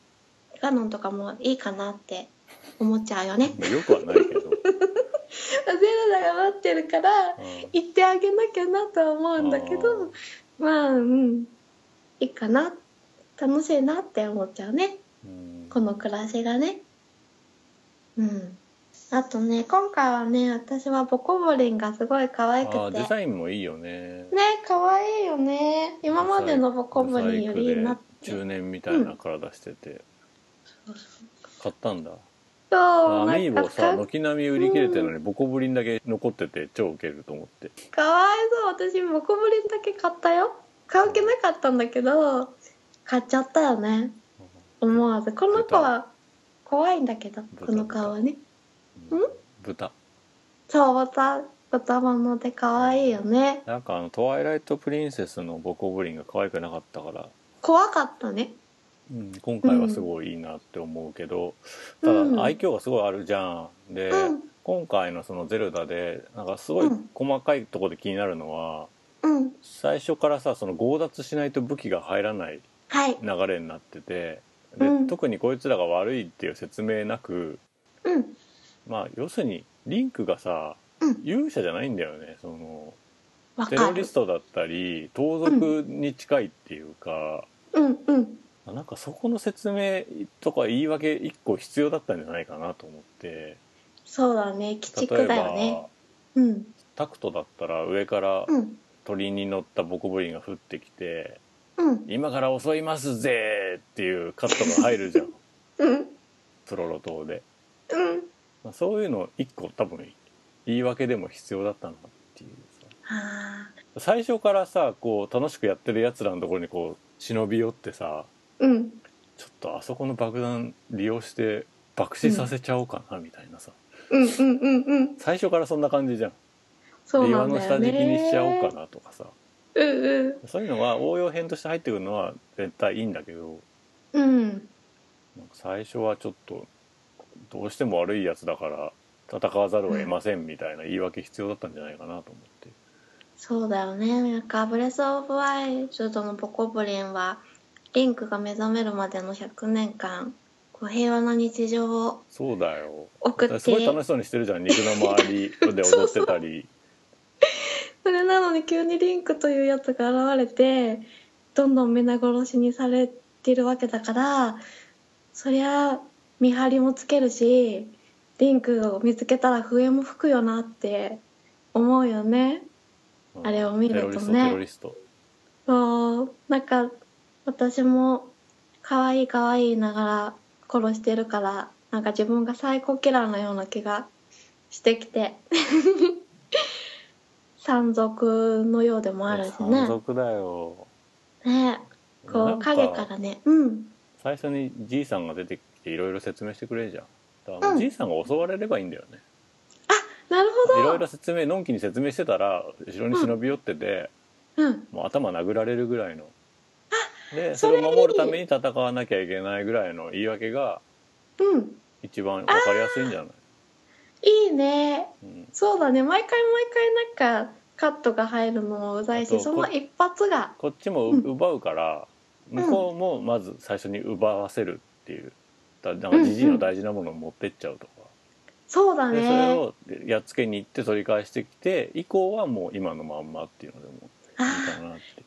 [SPEAKER 1] ガノンとかもいいかなって思っちゃうよね
[SPEAKER 2] よくはないけ ど
[SPEAKER 1] ゼルダが待ってるから行ってあげなきゃなとは思うんだけどまあうんいいかな楽しいなって思っちゃうね
[SPEAKER 2] うん
[SPEAKER 1] この暮らしがねうんあとね今回はね私はボコボリンがすごい可愛く
[SPEAKER 2] あー
[SPEAKER 1] て
[SPEAKER 2] デザインもいいよね
[SPEAKER 1] ね可愛いよね今までのボコボリンよりなって
[SPEAKER 2] 中年みたいな体してて買ったんだ
[SPEAKER 1] そう
[SPEAKER 2] ア
[SPEAKER 1] な
[SPEAKER 2] ミー
[SPEAKER 1] ん
[SPEAKER 2] ボ
[SPEAKER 1] か
[SPEAKER 2] さ
[SPEAKER 1] か
[SPEAKER 2] 軒並み売り切れてるのにボコブリンだけ残ってて超ウケると思って
[SPEAKER 1] かわいそう私ボコブリンだけ買ったよ買う気なかったんだけど買っちゃったよね思わずこの子は怖いんだけど
[SPEAKER 2] 豚
[SPEAKER 1] この顔はね
[SPEAKER 2] うん
[SPEAKER 1] ん
[SPEAKER 2] 豚
[SPEAKER 1] そうボタボタマので可愛いよね
[SPEAKER 2] なんかあの「トワイライト・プリンセス」のボコブリンが可愛くなかったから、
[SPEAKER 1] 怖かったね
[SPEAKER 2] うん、今回はすごいいいなって思うけど、
[SPEAKER 1] うん
[SPEAKER 2] ただ愛嬌がすごいあるじゃんで、
[SPEAKER 1] うん
[SPEAKER 2] 今回のその「ゼルダで」なんかすごい
[SPEAKER 1] うん
[SPEAKER 2] 細かいところで気になるのは、
[SPEAKER 1] うん
[SPEAKER 2] 最初からさその強奪しないと武器が入らない
[SPEAKER 1] はい
[SPEAKER 2] 流れになっててで、
[SPEAKER 1] うん
[SPEAKER 2] 特にこいつらが悪いっていう説明なく
[SPEAKER 1] うん
[SPEAKER 2] まあ要するにリンクがさ、
[SPEAKER 1] うん
[SPEAKER 2] 勇者じゃないんだよねその
[SPEAKER 1] わ
[SPEAKER 2] テロ
[SPEAKER 1] か
[SPEAKER 2] リ
[SPEAKER 1] る
[SPEAKER 2] ストだったり盗賊に近いっていうか、
[SPEAKER 1] うんうん
[SPEAKER 2] なんかそこの説明とか言い訳一個必要だったんじゃないかなと思って
[SPEAKER 1] そうだね鬼
[SPEAKER 2] 例え
[SPEAKER 1] 畜
[SPEAKER 2] ば、
[SPEAKER 1] だよねうん
[SPEAKER 2] タクトだったら上から
[SPEAKER 1] うん
[SPEAKER 2] 鳥に乗ったボコボリンが降ってきて
[SPEAKER 1] うん
[SPEAKER 2] 「今から襲いますぜ!」っていうカットが入る じゃん
[SPEAKER 1] うん
[SPEAKER 2] プロロ島で。
[SPEAKER 1] うん
[SPEAKER 2] まあ、そういうの一個多分言い訳でも必要だったなっていう
[SPEAKER 1] あー
[SPEAKER 2] さ最初からさこう楽しくやってるやつらのところにこう忍び寄ってさ
[SPEAKER 1] うん
[SPEAKER 2] ちょっとあそこの爆弾利用して爆死させちゃおうかなみたいなさ、
[SPEAKER 1] うんうんうんうん
[SPEAKER 2] 最初からそんな感じじゃん
[SPEAKER 1] そうな
[SPEAKER 2] 岩
[SPEAKER 1] ん
[SPEAKER 2] の
[SPEAKER 1] だよ
[SPEAKER 2] 下
[SPEAKER 1] ね
[SPEAKER 2] 敷きにしちゃおうかなとかさ
[SPEAKER 1] うんうん
[SPEAKER 2] そういうのが応用編として入ってくるのは絶対いいんだけど
[SPEAKER 1] うん
[SPEAKER 2] なんか最初はちょっとどうしても悪いやつだから戦わざるを得ませんみたいな言い訳必要だったんじゃないかなと思って。
[SPEAKER 1] そうだよねなんかブレス・オブ・ワイルドのボコブリンはリンクが目覚めるまでの100年間こう平和な日常を
[SPEAKER 2] そうだよ
[SPEAKER 1] 送って
[SPEAKER 2] すごい楽しそうにしてるじゃん肉の周りで踊ってたり
[SPEAKER 1] それなのに急にリンクというやつが現れてどんどん皆殺しにされてるわけだからそりゃ見張りもつけるしリンクを見つけたら笛も吹くよなって思うよね。
[SPEAKER 2] うん
[SPEAKER 1] あれを見るとね
[SPEAKER 2] テロリスト
[SPEAKER 1] そうなんか私も可愛い可愛いながら殺してるからなんか自分がサイコキラーのような気がしてき て山賊のようでもあ
[SPEAKER 2] テロ
[SPEAKER 1] る
[SPEAKER 2] リ
[SPEAKER 1] し
[SPEAKER 2] スト山
[SPEAKER 1] ね
[SPEAKER 2] 賊だよ
[SPEAKER 1] ね
[SPEAKER 2] な
[SPEAKER 1] こ
[SPEAKER 2] ん
[SPEAKER 1] う
[SPEAKER 2] か
[SPEAKER 1] 影からねうん
[SPEAKER 2] 最初にじいさんが出てきていろいろ説明してくれるじゃんだから
[SPEAKER 1] うん
[SPEAKER 2] じいさんが襲われればいいんだよね
[SPEAKER 1] なる
[SPEAKER 2] いろ
[SPEAKER 1] ほ
[SPEAKER 2] い
[SPEAKER 1] ど
[SPEAKER 2] ろ説明のんきに説明してたら後ろに忍び寄ってて、
[SPEAKER 1] うん
[SPEAKER 2] もう頭殴られるぐらいのでそ
[SPEAKER 1] そ
[SPEAKER 2] れ
[SPEAKER 1] れ
[SPEAKER 2] を守るために戦わなきゃいけないぐらいの言い訳が
[SPEAKER 1] うん
[SPEAKER 2] 一番わかりやすいんじゃない、
[SPEAKER 1] いいね
[SPEAKER 2] うん、
[SPEAKER 1] そうだね毎回毎回なんかカットが入るのもうざい
[SPEAKER 2] あと
[SPEAKER 1] しその一発が
[SPEAKER 2] こっちもう
[SPEAKER 1] うん
[SPEAKER 2] 奪うから、
[SPEAKER 1] ん
[SPEAKER 2] 向こうもまず最初に奪わせるっていうだなんかじじいの大事なものを持ってっちゃうとか、
[SPEAKER 1] そうだ
[SPEAKER 2] でそれ
[SPEAKER 1] ね
[SPEAKER 2] をやっつけに行って取り返してきて以降はもう今のまんまっていうのでもいいか
[SPEAKER 1] あ
[SPEAKER 2] なって
[SPEAKER 1] ー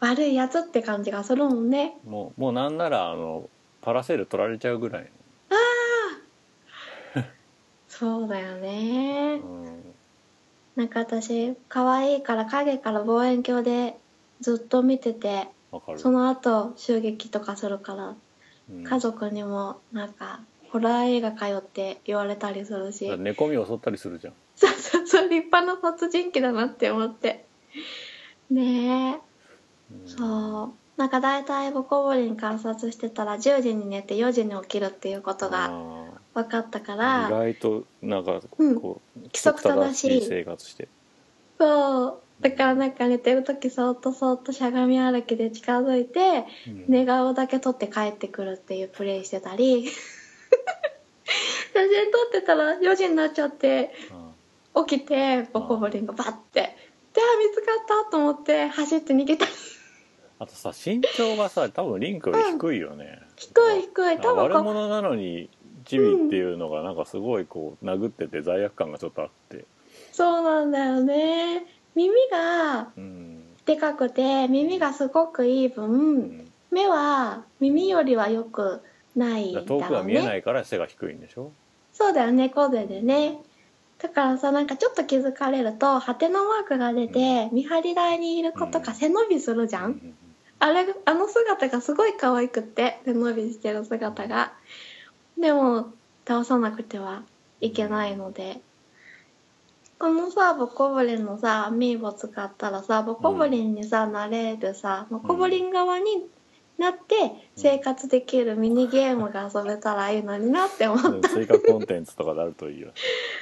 [SPEAKER 1] 悪いやつって感じがするもんね
[SPEAKER 2] もうもうなんならあのパラセール取られちゃうぐらい
[SPEAKER 1] そうだよね
[SPEAKER 2] の、うん
[SPEAKER 1] なんか私可愛いから影から望遠鏡でずっと見てて
[SPEAKER 2] わかる
[SPEAKER 1] その後襲撃とかするから
[SPEAKER 2] うん
[SPEAKER 1] 家族にもなんかホラー映画かよって言われたりするし
[SPEAKER 2] だから寝込みを襲ったりするじゃん
[SPEAKER 1] そうそうそう立派な殺人鬼だなって思ってねえ
[SPEAKER 2] うん
[SPEAKER 1] そうなんか大体ボコボリン観察してたら10時に寝て4時に起きるっていうことが分かったか
[SPEAKER 2] あー意
[SPEAKER 1] ら
[SPEAKER 2] 外となんか
[SPEAKER 1] うん
[SPEAKER 2] こう、規
[SPEAKER 1] 規則正しい
[SPEAKER 2] 生活して
[SPEAKER 1] そうだからなんか寝てる時そーっとそーっとしゃがみ歩きで近づいて
[SPEAKER 2] うん
[SPEAKER 1] 寝顔だけ撮って帰ってくるっていうプレイしてたり写真撮ってたら4時になっちゃって
[SPEAKER 2] うん
[SPEAKER 1] 起きてボコボリンがバッてであ見つかったと思って走って逃げたり
[SPEAKER 2] あとさ身長がさ多分リンクより低いよね、
[SPEAKER 1] 低い低い多分
[SPEAKER 2] 悪
[SPEAKER 1] こ
[SPEAKER 2] 者なのにチビっていうのがなんかすごいこう殴ってて罪悪感がちょっとあって、
[SPEAKER 1] そうなんだよね耳が
[SPEAKER 2] うん
[SPEAKER 1] でかくて耳がすごくいい分
[SPEAKER 2] うん
[SPEAKER 1] 目は耳よりはよくない
[SPEAKER 2] だ
[SPEAKER 1] だ
[SPEAKER 2] から
[SPEAKER 1] ろうね
[SPEAKER 2] 遠くが見えないから背が低いんでしょ
[SPEAKER 1] そうだよね神戸でねだからさなんかちょっと気づかれるとハテナマークが出て、見張り台にいる子と
[SPEAKER 2] う
[SPEAKER 1] か
[SPEAKER 2] ん
[SPEAKER 1] 背伸びするじ
[SPEAKER 2] う
[SPEAKER 1] ゃん、
[SPEAKER 2] ん
[SPEAKER 1] あれあの姿がすごい可愛くって背伸びしてる姿がでも倒さなくてはいけないのでこのさボコブリンのさアミーボ使ったらさボコブリンにさ、なれるさボコブリン側になって生活できるミニゲームが遊べたらいいのになって思った
[SPEAKER 2] うん追加コンテンツとかである といいよ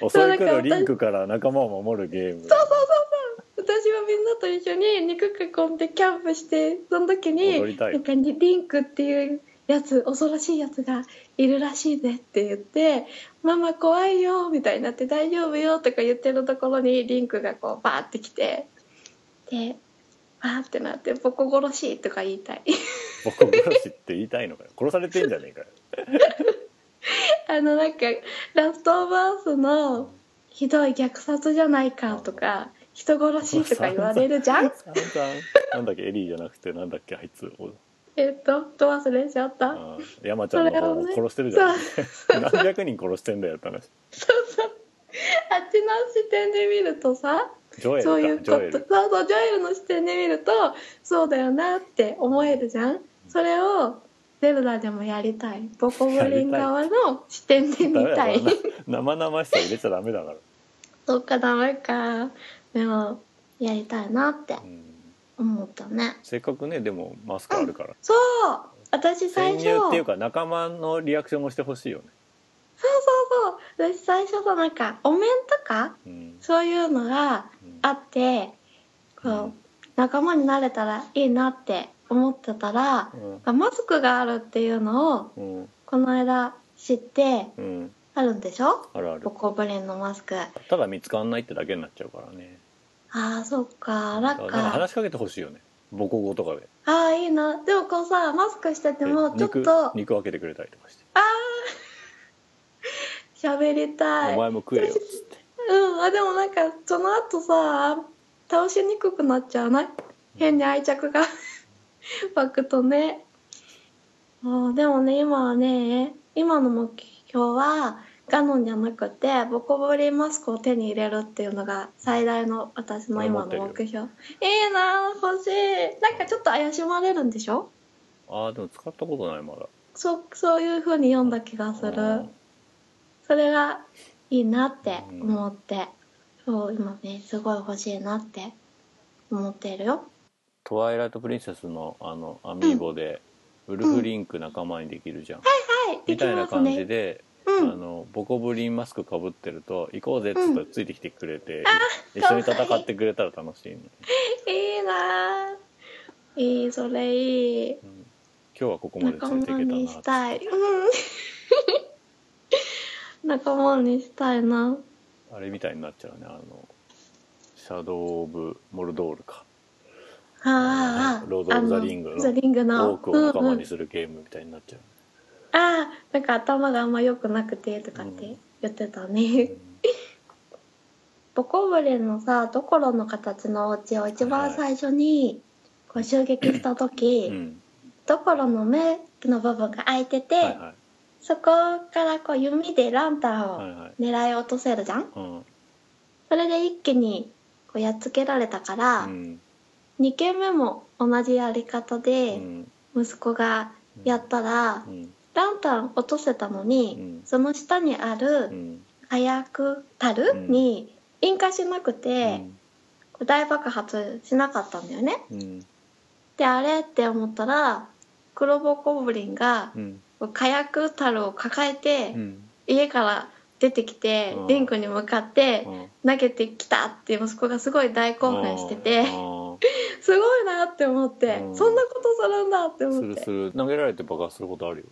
[SPEAKER 2] 襲い来るリンクから仲間を守るゲーム
[SPEAKER 1] 私はみんなと一緒に肉囲んでキャンプしてその時に
[SPEAKER 2] 踊りたい
[SPEAKER 1] なんかリリンクっていうやつ恐ろしいやつがいるらしいぜって言って「ママ怖いよ」みたいになって「大丈夫よ」とか言ってるところにリンクがこうバーって来てでバーってなって「ボコ殺し」とか言いたい
[SPEAKER 2] ボコ殺しって言いたいのかよ殺されてんじゃねえかよ
[SPEAKER 1] あのなんかラストオブアースのひどい虐殺じゃないかとか人殺しとか言われるじゃん
[SPEAKER 2] 散々なんだっけエリーじゃなくてなんだっけあいつお
[SPEAKER 1] えっとど忘れちゃった、
[SPEAKER 2] あー山ちゃんの方を殺してるじゃん、 何百人殺してんだよって話
[SPEAKER 1] あっちの視点で見るとさ
[SPEAKER 2] ジョエルか
[SPEAKER 1] そういうこと
[SPEAKER 2] ジ
[SPEAKER 1] そ
[SPEAKER 2] ョエ
[SPEAKER 1] う
[SPEAKER 2] ル
[SPEAKER 1] そうジョエルの視点で見るとそうだよなって思えるじゃんそれをゼルダでもやりたいボコブリン側の視点で見たい
[SPEAKER 2] ダメだ生々しさ入れちゃダメだから、
[SPEAKER 1] そっかダメかでもやりたいなって
[SPEAKER 2] うん
[SPEAKER 1] 思ったね
[SPEAKER 2] せっかくねでもマスクあるから、
[SPEAKER 1] そう私最
[SPEAKER 2] 潜
[SPEAKER 1] 初
[SPEAKER 2] 入っていうか仲間のリアクションもしてほしいよね、
[SPEAKER 1] そうそうそう私最初さなんかお面とか
[SPEAKER 2] うん
[SPEAKER 1] そういうのが
[SPEAKER 2] うん
[SPEAKER 1] あってこう、
[SPEAKER 2] うん
[SPEAKER 1] 仲間になれたらいいなって思ってたら、マスクがあるっていうのを
[SPEAKER 2] うんうん
[SPEAKER 1] この間知って
[SPEAKER 2] うん
[SPEAKER 1] あるんでしょ
[SPEAKER 2] あるある
[SPEAKER 1] ボコブレンのマスクあ
[SPEAKER 2] ただ見つかんないってだけになっちゃうからね
[SPEAKER 1] あそっかラ
[SPEAKER 2] だ
[SPEAKER 1] ッ
[SPEAKER 2] か
[SPEAKER 1] カ
[SPEAKER 2] ら
[SPEAKER 1] ーあ
[SPEAKER 2] 話しかけてほしいよね母国語とかで
[SPEAKER 1] あーいいなでもこうさマスクしてても
[SPEAKER 2] で
[SPEAKER 1] ちょっ
[SPEAKER 2] 肉
[SPEAKER 1] と
[SPEAKER 2] 肉分けてくれたりとかして
[SPEAKER 1] 喋り
[SPEAKER 2] 「
[SPEAKER 1] たい
[SPEAKER 2] お前も食えよ」っつって
[SPEAKER 1] うんあでもなんかその後さ倒しにくくなっちゃわない変に愛着が 湧くとねあーでもね今はね今の目標はガノンじゃなくてボコボリマスクを手に入れるっていうのが最大の私の今の
[SPEAKER 2] 俺持
[SPEAKER 1] 目
[SPEAKER 2] って
[SPEAKER 1] 標いいなー欲しいなんかちょっと怪しまれるんでしょ
[SPEAKER 2] ああでも使ったことないまだ
[SPEAKER 1] そうそういう風に読んだ気がするそれがいいなって思って、そう今ねすごい欲しいなって思ってるよ
[SPEAKER 2] トワイライト・プリンセスのあのアミーボで、ウルフリンク仲間にできるじゃん、
[SPEAKER 1] はいで
[SPEAKER 2] み
[SPEAKER 1] き
[SPEAKER 2] たい
[SPEAKER 1] ま
[SPEAKER 2] な
[SPEAKER 1] す
[SPEAKER 2] 感じ
[SPEAKER 1] ね
[SPEAKER 2] で、
[SPEAKER 1] う
[SPEAKER 2] あ
[SPEAKER 1] ん
[SPEAKER 2] のボコブリンマスクかぶってると「行こうぜ」っつってついてきてくれて、
[SPEAKER 1] ー
[SPEAKER 2] 一緒に戦ってくれたら楽しいね、
[SPEAKER 1] いいなーいいそれいい
[SPEAKER 2] うん今日はここまでつ
[SPEAKER 1] 仲
[SPEAKER 2] いてい
[SPEAKER 1] 間
[SPEAKER 2] け
[SPEAKER 1] にした
[SPEAKER 2] な
[SPEAKER 1] たいうん仲間にしたいな
[SPEAKER 2] あれみたいになっちゃうねあのシャドウ・オブ・モルドールか
[SPEAKER 1] あーあー
[SPEAKER 2] ロードオブザリングの
[SPEAKER 1] あザリング
[SPEAKER 2] 多
[SPEAKER 1] の
[SPEAKER 2] くを仲間
[SPEAKER 1] うんう
[SPEAKER 2] に
[SPEAKER 1] ん
[SPEAKER 2] するゲームみたいになっちゃう、
[SPEAKER 1] ああなんか頭があんま良くなくてとかって言ってたね、ボコブレのさドコロの形のお家を一番最初にこう襲撃した時、
[SPEAKER 2] うんうん
[SPEAKER 1] ドコロの目の部分が開いてて、
[SPEAKER 2] はいはい
[SPEAKER 1] そこからこう弓でランタン
[SPEAKER 2] はい
[SPEAKER 1] を
[SPEAKER 2] はい
[SPEAKER 1] 狙い落とせるじゃん、
[SPEAKER 2] うん
[SPEAKER 1] それで一気にこうやっつけられたから、
[SPEAKER 2] うん
[SPEAKER 1] 2軒目も同じやり方
[SPEAKER 2] う
[SPEAKER 1] で
[SPEAKER 2] ん
[SPEAKER 1] 息子がやったら、
[SPEAKER 2] うん
[SPEAKER 1] ランタン落とせたのに、
[SPEAKER 2] うん
[SPEAKER 1] その下にあ
[SPEAKER 2] う
[SPEAKER 1] る
[SPEAKER 2] ん
[SPEAKER 1] 「火くたる」に引火しなくて。こう大爆発しなかったんだよね。
[SPEAKER 2] うん
[SPEAKER 1] であれって思ったら黒ボコブリンが
[SPEAKER 2] うん
[SPEAKER 1] こう火薬樽を抱えて
[SPEAKER 2] うん
[SPEAKER 1] 家から出てきて
[SPEAKER 2] うん
[SPEAKER 1] リンクに向かって
[SPEAKER 2] うん
[SPEAKER 1] 投げてきたって息子がすごい大興奮してて
[SPEAKER 2] あー
[SPEAKER 1] すごいなって思って
[SPEAKER 2] うん
[SPEAKER 1] そんなことするんだって
[SPEAKER 2] す
[SPEAKER 1] 思っ
[SPEAKER 2] る
[SPEAKER 1] て
[SPEAKER 2] する投げられて爆発することあるよ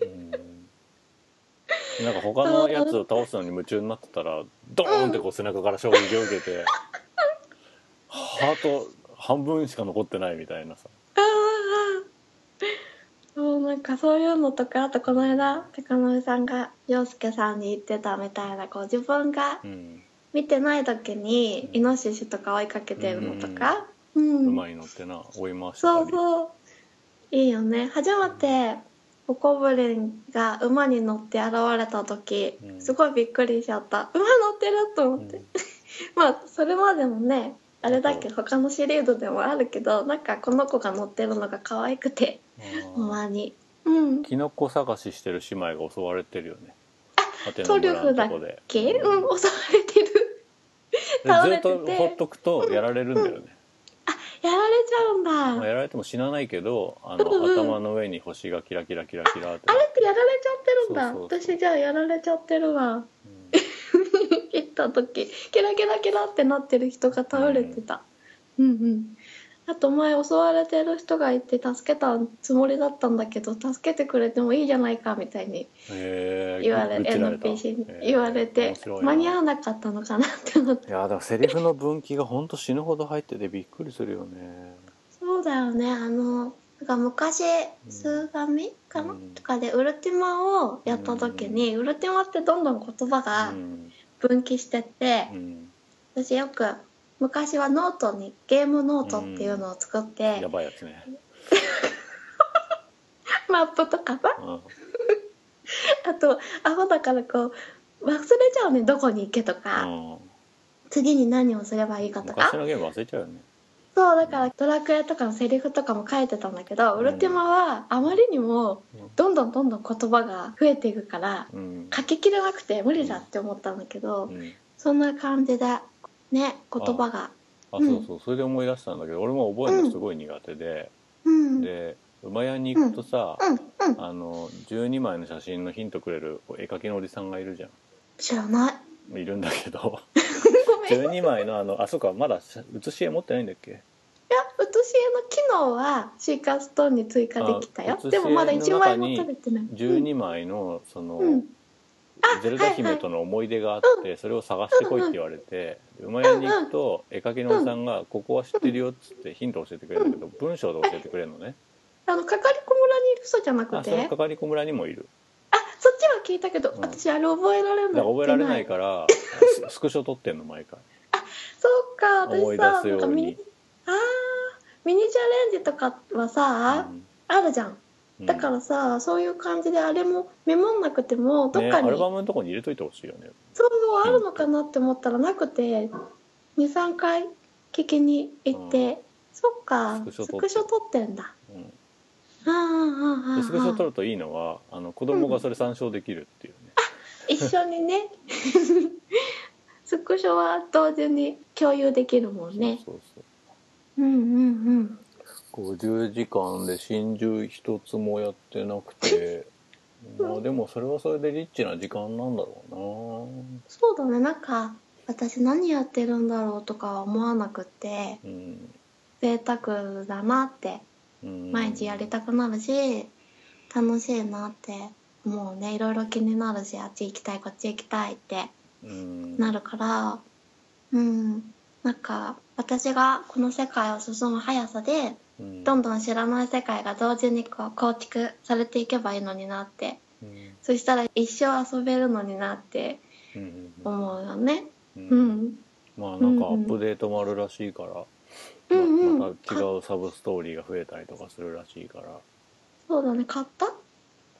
[SPEAKER 2] うんなんか他のやつを倒すのに夢中になってたらドーンってこう背中から衝撃を受けてハート半分しか残ってないみたいなさ
[SPEAKER 1] ああそうなんかそういうのとかあとこの間高野さんが陽介さんに言ってたみたいなこう自分が
[SPEAKER 2] うん
[SPEAKER 1] 見てない時にイノシシとか追いかけてるのとか、うん
[SPEAKER 2] うまいのってな追い回して
[SPEAKER 1] そ
[SPEAKER 2] た
[SPEAKER 1] う
[SPEAKER 2] り
[SPEAKER 1] そういいよね初めてホコブリンが馬に乗って現れた時、
[SPEAKER 2] うん
[SPEAKER 1] すごいびっくりしちゃった馬乗ってると思って、まあそれまでもねあれだけど他のシリーズでもあるけどなんかこの子が乗ってるのが可愛くて
[SPEAKER 2] うん
[SPEAKER 1] 馬にうん
[SPEAKER 2] キノコ探ししてる姉妹が襲われてるよねアテ
[SPEAKER 1] ト
[SPEAKER 2] ナ
[SPEAKER 1] リュフ
[SPEAKER 2] 村
[SPEAKER 1] だ
[SPEAKER 2] の
[SPEAKER 1] っ
[SPEAKER 2] とこで
[SPEAKER 1] け
[SPEAKER 2] で
[SPEAKER 1] うん襲われてる倒
[SPEAKER 2] ず
[SPEAKER 1] れ
[SPEAKER 2] って
[SPEAKER 1] て
[SPEAKER 2] とほっとくとやられるんだよね、
[SPEAKER 1] やられちゃうんだ、
[SPEAKER 2] まあ、やられても死なないけどあの、
[SPEAKER 1] うんうん
[SPEAKER 2] 頭の上に星がキラキラキラキラって
[SPEAKER 1] あれってやられちゃってるんだ
[SPEAKER 2] そうそうそう
[SPEAKER 1] 私じゃあやられちゃってるわ
[SPEAKER 2] うん
[SPEAKER 1] 行った時キラキラキラってなってる人が倒れてた、うん、うんあと前襲われてる人がいて助けたつもりだったんだけど助けてくれてもいいじゃないかみたいに
[SPEAKER 2] へー
[SPEAKER 1] 言われ
[SPEAKER 2] ぶちられた
[SPEAKER 1] NPC に
[SPEAKER 2] へー
[SPEAKER 1] 言われて
[SPEAKER 2] 面白いな
[SPEAKER 1] 間に合わなかったのかなって思って
[SPEAKER 2] いやだからセリフの分岐が本当死ぬほど入っててびっくりするよね
[SPEAKER 1] そうだよねあのなんか昔
[SPEAKER 2] ん
[SPEAKER 1] 数紙かな、
[SPEAKER 2] うん
[SPEAKER 1] とかでウルティマをやった時に、ウルティマってどんどん言葉が
[SPEAKER 2] うん
[SPEAKER 1] 分岐してって、
[SPEAKER 2] うん
[SPEAKER 1] 私よく昔はノートにゲームノートっていうのを作って、
[SPEAKER 2] やばいやつね、
[SPEAKER 1] マップとかさ
[SPEAKER 2] うん
[SPEAKER 1] あとアホだからこう忘れちゃうねどこに行けとか、
[SPEAKER 2] うん、
[SPEAKER 1] 次に何をすればいいかと
[SPEAKER 2] 昔
[SPEAKER 1] か
[SPEAKER 2] のゲーム忘れちゃうよね
[SPEAKER 1] そうだからドラクエとかのセリフとかも書いてたんだけど、
[SPEAKER 2] うん
[SPEAKER 1] ウルティマはあまりにも
[SPEAKER 2] うん
[SPEAKER 1] どんどんどんどん言葉が増えていくから
[SPEAKER 2] うん、
[SPEAKER 1] 書ききれなくて無理だって思ったんだけど、
[SPEAKER 2] うん、
[SPEAKER 1] そんな感じでね言葉が
[SPEAKER 2] あ
[SPEAKER 1] うん
[SPEAKER 2] そうそうそれで思い出したんだけど俺も覚えるのすごい苦手で、
[SPEAKER 1] うんうん
[SPEAKER 2] で馬屋に行くとさ、
[SPEAKER 1] うん
[SPEAKER 2] あの12枚の写真のヒントくれる絵描きのおじさんがいるじゃ
[SPEAKER 1] 知らない
[SPEAKER 2] んいるんだけど
[SPEAKER 1] ごめんいや
[SPEAKER 2] 12枚のあのあそうかまだ写し絵持ってないんだっけ
[SPEAKER 1] うとし絵の機能はシーカーストーンに追加できたよ
[SPEAKER 2] あ写し絵
[SPEAKER 1] でもまだ1枚
[SPEAKER 2] の
[SPEAKER 1] も
[SPEAKER 2] 中に
[SPEAKER 1] 取れてない
[SPEAKER 2] 12枚のその、
[SPEAKER 1] うんうん
[SPEAKER 2] ゼルダ姫との思い出があって、それを探してこいって言われて、馬屋に行くと絵描きのおじさんが「ここは知ってるよ」っつってヒント教えてくれるんだけど、文章で教えてくれるのね、
[SPEAKER 1] あのかかりこ村にいる人じゃなく
[SPEAKER 2] あそ
[SPEAKER 1] てあ
[SPEAKER 2] の係子村にもいる
[SPEAKER 1] そっちは聞いたけど、
[SPEAKER 2] うん
[SPEAKER 1] 私あれ覚えられな
[SPEAKER 2] だか
[SPEAKER 1] い
[SPEAKER 2] ら覚えられないからススクショ撮ってんの毎回
[SPEAKER 1] そうか
[SPEAKER 2] 思
[SPEAKER 1] 私
[SPEAKER 2] い出
[SPEAKER 1] さ
[SPEAKER 2] す
[SPEAKER 1] なん
[SPEAKER 2] よ
[SPEAKER 1] か
[SPEAKER 2] う
[SPEAKER 1] ミニ
[SPEAKER 2] に、
[SPEAKER 1] あーミニチャレンジとかはさ、あるじゃん
[SPEAKER 2] うん
[SPEAKER 1] だからさ、そういう感じであれもメモんなくてもどっ
[SPEAKER 2] ね、
[SPEAKER 1] か
[SPEAKER 2] ア
[SPEAKER 1] に、
[SPEAKER 2] ルバムのとこに入れといてほしいよね
[SPEAKER 1] そうそうあるのかなって思ったらなくて23回聞きに行って、
[SPEAKER 2] うん
[SPEAKER 1] そっかス
[SPEAKER 2] スクショ撮って
[SPEAKER 1] クショ撮ってんだ
[SPEAKER 2] うん
[SPEAKER 1] あーあーあーあ
[SPEAKER 2] で
[SPEAKER 1] ー
[SPEAKER 2] スクショ撮るといいのはあの子供がそれ参照できるっていうね、
[SPEAKER 1] 一緒にね スクショは同時に共有できるもんね
[SPEAKER 2] そうそう
[SPEAKER 1] うんうんうん
[SPEAKER 2] そう50時間で真珠一つもやってなく てまあでもそれはそれでリッチな時間なんだろ
[SPEAKER 1] そうだねなんか私何やってるんだろうとかは思わなくて
[SPEAKER 2] うなうん、
[SPEAKER 1] 贅沢だなって
[SPEAKER 2] うん、
[SPEAKER 1] 毎日やりたくなるし楽しいなってもうねいろいろ気になるしあっち行きたいこっち行きたいって
[SPEAKER 2] うん
[SPEAKER 1] なるからうんなんか私がこの世界を進む速さでどんどん知らない世界が同時にこう構築されていけばいいのになって
[SPEAKER 2] うん
[SPEAKER 1] そしたら一生遊べるのになって
[SPEAKER 2] うん
[SPEAKER 1] 思うよね、
[SPEAKER 2] う
[SPEAKER 1] うんん、
[SPEAKER 2] まあなんかアップデートもあるらしいから、
[SPEAKER 1] うんうん
[SPEAKER 2] ままた違うサブストーリーが増えたりとかするらしいからい
[SPEAKER 1] そうだね買った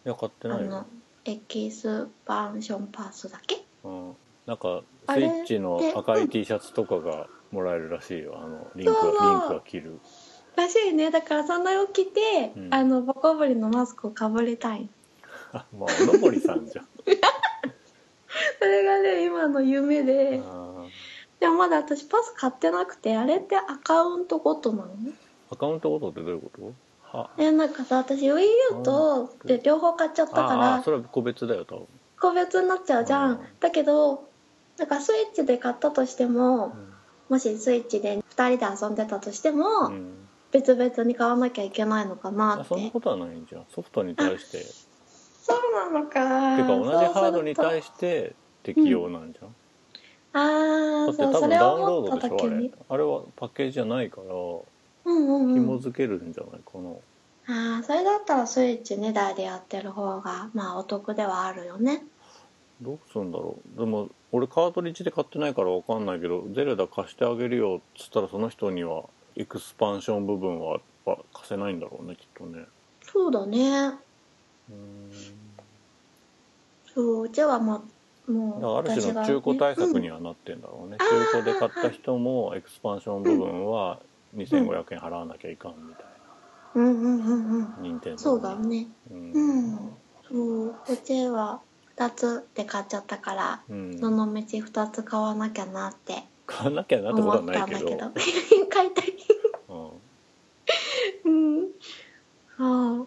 [SPEAKER 2] や買って
[SPEAKER 1] あ
[SPEAKER 2] ないよ
[SPEAKER 1] の、エキスパンションパスだけ
[SPEAKER 2] うん、なんか
[SPEAKER 1] あ
[SPEAKER 2] スイ
[SPEAKER 1] れ
[SPEAKER 2] ッチの
[SPEAKER 1] で
[SPEAKER 2] 赤
[SPEAKER 1] う
[SPEAKER 2] い
[SPEAKER 1] ん
[SPEAKER 2] T シャツとかがもらえるらしいよあのリンク
[SPEAKER 1] そうそう
[SPEAKER 2] はリンクは切る
[SPEAKER 1] らしいねだからそんなに起きて、
[SPEAKER 2] うん
[SPEAKER 1] あのボコボリのマスクをかぶりたい
[SPEAKER 2] あまあおのぼりさんじゃん
[SPEAKER 1] それがね今の夢で
[SPEAKER 2] あー
[SPEAKER 1] でもまだ私パス買ってなくてあれってアカウントごとなの
[SPEAKER 2] アカウントごとってどういうことは
[SPEAKER 1] えなんかさ私 WiiU とで両方買っちゃったか
[SPEAKER 2] ああ
[SPEAKER 1] ら
[SPEAKER 2] それは個別だよ多分
[SPEAKER 1] 個別になっちゃうじゃ
[SPEAKER 2] うん
[SPEAKER 1] んだけどなんかスイッチで買ったとしても
[SPEAKER 2] う
[SPEAKER 1] もしスイッチで2人で遊んでたとしても、
[SPEAKER 2] ん、うん
[SPEAKER 1] 別々に買わなきゃいけないのかな
[SPEAKER 2] あ
[SPEAKER 1] って
[SPEAKER 2] そんなことはないんじゃんソフトに対してて
[SPEAKER 1] そうなのか
[SPEAKER 2] か同じハードに対
[SPEAKER 1] て
[SPEAKER 2] して適用なんじゃん、
[SPEAKER 1] ああ
[SPEAKER 2] だっ
[SPEAKER 1] そう
[SPEAKER 2] て多
[SPEAKER 1] そ
[SPEAKER 2] 分
[SPEAKER 1] れ
[SPEAKER 2] ダ
[SPEAKER 1] を
[SPEAKER 2] ウンロー
[SPEAKER 1] 思
[SPEAKER 2] ド
[SPEAKER 1] っ
[SPEAKER 2] で
[SPEAKER 1] た
[SPEAKER 2] しょあ
[SPEAKER 1] 時
[SPEAKER 2] れ
[SPEAKER 1] に
[SPEAKER 2] あれはパッケージじゃないから
[SPEAKER 1] うんうんうん
[SPEAKER 2] 紐付けるんじゃないかな、
[SPEAKER 1] ああそれだったらスイッチ2台でやってる方がまあお得ではあるよね
[SPEAKER 2] どうするんだろうでも俺カートリッジで買ってないから分かんないけど「ゼルダ貸してあげるよ」っつったらその人にはエクスパンション部分はは貸せないんだろうねきっとね
[SPEAKER 1] そうだね
[SPEAKER 2] うーん
[SPEAKER 1] そううちはまあ
[SPEAKER 2] だ
[SPEAKER 1] も
[SPEAKER 2] から
[SPEAKER 1] う
[SPEAKER 2] ある種の中古対策にはなってんだろうね、中古で買った人もエクスパンション部分は2500円払わなきゃいかんみたい
[SPEAKER 1] うんうんうんうん
[SPEAKER 2] な任天堂
[SPEAKER 1] そうだね
[SPEAKER 2] うん
[SPEAKER 1] うんそうこっちは2つで買っちゃったから
[SPEAKER 2] うん
[SPEAKER 1] どの道2つ買わなきゃなって
[SPEAKER 2] 買わなきゃなってこ
[SPEAKER 1] 思
[SPEAKER 2] とは
[SPEAKER 1] っ
[SPEAKER 2] な
[SPEAKER 1] た
[SPEAKER 2] い
[SPEAKER 1] ん
[SPEAKER 2] け
[SPEAKER 1] だ
[SPEAKER 2] ど
[SPEAKER 1] けど買いたい
[SPEAKER 2] うん
[SPEAKER 1] うんああ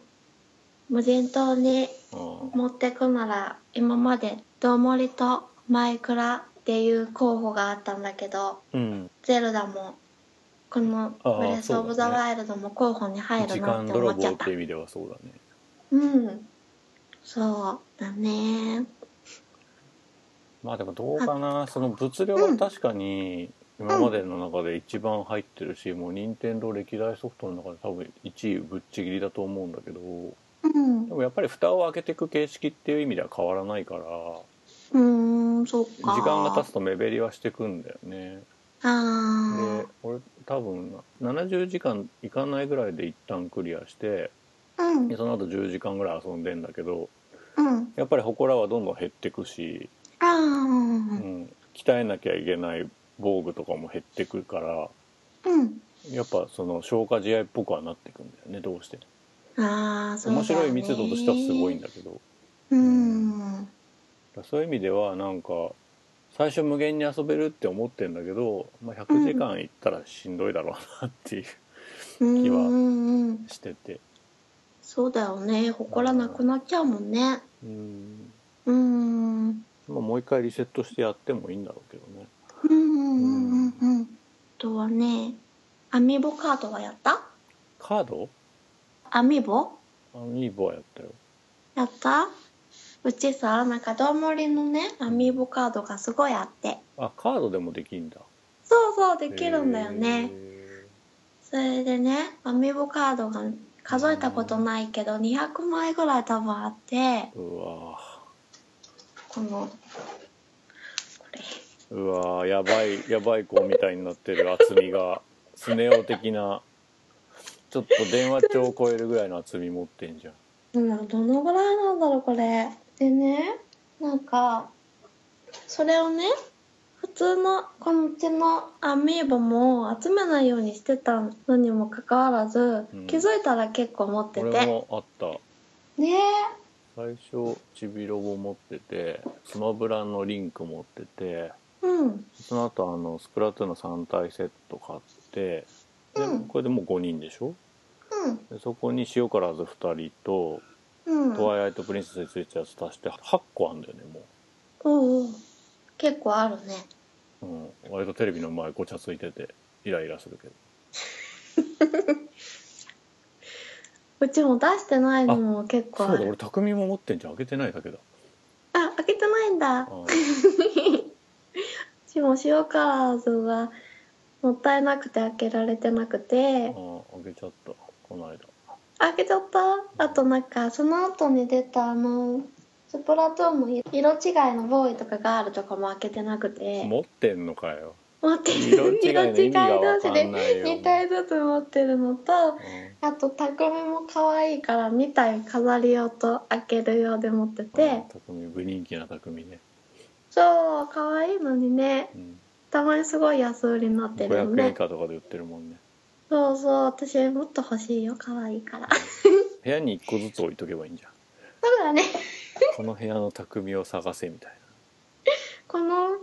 [SPEAKER 1] 無人島に
[SPEAKER 2] うん
[SPEAKER 1] 持ってくなら今までどもりとマイクラっていう候補があったんだけど
[SPEAKER 2] うん、
[SPEAKER 1] ゼルダもこの「
[SPEAKER 2] あー
[SPEAKER 1] ブレス・オブ・ザ・
[SPEAKER 2] そうだ
[SPEAKER 1] ワイルド」も候補に入る
[SPEAKER 2] 時
[SPEAKER 1] なっ
[SPEAKER 2] 間
[SPEAKER 1] て思
[SPEAKER 2] 泥
[SPEAKER 1] っち
[SPEAKER 2] 棒
[SPEAKER 1] ゃっ
[SPEAKER 2] ったていう意味ではそうだね
[SPEAKER 1] うんそうだね
[SPEAKER 2] まあでもどうかなその物量は確かに今までの中で一番入ってるし、もう任天堂歴代ソフトの中で多分1位ぶっちぎりだと思うんだけど
[SPEAKER 1] うん
[SPEAKER 2] でもやっぱり蓋を開けていく形式っていう意味では変わらないから
[SPEAKER 1] うーんそっか
[SPEAKER 2] 時間が経つと目減りはしてくんだよね
[SPEAKER 1] あ
[SPEAKER 2] で俺多分70時間いかないぐらいで一旦クリアして
[SPEAKER 1] あうん
[SPEAKER 2] でその後10時間ぐらい遊んでんだけど
[SPEAKER 1] うん
[SPEAKER 2] やっぱり祠はどんどん減ってくし、
[SPEAKER 1] ああ
[SPEAKER 2] う
[SPEAKER 1] うん
[SPEAKER 2] ん、鍛えなきゃいけない防具とかも減ってくから
[SPEAKER 1] うん
[SPEAKER 2] やっぱその消化試合っぽくはなってくんだよねどうしても
[SPEAKER 1] ああそうだね
[SPEAKER 2] 面白い密度としてはすごいんだけどだか
[SPEAKER 1] うん
[SPEAKER 2] らそういう意味ではなんか最初無限に遊べるって思ってんだけど、まあ、100時間いったらしんどいだろうなっていう
[SPEAKER 1] 気
[SPEAKER 2] は
[SPEAKER 1] うんうん
[SPEAKER 2] してて
[SPEAKER 1] そうだよね誇らなくなっちゃうもんね
[SPEAKER 2] うん、
[SPEAKER 1] うんうん
[SPEAKER 2] まあ、もう一回リセットしてやってもいいんだろうけどね
[SPEAKER 1] うんうんうんうんあとはねアミーボカードはやった
[SPEAKER 2] カード
[SPEAKER 1] アミーボ
[SPEAKER 2] アミーボはやったよ
[SPEAKER 1] やったうちさなんかどんもりのねアミーボカードがすごいあって
[SPEAKER 2] あカードでもできんだ
[SPEAKER 1] そうそうできるんだよね
[SPEAKER 2] へ
[SPEAKER 1] それでねアミーボカードが数えたことないけど200枚ぐらい多分あって
[SPEAKER 2] ーうわ
[SPEAKER 1] このこれ
[SPEAKER 2] ーうわーやばい やばい子みたいになってる厚みがスネ夫的なちょっと電話帳を超えるぐらいの厚み持ってんじゃん
[SPEAKER 1] うん、どのぐらいなんだろうこれでねなんかそれをね普通のこのうちのアミーボも集めないようにしてたのにもかかわらず、
[SPEAKER 2] うん
[SPEAKER 1] 気づいたら結構持ってて
[SPEAKER 2] 俺
[SPEAKER 1] ね
[SPEAKER 2] もあった最初ちびロボ持っててスマブラのリンク持ってて
[SPEAKER 1] うん
[SPEAKER 2] その後あのスプラトゥーンの3体セット買ってで
[SPEAKER 1] うん
[SPEAKER 2] これでもう5人でしょでそこに塩辛ず2人と
[SPEAKER 1] うん
[SPEAKER 2] ト
[SPEAKER 1] うん
[SPEAKER 2] ワイライトプリンセスについてたやつ足して8個あんだよねも
[SPEAKER 1] おうおう結構あるね
[SPEAKER 2] う、うん、割とテレビの前ごちゃついててイライラするけど
[SPEAKER 1] うちも出してないのも結構
[SPEAKER 2] そ
[SPEAKER 1] あ
[SPEAKER 2] うだ
[SPEAKER 1] る
[SPEAKER 2] 俺匠も持ってんじゃん開けてないだけだ
[SPEAKER 1] あ開けてないんだ
[SPEAKER 2] あ
[SPEAKER 1] うちも塩辛酢がもったいなくて開けられてなくて
[SPEAKER 2] あ開けちゃったこの間
[SPEAKER 1] 開けちゃったあとなんかその後に出たあのスプラトゥーンも色違いのボーイとかガールとかも開けてなくて
[SPEAKER 2] 持ってんのかよ、
[SPEAKER 1] 持ってる
[SPEAKER 2] 色違いの意味がわかん
[SPEAKER 1] 色違
[SPEAKER 2] ないよ
[SPEAKER 1] い同士で2体ずつ持ってるのと
[SPEAKER 2] う
[SPEAKER 1] あと匠も可愛いから2体飾り用と開ける用で持って
[SPEAKER 2] ん、
[SPEAKER 1] て
[SPEAKER 2] 匠不人気な匠ね、
[SPEAKER 1] そう可愛いのにね
[SPEAKER 2] うん、
[SPEAKER 1] たまにすごい安売りになってるよ
[SPEAKER 2] 500円以
[SPEAKER 1] ね
[SPEAKER 2] 下とかで売ってるもんね
[SPEAKER 1] そうそう私もっと欲しいよ可愛いから
[SPEAKER 2] 部屋に1個ずつ置いとけばいいんじゃん
[SPEAKER 1] そうだね
[SPEAKER 2] この部屋の匠を探せみたい
[SPEAKER 1] この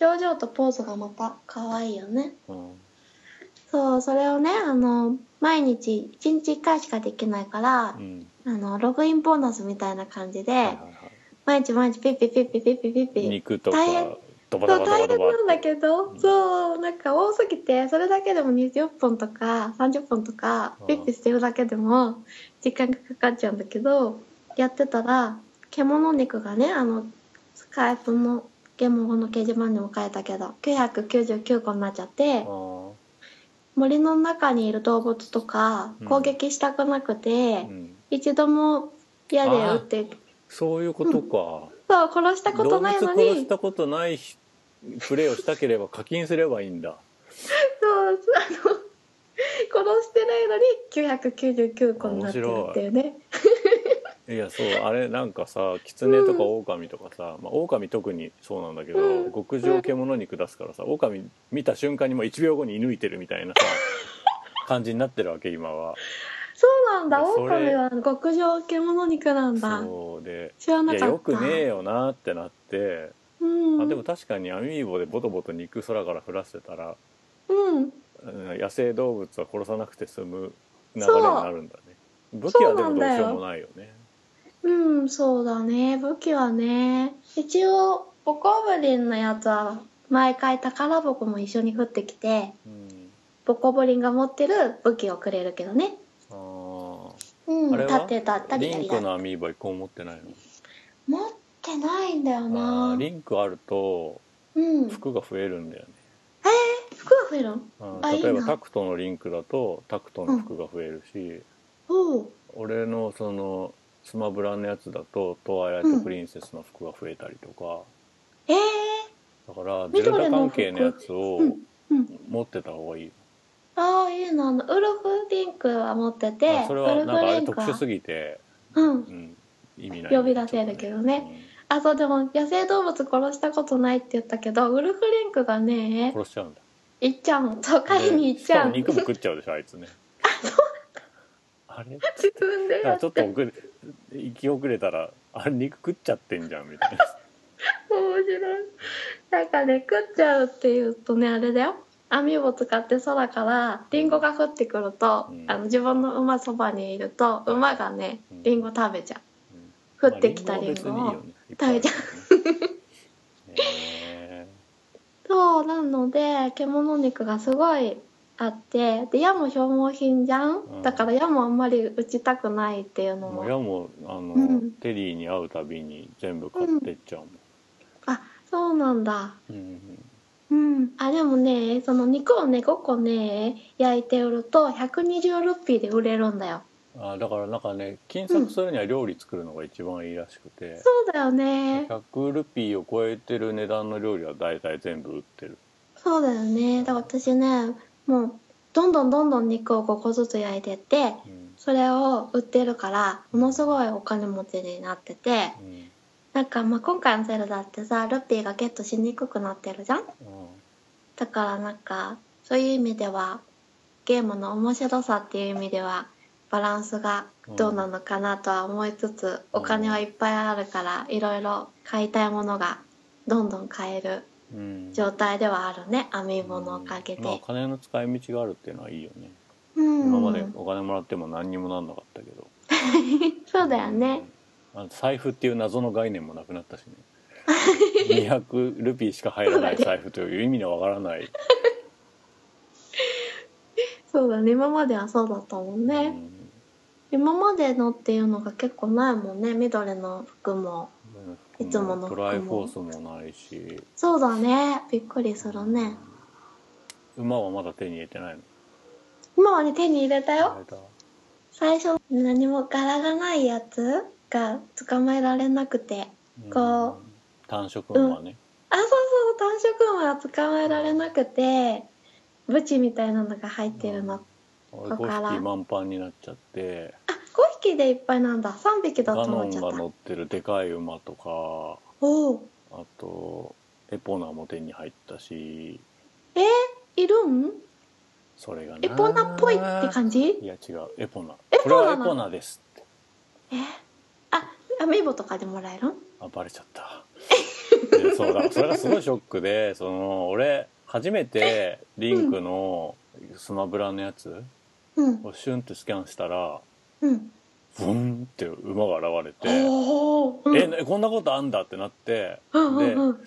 [SPEAKER 1] 表情とポーズがまた可愛いよね
[SPEAKER 2] な、うん、
[SPEAKER 1] そう、それをね、あの、毎日、1日1回しかできないから
[SPEAKER 2] う、ん
[SPEAKER 1] あの、ログインボーナスみたいな感じで、
[SPEAKER 2] はいはいは
[SPEAKER 1] 毎日毎日ピッピッピッピッピッピッピッ
[SPEAKER 2] い
[SPEAKER 1] ピッ。
[SPEAKER 2] 肉とか
[SPEAKER 1] 大変
[SPEAKER 2] ドバ
[SPEAKER 1] そ
[SPEAKER 2] ド
[SPEAKER 1] う、
[SPEAKER 2] バド
[SPEAKER 1] 大
[SPEAKER 2] バ
[SPEAKER 1] 変
[SPEAKER 2] ドバ
[SPEAKER 1] なんだけど、
[SPEAKER 2] うん
[SPEAKER 1] そう、なんか多すぎて、それだけでも20本とか30本とか
[SPEAKER 2] う、ん
[SPEAKER 1] ピッピしてるだけでも、時間がかかっちゃうんだけど、やってたら、獣肉がね、あの、スカイプの、ゲームの掲示板にも書いたけど、999個になっちゃって、
[SPEAKER 2] あ
[SPEAKER 1] 森の中にいる動物とか
[SPEAKER 2] うん
[SPEAKER 1] 攻撃したくなくて、
[SPEAKER 2] うん
[SPEAKER 1] 一度も矢で撃って
[SPEAKER 2] そういうことか、
[SPEAKER 1] そう殺したこ
[SPEAKER 2] 動
[SPEAKER 1] と
[SPEAKER 2] 物
[SPEAKER 1] ないの
[SPEAKER 2] 殺し
[SPEAKER 1] に
[SPEAKER 2] たことないひプレーをしたければ課金すればいいんだ
[SPEAKER 1] そうあの殺してないのに999個になってるっていうね
[SPEAKER 2] いやそうあれなんかさキツネとかオオカミとかさ、まあ、オオカミ特にそうなんだけど、
[SPEAKER 1] うん
[SPEAKER 2] 極上獣肉出すからさオオカミ見た瞬間にもう1秒後に射抜いてるみた いなさ感じになってるわけ今は。
[SPEAKER 1] そうなんだ
[SPEAKER 2] いやそ
[SPEAKER 1] オオカミ
[SPEAKER 2] れ
[SPEAKER 1] は極上獣肉なんだ
[SPEAKER 2] そうで
[SPEAKER 1] 知ら
[SPEAKER 2] い
[SPEAKER 1] な
[SPEAKER 2] や
[SPEAKER 1] かった
[SPEAKER 2] よくねえよなってなって、
[SPEAKER 1] うん、
[SPEAKER 2] あでも確かにアミーボでボトボト肉空から降らせてたら、
[SPEAKER 1] うん
[SPEAKER 2] うん野生動物は殺さなくて済む流れになるんだね武器はでもどうしようもないよね
[SPEAKER 1] うん、そうだね。武器はね。一応、ボコブリンのやつは、毎回宝箱も一緒に降ってきて、
[SPEAKER 2] うん
[SPEAKER 1] ボコブリンが持ってる武器をくれるけどね。
[SPEAKER 2] あー
[SPEAKER 1] うん、
[SPEAKER 2] あれ
[SPEAKER 1] 立
[SPEAKER 2] は
[SPEAKER 1] てたったり
[SPEAKER 2] リ
[SPEAKER 1] や
[SPEAKER 2] ン
[SPEAKER 1] り
[SPEAKER 2] ク
[SPEAKER 1] だ。
[SPEAKER 2] のアミーボ一個も持ってないの
[SPEAKER 1] 持ってないんだよ
[SPEAKER 2] あ
[SPEAKER 1] な
[SPEAKER 2] ー。リンクあると
[SPEAKER 1] うん。服
[SPEAKER 2] 服が増えるんだよね
[SPEAKER 1] は増えるの
[SPEAKER 2] うん
[SPEAKER 1] あいいな
[SPEAKER 2] 例えばタクトのリンクだとタクトの服が増えるし、
[SPEAKER 1] おう。
[SPEAKER 2] 俺のそのスマブラのやつだとトワイライトプリンセスの服が増えたりとか、
[SPEAKER 1] ええ
[SPEAKER 2] だからゼ
[SPEAKER 1] 緑の服
[SPEAKER 2] ルダ関係のやつを
[SPEAKER 1] うんうん。
[SPEAKER 2] 持ってた方がいい、
[SPEAKER 1] ああ、いいな。ウルフリンクは持ってて、
[SPEAKER 2] あそれ
[SPEAKER 1] ウ
[SPEAKER 2] はな
[SPEAKER 1] ル
[SPEAKER 2] ん
[SPEAKER 1] フ
[SPEAKER 2] かあ
[SPEAKER 1] リ
[SPEAKER 2] れ
[SPEAKER 1] ンク
[SPEAKER 2] 特殊
[SPEAKER 1] は。
[SPEAKER 2] すぎて、
[SPEAKER 1] うん
[SPEAKER 2] う。ん、意味ない
[SPEAKER 1] 呼び出せるけどね、あ、そう、でも、野生動物殺したことないって言ったけど、ウルフリンクが
[SPEAKER 2] うん
[SPEAKER 1] ね、
[SPEAKER 2] 殺しちゃうんだ
[SPEAKER 1] 行っちゃうのそう買いに行っちゃうの
[SPEAKER 2] でしかも肉も食っちゃうでしょあいつねあれだ
[SPEAKER 1] 自分で
[SPEAKER 2] か
[SPEAKER 1] や
[SPEAKER 2] ら
[SPEAKER 1] っ
[SPEAKER 2] ち
[SPEAKER 1] て
[SPEAKER 2] ょっと遅れ行き遅れたらあれ肉食っちゃってんじゃんみたいな
[SPEAKER 1] 面白いなんかね食っちゃうっていうとねあれだよ網を使って空からリンゴが降ってくると、
[SPEAKER 2] うん
[SPEAKER 1] あの自分の馬そばにいると
[SPEAKER 2] うん
[SPEAKER 1] 馬がね
[SPEAKER 2] うん
[SPEAKER 1] リンゴ食べちゃ
[SPEAKER 2] うん
[SPEAKER 1] う降ってきたリンゴを、
[SPEAKER 2] まあリンゴは別にい
[SPEAKER 1] 食べ
[SPEAKER 2] いよね
[SPEAKER 1] ちゃ
[SPEAKER 2] いっぱいあるからね ね
[SPEAKER 1] そうなので獣肉がすごいあってで矢も消耗品じゃん、
[SPEAKER 2] うん
[SPEAKER 1] だから矢もあんまり打ちたくないっていう
[SPEAKER 2] え
[SPEAKER 1] の
[SPEAKER 2] もう
[SPEAKER 1] も
[SPEAKER 2] 矢もあの、
[SPEAKER 1] うん
[SPEAKER 2] テリーに会うたびに全部買ってっちゃうもん、
[SPEAKER 1] あそうなんだ
[SPEAKER 2] うん
[SPEAKER 1] うん、あでもねその肉をね5個ね焼いて売ると120ルピーで売れるんだよ
[SPEAKER 2] あだからなんかね金策するには料理作るのが一番いいらしくて、
[SPEAKER 1] そうだよね
[SPEAKER 2] 100ルピーを超えてる値段の料理は大体全部売ってる
[SPEAKER 1] そうだよねだから私ねもうどんどんどんどん肉を5個ずつ焼いてって
[SPEAKER 2] うん
[SPEAKER 1] それを売ってるからものすごいお金持ちになってて
[SPEAKER 2] うん
[SPEAKER 1] なんかまあ今回のセルだってさルピーがゲットしにくくなってるじゃん
[SPEAKER 2] うん
[SPEAKER 1] だからなんかそういう意味ではゲームの面白さっていう意味ではバランスがどうなのかなとは思いつつ、お金はいっぱいあるからいろいろ買いたいものがどんどん買える
[SPEAKER 2] うん
[SPEAKER 1] 状態ではあるね編み物のおかげ
[SPEAKER 2] まあ
[SPEAKER 1] で、、
[SPEAKER 2] 金の使い道があるっていうのはいいよね、
[SPEAKER 1] うん
[SPEAKER 2] 今までお金もらっても何にもなんなかったけど
[SPEAKER 1] そうだよね、
[SPEAKER 2] あの財布っていう謎の概念もなくなったし ね200ルピーしか入らない財布という意味のわからない、
[SPEAKER 1] そうだね今まではそうだったもんね、
[SPEAKER 2] うん
[SPEAKER 1] 今までのっていうのが結構ないもんね緑の服もいつもの服も
[SPEAKER 2] トライフォースもないし
[SPEAKER 1] そうだねびっくりするね
[SPEAKER 2] 馬はまだ手に入れてないの
[SPEAKER 1] 今はね手に入れたよ、
[SPEAKER 2] あれだ
[SPEAKER 1] 最初何も柄がないやつが捕まえられなくてこ
[SPEAKER 2] うん単色馬ね、
[SPEAKER 1] あそうそう単色馬は捕まえられなくてブチみたいなのが入ってるの、
[SPEAKER 2] 俺
[SPEAKER 1] だから
[SPEAKER 2] 5匹満帆になっちゃって
[SPEAKER 1] あ5匹でいっぱいなんだ3匹だと
[SPEAKER 2] ガノ
[SPEAKER 1] 思っ
[SPEAKER 2] ン
[SPEAKER 1] ちゃ
[SPEAKER 2] が
[SPEAKER 1] った
[SPEAKER 2] 乗ってるでかい馬とか
[SPEAKER 1] おお
[SPEAKER 2] あとエポナも手に入ったし
[SPEAKER 1] えー、いるん
[SPEAKER 2] それがな
[SPEAKER 1] エポナっぽいって感じ
[SPEAKER 2] いや違うエポナ
[SPEAKER 1] エ
[SPEAKER 2] こ
[SPEAKER 1] ポ
[SPEAKER 2] れ
[SPEAKER 1] ナ
[SPEAKER 2] は
[SPEAKER 1] なの
[SPEAKER 2] エポナですって
[SPEAKER 1] あアメーボとかでもらえるん
[SPEAKER 2] あバレちゃった いやそうだからそれがすごいショックでその俺初めてリンクのスマブラのやつ
[SPEAKER 1] うん
[SPEAKER 2] をシュンってスキャンしたら
[SPEAKER 1] うん
[SPEAKER 2] ブンって馬が現れて
[SPEAKER 1] おお、うん、
[SPEAKER 2] えなこんなことあんだってなって
[SPEAKER 1] うんう
[SPEAKER 2] で
[SPEAKER 1] んうん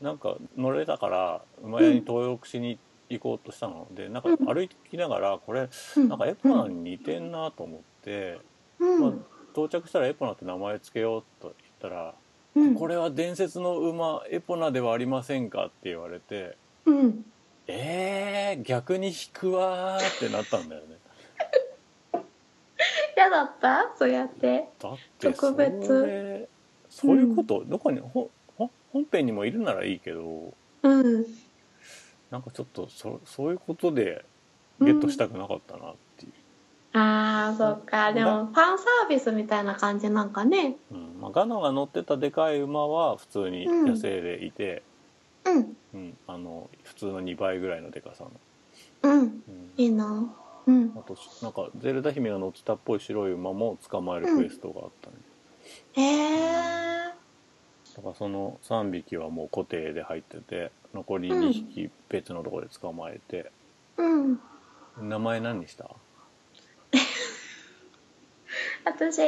[SPEAKER 2] なんか乗れたから馬屋に登録しに行こうとしたの、でなんか
[SPEAKER 1] うん
[SPEAKER 2] 歩きながらこれ
[SPEAKER 1] うん
[SPEAKER 2] なんかエポナに似てんなと思って、
[SPEAKER 1] うん
[SPEAKER 2] まあ、到着したらエポナって名前つけようと言ったら
[SPEAKER 1] うん
[SPEAKER 2] 「これは伝説の馬エポナではありませんか?」って言われて
[SPEAKER 1] うん
[SPEAKER 2] えー、逆に引くわーってなったんだよね
[SPEAKER 1] 嫌だったそうやって
[SPEAKER 2] だってそ
[SPEAKER 1] 特別
[SPEAKER 2] れそういうこと、どこにほほ本編にもいるならいいけど
[SPEAKER 1] うん
[SPEAKER 2] なんかちょっとそそういうことでゲットしたくなかったなっていう、
[SPEAKER 1] ああそっかでもファンサービスみたいな感じなんかね
[SPEAKER 2] うんまあ、ガノが乗ってたでかい馬は普通に野生でいて、
[SPEAKER 3] うん、
[SPEAKER 2] うんあの普通の2倍ぐらいのでかさの、
[SPEAKER 3] うん、
[SPEAKER 2] うん
[SPEAKER 3] いいな。うん
[SPEAKER 2] あ。となんかゼルダ姫が乗ってたっぽい白い馬も捕まえるクエストがあったね、
[SPEAKER 3] へ
[SPEAKER 2] ーだからその3匹はもう固定で入ってて残り2匹別のとこで捕まえて、
[SPEAKER 3] うん。
[SPEAKER 2] 名前何にした
[SPEAKER 1] 私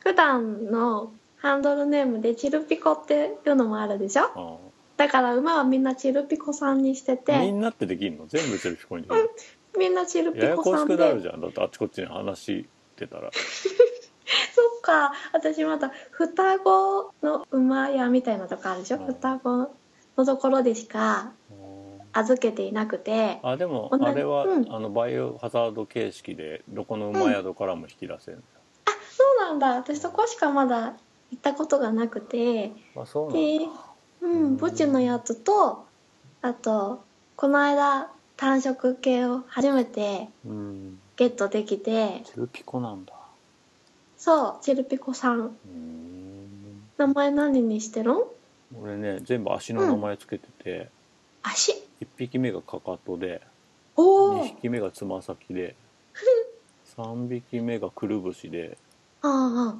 [SPEAKER 1] 普段のハンドルネームでチルピコっていうのもあるでしょ
[SPEAKER 2] あ
[SPEAKER 1] だから馬はみんなチルピコさんにして
[SPEAKER 2] あみ
[SPEAKER 1] て
[SPEAKER 2] んなってできんの全部ゼルピコにできる
[SPEAKER 1] みんなチルピ
[SPEAKER 2] やや
[SPEAKER 1] コ
[SPEAKER 2] こ
[SPEAKER 1] さ
[SPEAKER 2] し
[SPEAKER 1] ん
[SPEAKER 2] く
[SPEAKER 1] で
[SPEAKER 2] なるじゃんだってあっちこっちに話してた
[SPEAKER 1] そ
[SPEAKER 2] ら
[SPEAKER 1] っか私まだ双子の馬屋みたいなとこあるでしょ、
[SPEAKER 2] うん
[SPEAKER 1] 双子のところでしか預けていなくて
[SPEAKER 2] あでも
[SPEAKER 1] 同じ
[SPEAKER 2] あれは、
[SPEAKER 1] うん
[SPEAKER 2] あのバイオハザード形式でどこの馬宿からも引き出せる、
[SPEAKER 1] そうなんだ私そこしかまだ行ったことがなくて
[SPEAKER 2] あそうなん
[SPEAKER 1] で
[SPEAKER 2] だ、
[SPEAKER 1] うん、墓地のやつとあとこの間単色系を初めて
[SPEAKER 2] うん
[SPEAKER 1] ゲットできて
[SPEAKER 2] ゼルピコなんだ
[SPEAKER 1] そうチェルピコさん
[SPEAKER 2] うん
[SPEAKER 1] 名前何にしてるん
[SPEAKER 2] 俺ね全部足の名前つけてて、
[SPEAKER 1] 足
[SPEAKER 2] 一1匹目がかかとで
[SPEAKER 1] お
[SPEAKER 2] 2
[SPEAKER 1] お
[SPEAKER 2] 匹目がつま先で3匹目がくるぶしで
[SPEAKER 1] あ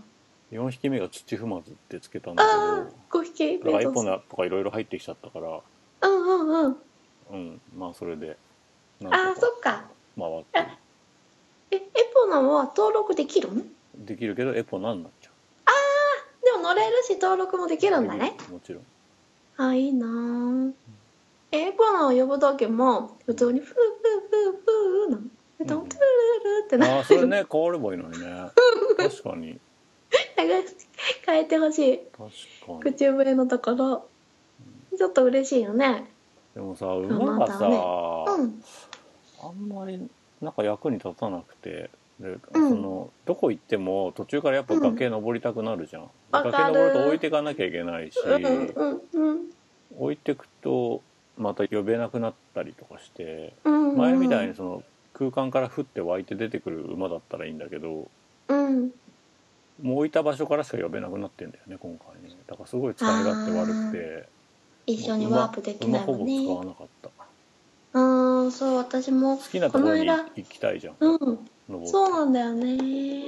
[SPEAKER 2] 4匹目が土踏まずってつけたん
[SPEAKER 1] ああ
[SPEAKER 2] だ
[SPEAKER 1] あ5匹
[SPEAKER 2] けどだから1本
[SPEAKER 1] うん
[SPEAKER 2] だとかいろいろ入ってきちゃったから
[SPEAKER 1] うんうん
[SPEAKER 2] うんまあそれでな
[SPEAKER 1] あ
[SPEAKER 2] ん
[SPEAKER 1] ー
[SPEAKER 2] と
[SPEAKER 1] そ
[SPEAKER 2] か
[SPEAKER 1] っか
[SPEAKER 2] 回って
[SPEAKER 1] えエポナは登録できるんで
[SPEAKER 2] できるけどエポナになっちゃう
[SPEAKER 1] も乗れるし登録もできるんだね
[SPEAKER 2] もちろん
[SPEAKER 1] あいいなーえエポナを呼ぶ時も普通にフーフーフーフーなのえっと
[SPEAKER 2] うん
[SPEAKER 1] トゥルルルって
[SPEAKER 2] あ
[SPEAKER 1] な
[SPEAKER 2] あそ れね変わればいいのにね確かに
[SPEAKER 1] 流し変えてほしい
[SPEAKER 2] 確かに
[SPEAKER 1] 口笛のところちょっと嬉しいよね
[SPEAKER 2] でもさ馬がさ、
[SPEAKER 1] そううん
[SPEAKER 2] あんまりなんか役に立たなくてで、
[SPEAKER 3] ん
[SPEAKER 2] そのどこ行っても途中からやっぱ崖登りたくなるじゃん、
[SPEAKER 1] わかる
[SPEAKER 2] 崖登ると置いてかなきゃいけないし、
[SPEAKER 1] うんうんうん
[SPEAKER 2] 置いてくとまた呼べなくなったりとかして
[SPEAKER 1] うんうん
[SPEAKER 2] 前みたいにその空間から降って湧いて出てくる馬だったらいいんだけど
[SPEAKER 1] うん
[SPEAKER 2] もう置いた場所からしか呼べなくなってんだよね今回ねだからすごい使い勝手悪くて
[SPEAKER 1] 一緒にワープでき
[SPEAKER 2] 馬
[SPEAKER 1] ない
[SPEAKER 2] ほ
[SPEAKER 1] も
[SPEAKER 2] ぼ
[SPEAKER 1] んね
[SPEAKER 2] 使わなかった
[SPEAKER 1] うんそう私も
[SPEAKER 2] 好きなところに
[SPEAKER 1] この間
[SPEAKER 2] 行きたいじゃん、
[SPEAKER 1] うん
[SPEAKER 2] 登って
[SPEAKER 1] そうなんだよね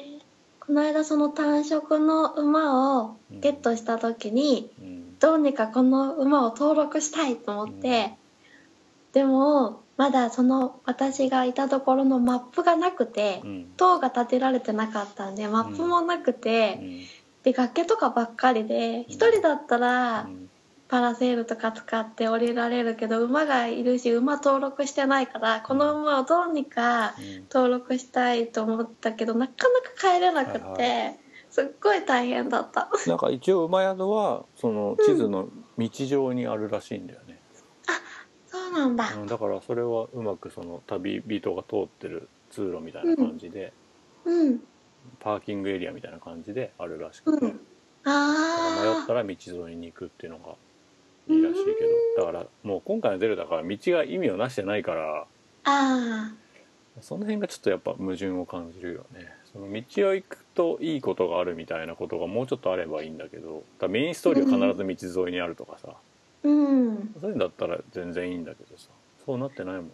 [SPEAKER 1] この間その単色の馬をゲットした時に、
[SPEAKER 2] うん
[SPEAKER 1] どうにかこの馬を登録したいと思って、でもまだその私がいたところのマップがなくて、
[SPEAKER 2] うん
[SPEAKER 1] 塔が建てられてなかったんでマップもなくて、
[SPEAKER 2] うん
[SPEAKER 1] で崖とかばっかりで一人だったら、
[SPEAKER 2] うん
[SPEAKER 1] パラセールとか使って降りられるけど馬がいるし馬登録してないからこの馬をどうにか
[SPEAKER 2] うん
[SPEAKER 1] 登録したいと思ったけどなかなか帰れなくて、
[SPEAKER 2] はい
[SPEAKER 1] すっごい大変だったあ
[SPEAKER 2] なんか一応馬宿はその地図の道上にあるらしいんだよね、
[SPEAKER 1] そうなんだ
[SPEAKER 2] うんだからそれはうまくその旅人が通ってる通路みたいな感じで、
[SPEAKER 1] うん
[SPEAKER 2] パーキングエリアみたいな感じであるらし
[SPEAKER 1] う
[SPEAKER 2] くて、
[SPEAKER 1] ん
[SPEAKER 2] だから迷っ
[SPEAKER 1] あ
[SPEAKER 2] たら道沿いに行くっていうのがいいらしいけどだからもう今回のゼルダから道が意味をなしてないから
[SPEAKER 1] ああ
[SPEAKER 2] その辺がちょっとやっぱ矛盾を感じるよねその道を行くといいことがあるみたいなことがもうちょっとあればいいんだけどだからメインストーリーは必ず道沿いにあるとかさ、
[SPEAKER 1] ーうん
[SPEAKER 2] そういうんだったら全然いいんだけどさそうなってないもんね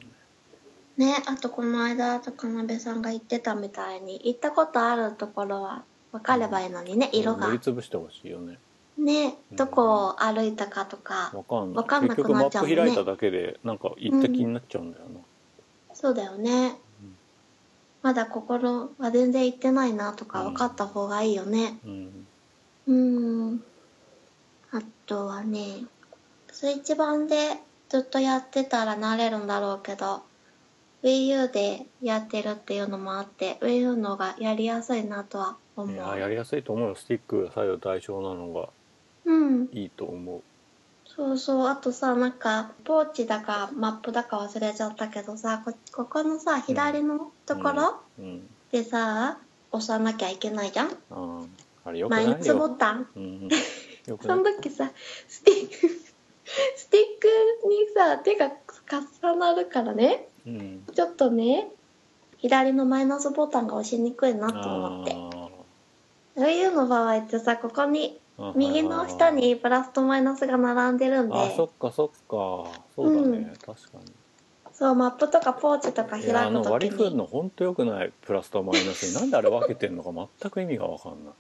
[SPEAKER 3] ね、あとこの間、高鍋さんが言ってたみたいに、行ったことあるところは分かればいいのにね、色が
[SPEAKER 2] 塗り。つぶしてほしいよね
[SPEAKER 3] ね、
[SPEAKER 2] うん
[SPEAKER 3] どこを歩いたかとか、
[SPEAKER 2] わかんない
[SPEAKER 3] わかんな
[SPEAKER 2] 結
[SPEAKER 3] く
[SPEAKER 2] 局
[SPEAKER 3] な
[SPEAKER 2] マ
[SPEAKER 3] っちゃうもん
[SPEAKER 2] ッ
[SPEAKER 3] ね
[SPEAKER 2] プ開いただけでなんか行った気になっちゃうんだよな、
[SPEAKER 3] そうだよね。まだ心は全然行ってないなとか分かった方がいいよね。
[SPEAKER 2] うん
[SPEAKER 3] うん。あとはね、スイッチ版でずっとやってたら慣れるんだろうけど、Wii U でやってるっていうのもあって、Wii U の方がやりやすいなとは思
[SPEAKER 2] いやーや
[SPEAKER 3] う。
[SPEAKER 2] りやすいと思うよスティックが左右対称なのが
[SPEAKER 3] うん。
[SPEAKER 2] いいと思う
[SPEAKER 1] そうそうあとさなんかポーチだかマップだか忘れちゃったけどさこここのさ左のところ
[SPEAKER 2] うん
[SPEAKER 1] でさ、押さなきゃいけないじゃん
[SPEAKER 2] あーあれよくない
[SPEAKER 1] マ
[SPEAKER 2] よ
[SPEAKER 1] イツボタン
[SPEAKER 2] うんうんよく
[SPEAKER 1] そ
[SPEAKER 2] ない
[SPEAKER 1] の時さスティックスティックにさ手が重なるからね
[SPEAKER 2] うん
[SPEAKER 1] ちょっとね左のマイナスボタンが押しにくいなと思って
[SPEAKER 2] あ
[SPEAKER 1] そういうの場合ってさここに
[SPEAKER 2] ー
[SPEAKER 1] 右の下にプラスとマイナスが並んでるんで
[SPEAKER 2] あそっかそっかそうだね、
[SPEAKER 1] うん
[SPEAKER 2] 確かに
[SPEAKER 1] そうマップとかポーチとか
[SPEAKER 2] いやあ
[SPEAKER 1] 開く
[SPEAKER 2] の割
[SPEAKER 1] 時
[SPEAKER 2] り振る
[SPEAKER 1] に
[SPEAKER 2] の本当よくないプラスとマイナスになんであれ分けてんのか全く意味が分かんない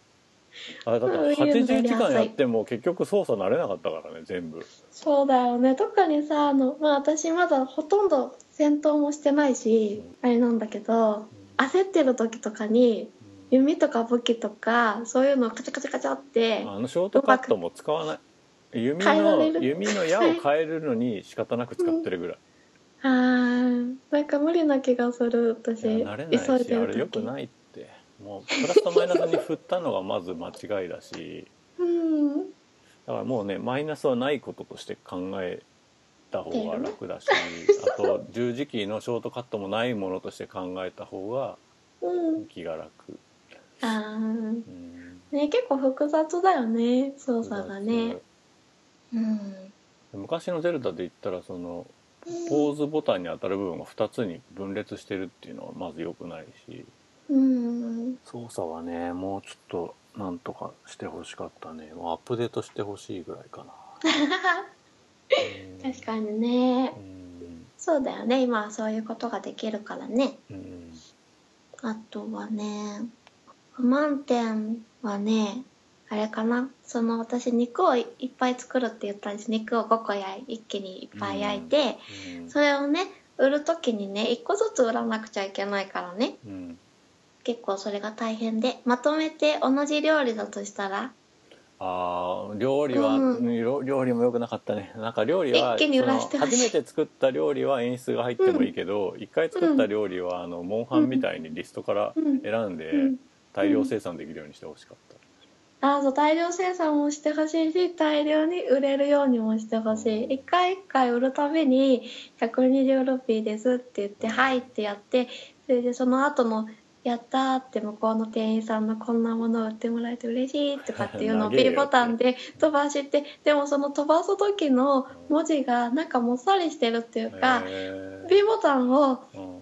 [SPEAKER 2] あれだって
[SPEAKER 1] そういうのや
[SPEAKER 2] 80
[SPEAKER 1] り
[SPEAKER 2] 時
[SPEAKER 1] やすい
[SPEAKER 2] 間やっても結局操作慣れなかったからね全部
[SPEAKER 1] そうだよね特にさあの、まあ、私まだほとんど戦闘もしてないしあれなんだけど焦ってる時とかに
[SPEAKER 2] うん
[SPEAKER 1] 弓とか武器とかそういうのをカチャカチャカチャって
[SPEAKER 2] あのショートカットも使わない弓
[SPEAKER 1] 変えら
[SPEAKER 2] の
[SPEAKER 1] れる
[SPEAKER 2] 弓の矢を変えるのに仕方なく使ってるぐらい
[SPEAKER 1] あーなんか無理な気がする私
[SPEAKER 2] いや慣れない
[SPEAKER 1] 急い
[SPEAKER 2] し
[SPEAKER 1] で
[SPEAKER 2] あ
[SPEAKER 1] る
[SPEAKER 2] れよく
[SPEAKER 1] 時
[SPEAKER 2] ないってもうプラスとマイナスに振ったのがまず間違いだし
[SPEAKER 1] うん
[SPEAKER 2] だからもうねマイナスはないこととして考えた方が楽だし あと十字キーのショートカットもないものとして考えた方が
[SPEAKER 1] うん
[SPEAKER 2] 気が楽、
[SPEAKER 1] あー
[SPEAKER 2] うん、
[SPEAKER 1] ね結構複雑だよね操作がねうん
[SPEAKER 2] 昔の「ゼルダ」で言ったらそのポーズボタンに当たる部分が2つに分裂してるっていうのはまず良くないし
[SPEAKER 1] うん
[SPEAKER 2] 操作はねもうちょっとなんとかしてほしかったねもうアップデートしてほしいぐらいかなう ん
[SPEAKER 1] 確かにね
[SPEAKER 2] うん
[SPEAKER 1] そうだよね今はそういうことができるからね
[SPEAKER 2] うん
[SPEAKER 1] あとはね不満点はねあれかなその私肉をいっぱい作るって言ったんです肉を5個焼い一気にいっぱい焼いて、
[SPEAKER 2] うん
[SPEAKER 1] それをね売る時にね1個ずつ売らなくちゃいけないからね
[SPEAKER 2] うん
[SPEAKER 1] 結構それが大変でまとめて同じ料理だとしたら
[SPEAKER 2] あー料理は、
[SPEAKER 1] うん
[SPEAKER 2] 料料理も良くなかったねなんか料理は
[SPEAKER 1] 一気に売らして
[SPEAKER 2] その
[SPEAKER 1] ほしい
[SPEAKER 2] 初めて作った料理は演出が入ってもいいけど一、回作った料理はあのモンハンみたいにリストから
[SPEAKER 1] うん
[SPEAKER 2] 選んで
[SPEAKER 1] うん
[SPEAKER 2] 大量生産できるようにしてほしかった、
[SPEAKER 1] あそう大量生産もしてほしいし大量に売れるようにもしてほしい一回一回売るために120ルピーですって言って「はい」ってやってそれでその後の「やった」って向こうの店員さんのこんなものを売ってもらえて嬉しいとかっていうのを
[SPEAKER 2] 投げよ
[SPEAKER 1] B ボタンで飛ばしてでもその飛ばす時の文字がなんかもっさりしてるっていうか
[SPEAKER 2] へ
[SPEAKER 1] B ボタンを
[SPEAKER 2] ー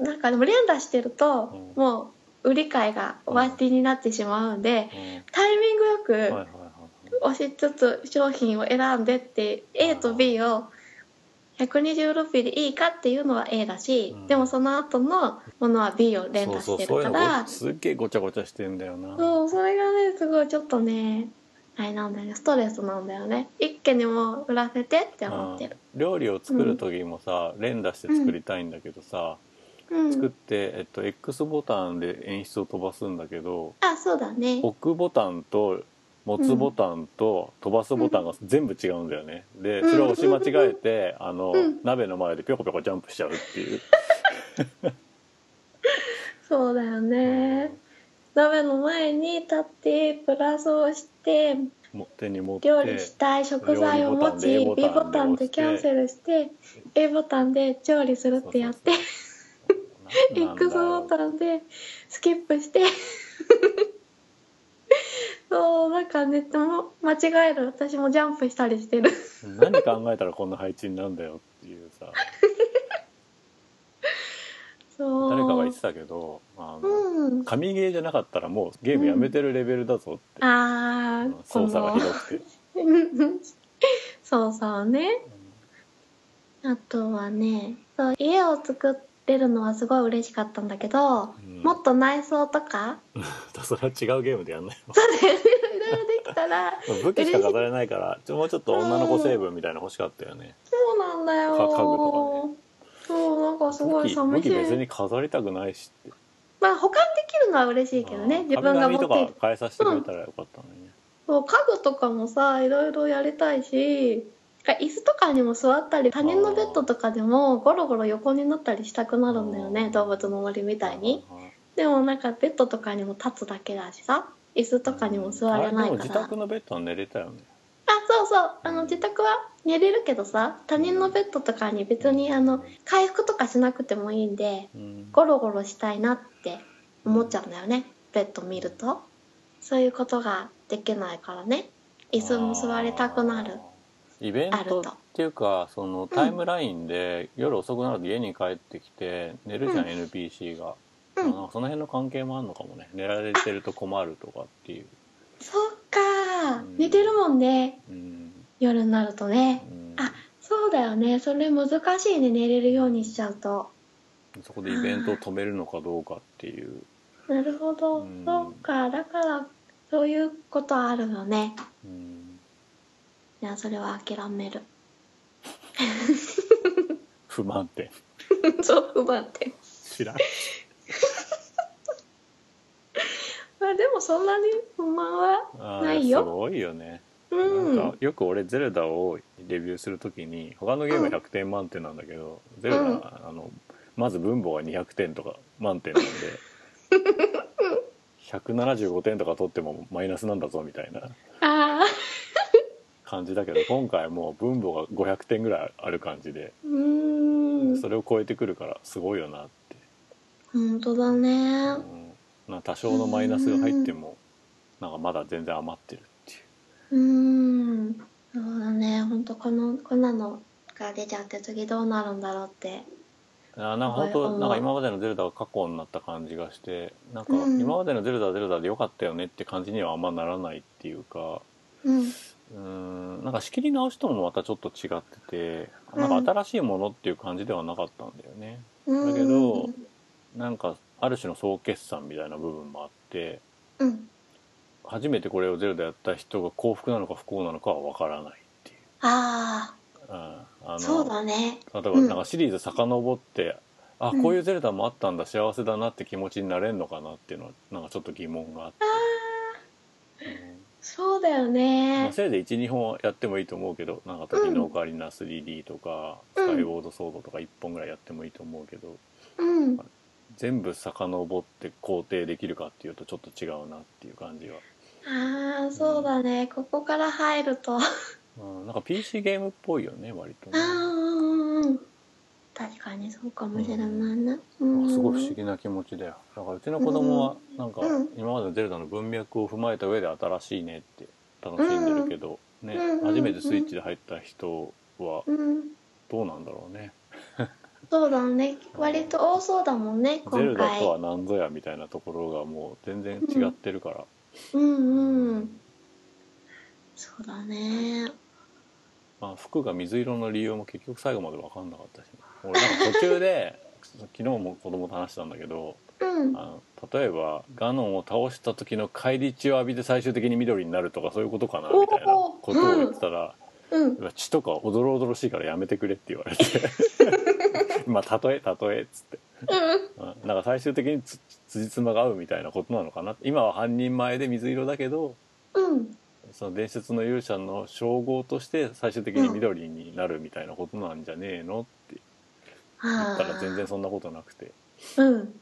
[SPEAKER 2] うん
[SPEAKER 1] なんかでも連打してると
[SPEAKER 2] うん
[SPEAKER 1] もう売り買いが終わりになってしまうんで
[SPEAKER 2] う
[SPEAKER 1] タイミングよく
[SPEAKER 2] んはいはいはい
[SPEAKER 1] 押しつつ商品を選んでって A と B を120ルピーでいいかっていうのは A だし、
[SPEAKER 2] うん
[SPEAKER 1] でもその後のものは B を連
[SPEAKER 2] そ
[SPEAKER 1] 打
[SPEAKER 2] うそ
[SPEAKER 1] して
[SPEAKER 2] うそう
[SPEAKER 1] る
[SPEAKER 2] いう
[SPEAKER 1] か
[SPEAKER 2] のが
[SPEAKER 1] ら
[SPEAKER 2] すっげえごちゃごちゃしてんだよな
[SPEAKER 1] そうそれがねすごいちょっとねあれなんだよねストレスなんだよね一気にもう売らせてって思ってる、
[SPEAKER 2] うん料理を作る時もさ、連打して作りたいんだけどさ、
[SPEAKER 1] うん
[SPEAKER 2] 作って、えっと、X ボタンで演出を飛ばすんだけど、
[SPEAKER 1] あそうだね
[SPEAKER 2] 置くボタンと持つボタンと飛ばすボタンが全部違うんだよね、でそれを押し間違えてあの、
[SPEAKER 1] うん
[SPEAKER 2] 鍋の前でぴょこぴょこジャンプしちゃうっていう、
[SPEAKER 1] そうだよね、鍋の前に立ってプラスをして
[SPEAKER 2] もう手に持って
[SPEAKER 1] 料理したい食材を持ち
[SPEAKER 2] 料
[SPEAKER 1] B
[SPEAKER 2] 理ボタンで
[SPEAKER 1] ボタ
[SPEAKER 2] A ボタンで
[SPEAKER 1] ンでキャンセルして A ボタンで調理するってやって
[SPEAKER 2] そうそうそう
[SPEAKER 1] X ボ
[SPEAKER 2] ン
[SPEAKER 1] タンでスキップ してそうなんかネットも間違える私もジャンプしたりしてる
[SPEAKER 2] 何考えたらこんな配置になんだよっていう さ
[SPEAKER 1] そう
[SPEAKER 2] 誰かが言ってたけどあの、
[SPEAKER 1] うん
[SPEAKER 2] 神ゲーじゃなかったらもうゲームやめてるレベルだぞって、
[SPEAKER 1] あ
[SPEAKER 2] あ
[SPEAKER 1] ー
[SPEAKER 2] の操作がひどくて。
[SPEAKER 1] この そうそうねあとはねそう家を作れるのはすごい嬉しかったんだけど、
[SPEAKER 2] うん
[SPEAKER 1] もっと内装とか
[SPEAKER 2] それは違うゲームでやんないわ
[SPEAKER 1] いろいろできたら
[SPEAKER 2] 武器しか飾れないからちょもうちょっと女の子成分みたいなの欲しかったよね
[SPEAKER 1] そうなんだよ
[SPEAKER 2] か家具と
[SPEAKER 1] そうなんかすご
[SPEAKER 2] 武
[SPEAKER 1] い
[SPEAKER 2] 器
[SPEAKER 1] 寂
[SPEAKER 2] 武
[SPEAKER 1] し
[SPEAKER 2] 器別
[SPEAKER 1] い
[SPEAKER 2] に飾りたくないしって
[SPEAKER 1] まあ保管できるのは嬉しいけどね自分が持
[SPEAKER 2] 壁
[SPEAKER 1] ってい
[SPEAKER 2] 紙と
[SPEAKER 1] る
[SPEAKER 2] か変えさせてくれたらよかったのにね、
[SPEAKER 1] そう家具とかもさいろいろやりたいし椅子とかにも座ったり他人のベッドとかでもゴロゴロ横になったりしたくなるんだよ
[SPEAKER 2] あ
[SPEAKER 1] ね
[SPEAKER 2] ー
[SPEAKER 1] 動物の森みたいに
[SPEAKER 2] はいはい
[SPEAKER 1] でもなんかベッドとかにも立つだけだしさ椅子とかにも座れない
[SPEAKER 2] あれでも
[SPEAKER 1] か
[SPEAKER 2] 自
[SPEAKER 1] ら
[SPEAKER 2] 宅のベッドは寝れたよね
[SPEAKER 1] あそうそうあの自宅は寝れるけどさ他人のベッドとかに別にあの回復とかしなくてもいいんで
[SPEAKER 2] うん
[SPEAKER 1] ゴロゴロしたいなって思っちゃうんだよねベッド見るとそういうことができないからね椅子も座りたくなる
[SPEAKER 2] イベン
[SPEAKER 1] ある
[SPEAKER 2] ト
[SPEAKER 1] と
[SPEAKER 2] っていうかそのタイムラインで夜遅くなると家に帰ってきて寝るじゃん、
[SPEAKER 1] うん
[SPEAKER 2] NPC が、
[SPEAKER 1] うん
[SPEAKER 2] あのその辺の関係もあるのかもね寝られてると困るとかっていう、
[SPEAKER 1] そっか
[SPEAKER 2] うん
[SPEAKER 1] 寝てるもんね
[SPEAKER 2] うん
[SPEAKER 1] 夜になるとね
[SPEAKER 2] うん、
[SPEAKER 1] あそうだよねそれ難しいね寝れるようにしちゃうと
[SPEAKER 2] そこでイベントを止めるのかどうかっていう、
[SPEAKER 1] なるほど、
[SPEAKER 2] うん
[SPEAKER 1] そうかだからそういうことあるよね
[SPEAKER 2] うん、
[SPEAKER 1] いやそれは諦める
[SPEAKER 2] 不満点
[SPEAKER 1] そう不満点
[SPEAKER 2] 知らん
[SPEAKER 1] まあでもそんなに不満は
[SPEAKER 2] あー
[SPEAKER 1] ないよ
[SPEAKER 2] すごいよね、
[SPEAKER 1] うん
[SPEAKER 2] なんかよく俺ゼルダをレビューするときに他のゲーム100点満点なんだけど、ゼルダ、
[SPEAKER 1] うん
[SPEAKER 2] あのまず分母が200点とか満点なんで175点とか取ってもマイナスなんだぞみたいな
[SPEAKER 1] ああ
[SPEAKER 2] 感じだけど今回もう分母が500点ぐらいある感じで、
[SPEAKER 1] うーん
[SPEAKER 2] それを超えてくるからすごいよなって、
[SPEAKER 1] 本当だ
[SPEAKER 2] う
[SPEAKER 1] ね
[SPEAKER 2] んまあ多少のマイナスが入ってもなんかまだ全然余ってるっていう。
[SPEAKER 1] うーんそうだね本当このこんなのが出ちゃって次どうなるんだろうって
[SPEAKER 2] あーなんか本
[SPEAKER 1] はい
[SPEAKER 2] 当
[SPEAKER 1] うん
[SPEAKER 2] なんか今までの「ゼルダ」が過去になった感じがしてなんか
[SPEAKER 1] うん
[SPEAKER 2] 今までの「ゼルダ」は「ゼルダ」で良かったよねって感じにはあんまならないっていうか
[SPEAKER 1] うん
[SPEAKER 2] うーんなんか仕切り直しともまたちょっと違ってて
[SPEAKER 1] うん
[SPEAKER 2] なんか新しいものっていう感じではなかったんだよね。
[SPEAKER 1] うん
[SPEAKER 2] だけどなんかある種の総決算みたいな部分もあって
[SPEAKER 1] うん
[SPEAKER 2] 初めてこれを「ゼルダ」やった人が幸福なのか不幸なのかは分からないっていう。
[SPEAKER 1] あ
[SPEAKER 2] うんあ
[SPEAKER 1] あ
[SPEAKER 2] の
[SPEAKER 1] そうだね
[SPEAKER 2] 例えば
[SPEAKER 1] うん
[SPEAKER 2] なんかシリーズ遡って、あ
[SPEAKER 1] うん
[SPEAKER 2] こういうゼルダもあったんだ幸せだなって気持ちになれんのかなっていうのはなんかちょっと疑問があって、
[SPEAKER 1] そうだよ
[SPEAKER 2] うんまあ、
[SPEAKER 1] ね
[SPEAKER 2] せいぜい12本はやってもいいと思うけどなんか「時のオカリナ 3D」とか「
[SPEAKER 1] うん
[SPEAKER 2] スカイウォードソード」とか1本ぐらいやってもいいと思うけど
[SPEAKER 1] うん
[SPEAKER 2] 全部遡って肯定できるかっていうとちょっと違うなっていう感じは、
[SPEAKER 1] ああそうだねここから入るとあ
[SPEAKER 2] うん、なんか PC ゲームっぽいよね割と
[SPEAKER 1] あ
[SPEAKER 2] ね
[SPEAKER 1] うんうん確かにそうかもしれないね、うん
[SPEAKER 2] なんかすごい不思議な気持ちだよだからうちの子供はなんか
[SPEAKER 1] うん
[SPEAKER 2] 今までのゼルダの文脈を踏まえた上で新しいねって楽しんでるけど、ね
[SPEAKER 1] うんうん
[SPEAKER 2] 初めてスイッチで入った人は
[SPEAKER 1] うん
[SPEAKER 2] どうなんだろうね、
[SPEAKER 1] そうだね割と多そうだもんね
[SPEAKER 2] ゼル
[SPEAKER 1] 今
[SPEAKER 2] ダ
[SPEAKER 1] 回
[SPEAKER 2] とは何ぞやみたいなところがもう全然違ってるから、
[SPEAKER 1] うんうんそうだね
[SPEAKER 2] まあ、服が水色の理由も結局最後まで分かんなかったし俺なんか途中で昨日も子供と話したんだけど
[SPEAKER 1] うん
[SPEAKER 2] あの例えばガノンを倒した時の返り血を浴びて最終的に緑になるとかそういうことかなみたいなことを言ってたら、
[SPEAKER 1] うん
[SPEAKER 2] うわ血とかおどろおどろしいからやめてくれって言われて まあ例え例えっつって、うん、なんか最終的につ辻褄が合うみたいなことなのかな今は半人前で水色だけど
[SPEAKER 1] うん
[SPEAKER 2] その伝説の勇者の称号として最終的に緑になるみたいなことなんじゃねえのって言
[SPEAKER 1] あ
[SPEAKER 2] ったら全然そんなことなくて、
[SPEAKER 1] あうん
[SPEAKER 2] うん、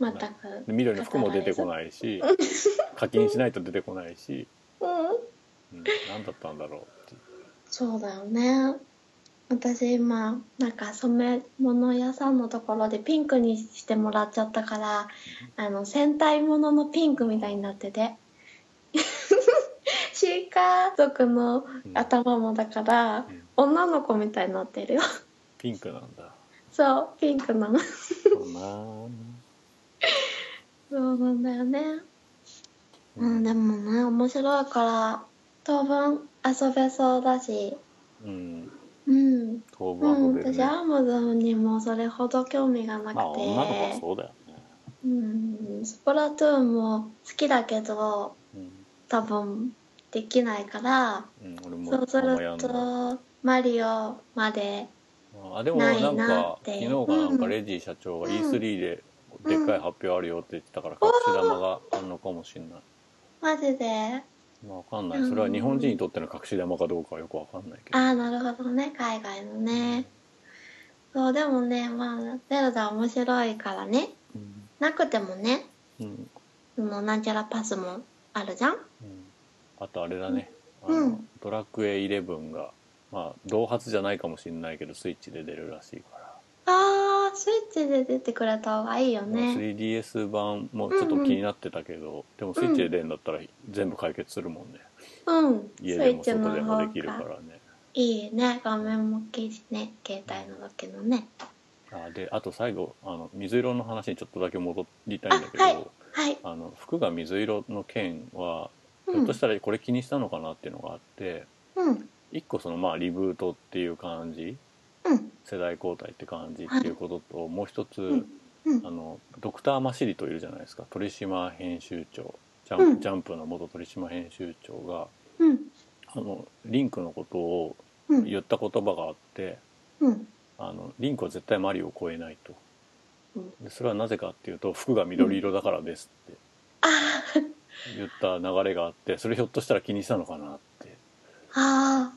[SPEAKER 1] 全く
[SPEAKER 2] で緑の服も出てこないし課金しないと出てこないし、
[SPEAKER 1] うん
[SPEAKER 2] うん、何だったんだろうっていう
[SPEAKER 1] そうだよね私今なんか染め物屋さんのところでピンクにしてもらっちゃったからあの戦隊もののピンクみたいになってて シーカー族の頭もだから、
[SPEAKER 2] うん
[SPEAKER 1] 女の子みたいになってるよ
[SPEAKER 2] ピンクなんだ
[SPEAKER 1] そうピンクなの
[SPEAKER 2] そうなー
[SPEAKER 1] そうなんだよね
[SPEAKER 3] う
[SPEAKER 2] う
[SPEAKER 3] んん、でもね、
[SPEAKER 1] 面白いから当分遊べそうだし
[SPEAKER 2] うん
[SPEAKER 1] うん、
[SPEAKER 2] 当
[SPEAKER 1] うん、
[SPEAKER 2] 分遊べる
[SPEAKER 1] 私
[SPEAKER 2] ね、
[SPEAKER 1] アマゾンにもそれほど興味がなくて、
[SPEAKER 2] まあ女の子はそうだよね、
[SPEAKER 1] うんスプラトゥーンも好きだけど
[SPEAKER 2] うん
[SPEAKER 1] 多分できないから
[SPEAKER 2] うん、俺も
[SPEAKER 1] そうす
[SPEAKER 2] あんま
[SPEAKER 1] る
[SPEAKER 2] やんない
[SPEAKER 1] とマリオまで
[SPEAKER 2] あでも
[SPEAKER 1] ない
[SPEAKER 2] なん
[SPEAKER 1] な
[SPEAKER 2] か
[SPEAKER 1] っ
[SPEAKER 2] 昨
[SPEAKER 1] て
[SPEAKER 2] 日がなんか
[SPEAKER 1] うん
[SPEAKER 2] レジー社長が
[SPEAKER 1] うん
[SPEAKER 2] E3 ででっかい発表あるよって言ってたから隠し玉があるのかもしれない、
[SPEAKER 1] マジで
[SPEAKER 2] まあ、わかんないそれは日本人にとっての隠し玉かどうかはよくわかんないけ
[SPEAKER 1] あ
[SPEAKER 2] ど
[SPEAKER 1] あなるほどね海外のねそうでもねまあゼルダ面白いからね
[SPEAKER 2] うん
[SPEAKER 1] なくてもね
[SPEAKER 2] うん
[SPEAKER 1] そのなんちゃらパスもあるじゃん
[SPEAKER 2] うんあとあれだね、あの
[SPEAKER 3] うん
[SPEAKER 2] ドラクエ11が、まあ、同発じゃないかもしれないけどスイッチで出るらしいから、
[SPEAKER 1] あースイッチで出てくれた方がいいよ
[SPEAKER 2] まあ
[SPEAKER 1] ね
[SPEAKER 2] 3DS 版もちょっと気になってたけど、でもスイッチで出るんだったら全部解決するもんね、
[SPEAKER 1] うんスイ
[SPEAKER 2] 家でも
[SPEAKER 1] ッチ
[SPEAKER 2] 外
[SPEAKER 1] の
[SPEAKER 2] で
[SPEAKER 1] 方
[SPEAKER 2] も
[SPEAKER 1] が
[SPEAKER 2] できるからね
[SPEAKER 1] いいね画面も大きいしね携帯のだけのね
[SPEAKER 2] あであと最後あの水色の話にちょっとだけ戻りたいんだけど
[SPEAKER 1] あ
[SPEAKER 2] あ、
[SPEAKER 1] はいはい
[SPEAKER 2] の服が水色の件はひ
[SPEAKER 1] う
[SPEAKER 2] ょっと
[SPEAKER 1] ん
[SPEAKER 2] したらこれ気にしたのかなっていうのがあって
[SPEAKER 3] うん
[SPEAKER 2] 一個そのまあリブートっていう感じ
[SPEAKER 3] うん
[SPEAKER 2] 世代交代って感じっていうことと、もう一つ、
[SPEAKER 3] んうん
[SPEAKER 2] あのドクター・マシリトいるじゃないですか鳥島編集長ジャン,、
[SPEAKER 3] うん
[SPEAKER 2] ジャンプの元鳥島編集長が
[SPEAKER 3] うん
[SPEAKER 2] あのリンクのことを
[SPEAKER 3] うん
[SPEAKER 2] 言った言葉があって
[SPEAKER 3] うん
[SPEAKER 2] あのリンクは絶対マリオを超えないと
[SPEAKER 1] うん
[SPEAKER 2] でそれはなぜかっていうと服が緑色だからですって
[SPEAKER 1] あー
[SPEAKER 2] 言った流れがあってそれひょっとしたら気にしたのかなって
[SPEAKER 1] あ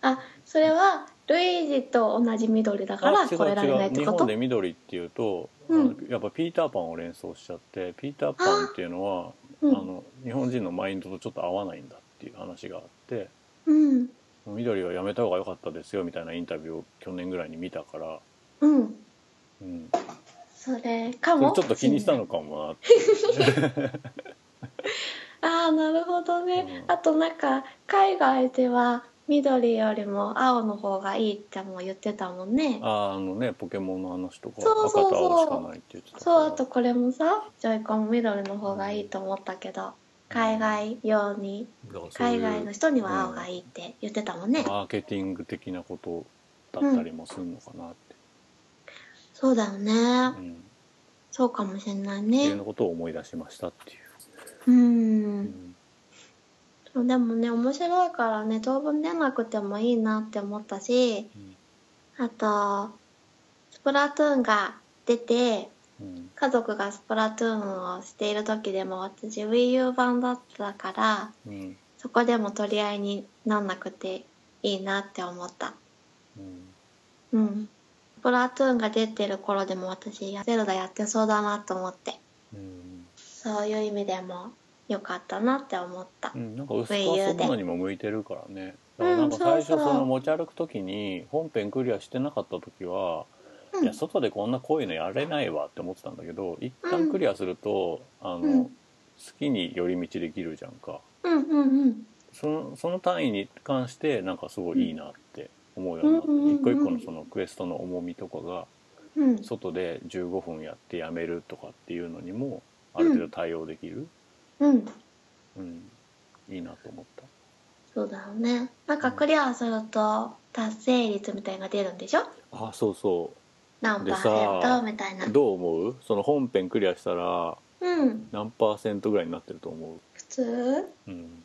[SPEAKER 1] ーあそれはルイージと同じ緑だから
[SPEAKER 2] あ違う
[SPEAKER 1] 超えられないって
[SPEAKER 2] 日
[SPEAKER 1] こ
[SPEAKER 2] 本
[SPEAKER 1] と
[SPEAKER 2] で緑っていうと、
[SPEAKER 1] うん
[SPEAKER 2] あのやっぱピーターパンを連想しちゃってピーターパンっていうのは
[SPEAKER 1] う
[SPEAKER 2] あ
[SPEAKER 1] ん
[SPEAKER 2] の日本人のマインドとちょっと合わないんだっていう話があって
[SPEAKER 1] うん
[SPEAKER 2] 緑はやめた方が良かったですよみたいなインタビューを去年ぐらいに見たから、
[SPEAKER 1] うん
[SPEAKER 2] うん、
[SPEAKER 1] それか
[SPEAKER 2] それ
[SPEAKER 1] も
[SPEAKER 2] ちょっと気にしたのかもなって
[SPEAKER 1] ああなるほどね、
[SPEAKER 2] うん
[SPEAKER 1] あとなんか海外では緑よりも青の方がいいっても言ってたもんね
[SPEAKER 2] ああのねポケモンの話とか
[SPEAKER 1] そうそうそう
[SPEAKER 2] 赤と青しかないって言ってたから
[SPEAKER 1] そうあとこれもさジョイコン緑の方がいいと思ったけど海外用に
[SPEAKER 2] だからそう
[SPEAKER 1] 海
[SPEAKER 2] いう
[SPEAKER 1] 外の人には青がいいって言ってたもんね、
[SPEAKER 2] マーケティング的なことだったりもするのかなって、
[SPEAKER 3] そうだよ
[SPEAKER 2] う
[SPEAKER 3] ね
[SPEAKER 2] ん
[SPEAKER 3] そうかもしれない
[SPEAKER 2] っていう
[SPEAKER 3] ね
[SPEAKER 2] のことを思い出しましたっていうう、うんん
[SPEAKER 1] でもね面白いからね当分出なくてもいいなって思ったし
[SPEAKER 2] うん
[SPEAKER 1] あとスプラトゥーンが出て
[SPEAKER 2] うん
[SPEAKER 1] 家族がスプラトゥーンをしている時でも私 WiiU 版だったから
[SPEAKER 2] うん
[SPEAKER 1] そこでも取り合いになんなくていいなって思った
[SPEAKER 2] うん
[SPEAKER 1] うんスプラトゥーンが出てる頃でも私ゼルダやってそうだなと思って
[SPEAKER 2] うん
[SPEAKER 1] そういう意味でも良かったなって思った
[SPEAKER 2] うん、なんか薄く遊ぶのにも向いてるからねだからなんか
[SPEAKER 1] う
[SPEAKER 2] 最
[SPEAKER 1] ん
[SPEAKER 2] 初
[SPEAKER 1] そうそう
[SPEAKER 2] その持ち歩く時に本編クリアしてなかった時は、
[SPEAKER 3] うん
[SPEAKER 2] いや外でこんなこういうのやれないわって思ってたんだけど一旦クリアすると、あの
[SPEAKER 3] うん
[SPEAKER 2] 好きに寄り道できるじゃんか
[SPEAKER 3] うんうんうん
[SPEAKER 2] そのその単位に関してなんかすごいいいなって思うようになって、
[SPEAKER 1] うんうんうんうん
[SPEAKER 2] 一個一個のそのクエストの重みとかが
[SPEAKER 3] うん
[SPEAKER 2] 外で15分やってやめるとかっていうのにもある程度対応できる、
[SPEAKER 3] うん
[SPEAKER 2] うんいいなと思った。
[SPEAKER 1] そうだよねなんかクリアすると達成率みたいなのが出るんでしょ
[SPEAKER 2] あそうそう
[SPEAKER 1] 何パ
[SPEAKER 2] で
[SPEAKER 1] ー
[SPEAKER 2] さ
[SPEAKER 1] セントみたいな
[SPEAKER 2] どう思うその本編クリアしたら
[SPEAKER 1] うん
[SPEAKER 2] 何パーセントぐらいになってると思
[SPEAKER 1] 普通
[SPEAKER 2] う、うん、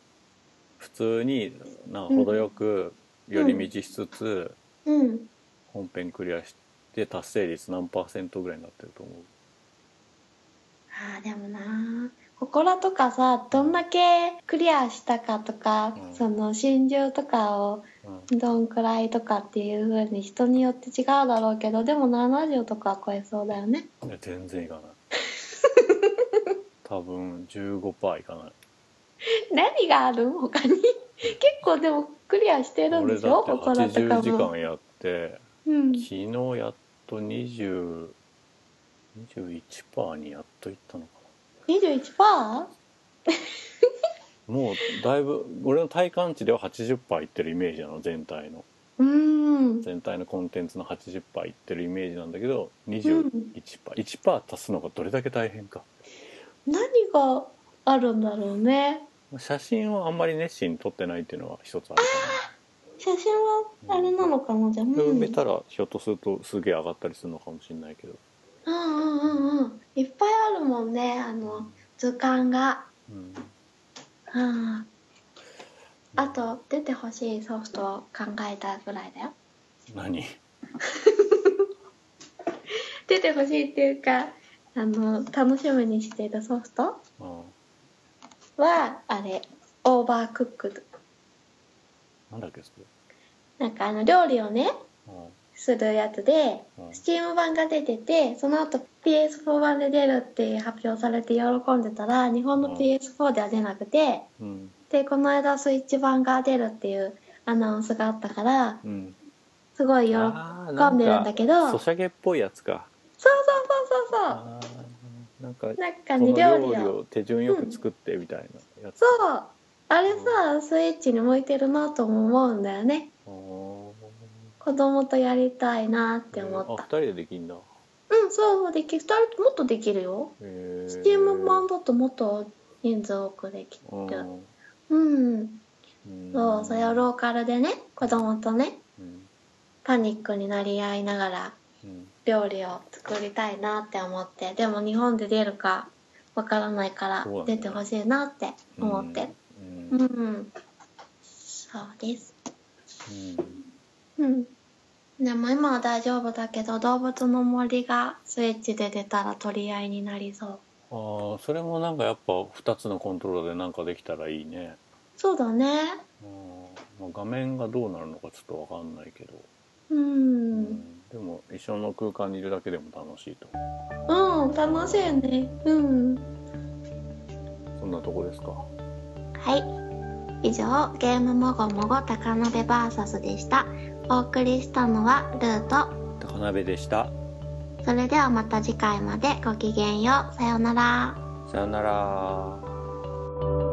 [SPEAKER 2] 普通にな程よく寄り道しつつ、
[SPEAKER 1] うん
[SPEAKER 2] 本編クリアして達成率何パーセントぐらいになってると思う
[SPEAKER 1] あーでもなここらとかさどんだけクリアしたかとか、
[SPEAKER 2] うん
[SPEAKER 1] その心情とかを
[SPEAKER 2] うん
[SPEAKER 1] どんくらいとかっていう風に人によって違うだろうけどでも70とかは超えそうだよね
[SPEAKER 2] いや全然いかない多分15パーいかない
[SPEAKER 1] 何がある他に 結構でもクリアしてるんで
[SPEAKER 2] 俺
[SPEAKER 1] し
[SPEAKER 2] だ
[SPEAKER 1] ょ
[SPEAKER 2] って
[SPEAKER 1] ここらと
[SPEAKER 2] 80
[SPEAKER 1] か
[SPEAKER 2] 時
[SPEAKER 1] も、
[SPEAKER 2] 間やって
[SPEAKER 1] うん、
[SPEAKER 2] 昨日やっと2021パーにやっといったのか
[SPEAKER 1] 21%? あ
[SPEAKER 2] なもうだいぶ俺の体感値では80パーいってるイメージなの全体の
[SPEAKER 1] うーん
[SPEAKER 2] 全体のコンテンツの80パーいってるイメージなんだけど21パー1パー足すのがどれだけ大変か
[SPEAKER 1] 何があるんだろうね
[SPEAKER 2] 写真をあんまり熱心に撮ってないっていうのは一つあるか
[SPEAKER 1] 写真はあれなのかなじゃあ、う
[SPEAKER 2] な、埋め
[SPEAKER 1] ん、
[SPEAKER 2] たらひょっとするとすげえ上がったりするのかもしれないけど、
[SPEAKER 1] うんうんうんうんいっぱいあるもんねあの図鑑が
[SPEAKER 2] うん、
[SPEAKER 1] うんあと出てほしいソフトを考えたぐらいだよ
[SPEAKER 2] 何
[SPEAKER 1] 出てほしいっていうかあの楽しみにしていたソフト
[SPEAKER 2] あ
[SPEAKER 1] はあれオーバークック
[SPEAKER 2] あなんだっけそれ
[SPEAKER 1] なんかあの料理をね
[SPEAKER 2] あ
[SPEAKER 1] するやつで
[SPEAKER 2] ああ
[SPEAKER 1] Steam 版が出ててその後 PS4 版で出るって発表されて喜んでたら日本の PS4 では出なくて
[SPEAKER 2] うん
[SPEAKER 1] でこの間スイッチ版が出るっていうアナウンスがあったから
[SPEAKER 2] うん
[SPEAKER 1] すごい喜
[SPEAKER 2] あー
[SPEAKER 1] んでるんだけど
[SPEAKER 2] なんかソシャゲっぽいやつか
[SPEAKER 1] そうそうそうそう
[SPEAKER 2] あーなんか
[SPEAKER 1] そうなんか
[SPEAKER 2] そ
[SPEAKER 1] ね
[SPEAKER 2] の
[SPEAKER 1] 料理
[SPEAKER 2] 料理
[SPEAKER 1] を
[SPEAKER 2] を手順よく作ってみたいなやつ、
[SPEAKER 1] そうあれさスイッチに向いてるなとも思うんだよね
[SPEAKER 2] お
[SPEAKER 1] 子供とやりたいなって思
[SPEAKER 2] あ
[SPEAKER 1] っ
[SPEAKER 2] 二
[SPEAKER 1] た
[SPEAKER 2] 人でできんだ
[SPEAKER 1] うんそうでき2人ともっとできるよ
[SPEAKER 2] へー
[SPEAKER 1] スチーム版だともっと人数多くできるうん
[SPEAKER 2] うん
[SPEAKER 1] そうそれをローカルでね子供とね
[SPEAKER 2] うん
[SPEAKER 1] パニックになり合いながら
[SPEAKER 2] うん
[SPEAKER 1] 料理を作りたいなって思ってでも日本で出るかわからないから
[SPEAKER 2] そうだね
[SPEAKER 1] 出てほしいなって思って
[SPEAKER 2] うん
[SPEAKER 1] う、
[SPEAKER 2] うんん
[SPEAKER 1] そうですうんでも今は大丈夫だけど動物の森がスイッチで出たら取り合いになりそう
[SPEAKER 2] あーそれもなんかやっぱ2つのコントローラーでなんかできたらいいね、
[SPEAKER 1] そうだね
[SPEAKER 2] うんまあ、画面がどうなるのかちょっとわかんないけど、
[SPEAKER 1] うん、
[SPEAKER 2] うんでも一緒の空間にいるだけでも楽しいと
[SPEAKER 1] うん、楽しいね。うん。
[SPEAKER 2] そんなとこですか
[SPEAKER 3] はい。以上、ゲームもごもご高鍋バーサスでした。お送りしたのはルート。
[SPEAKER 2] 高鍋でした
[SPEAKER 3] それではまた次回までごきげんよう。さようなら。
[SPEAKER 2] さよなら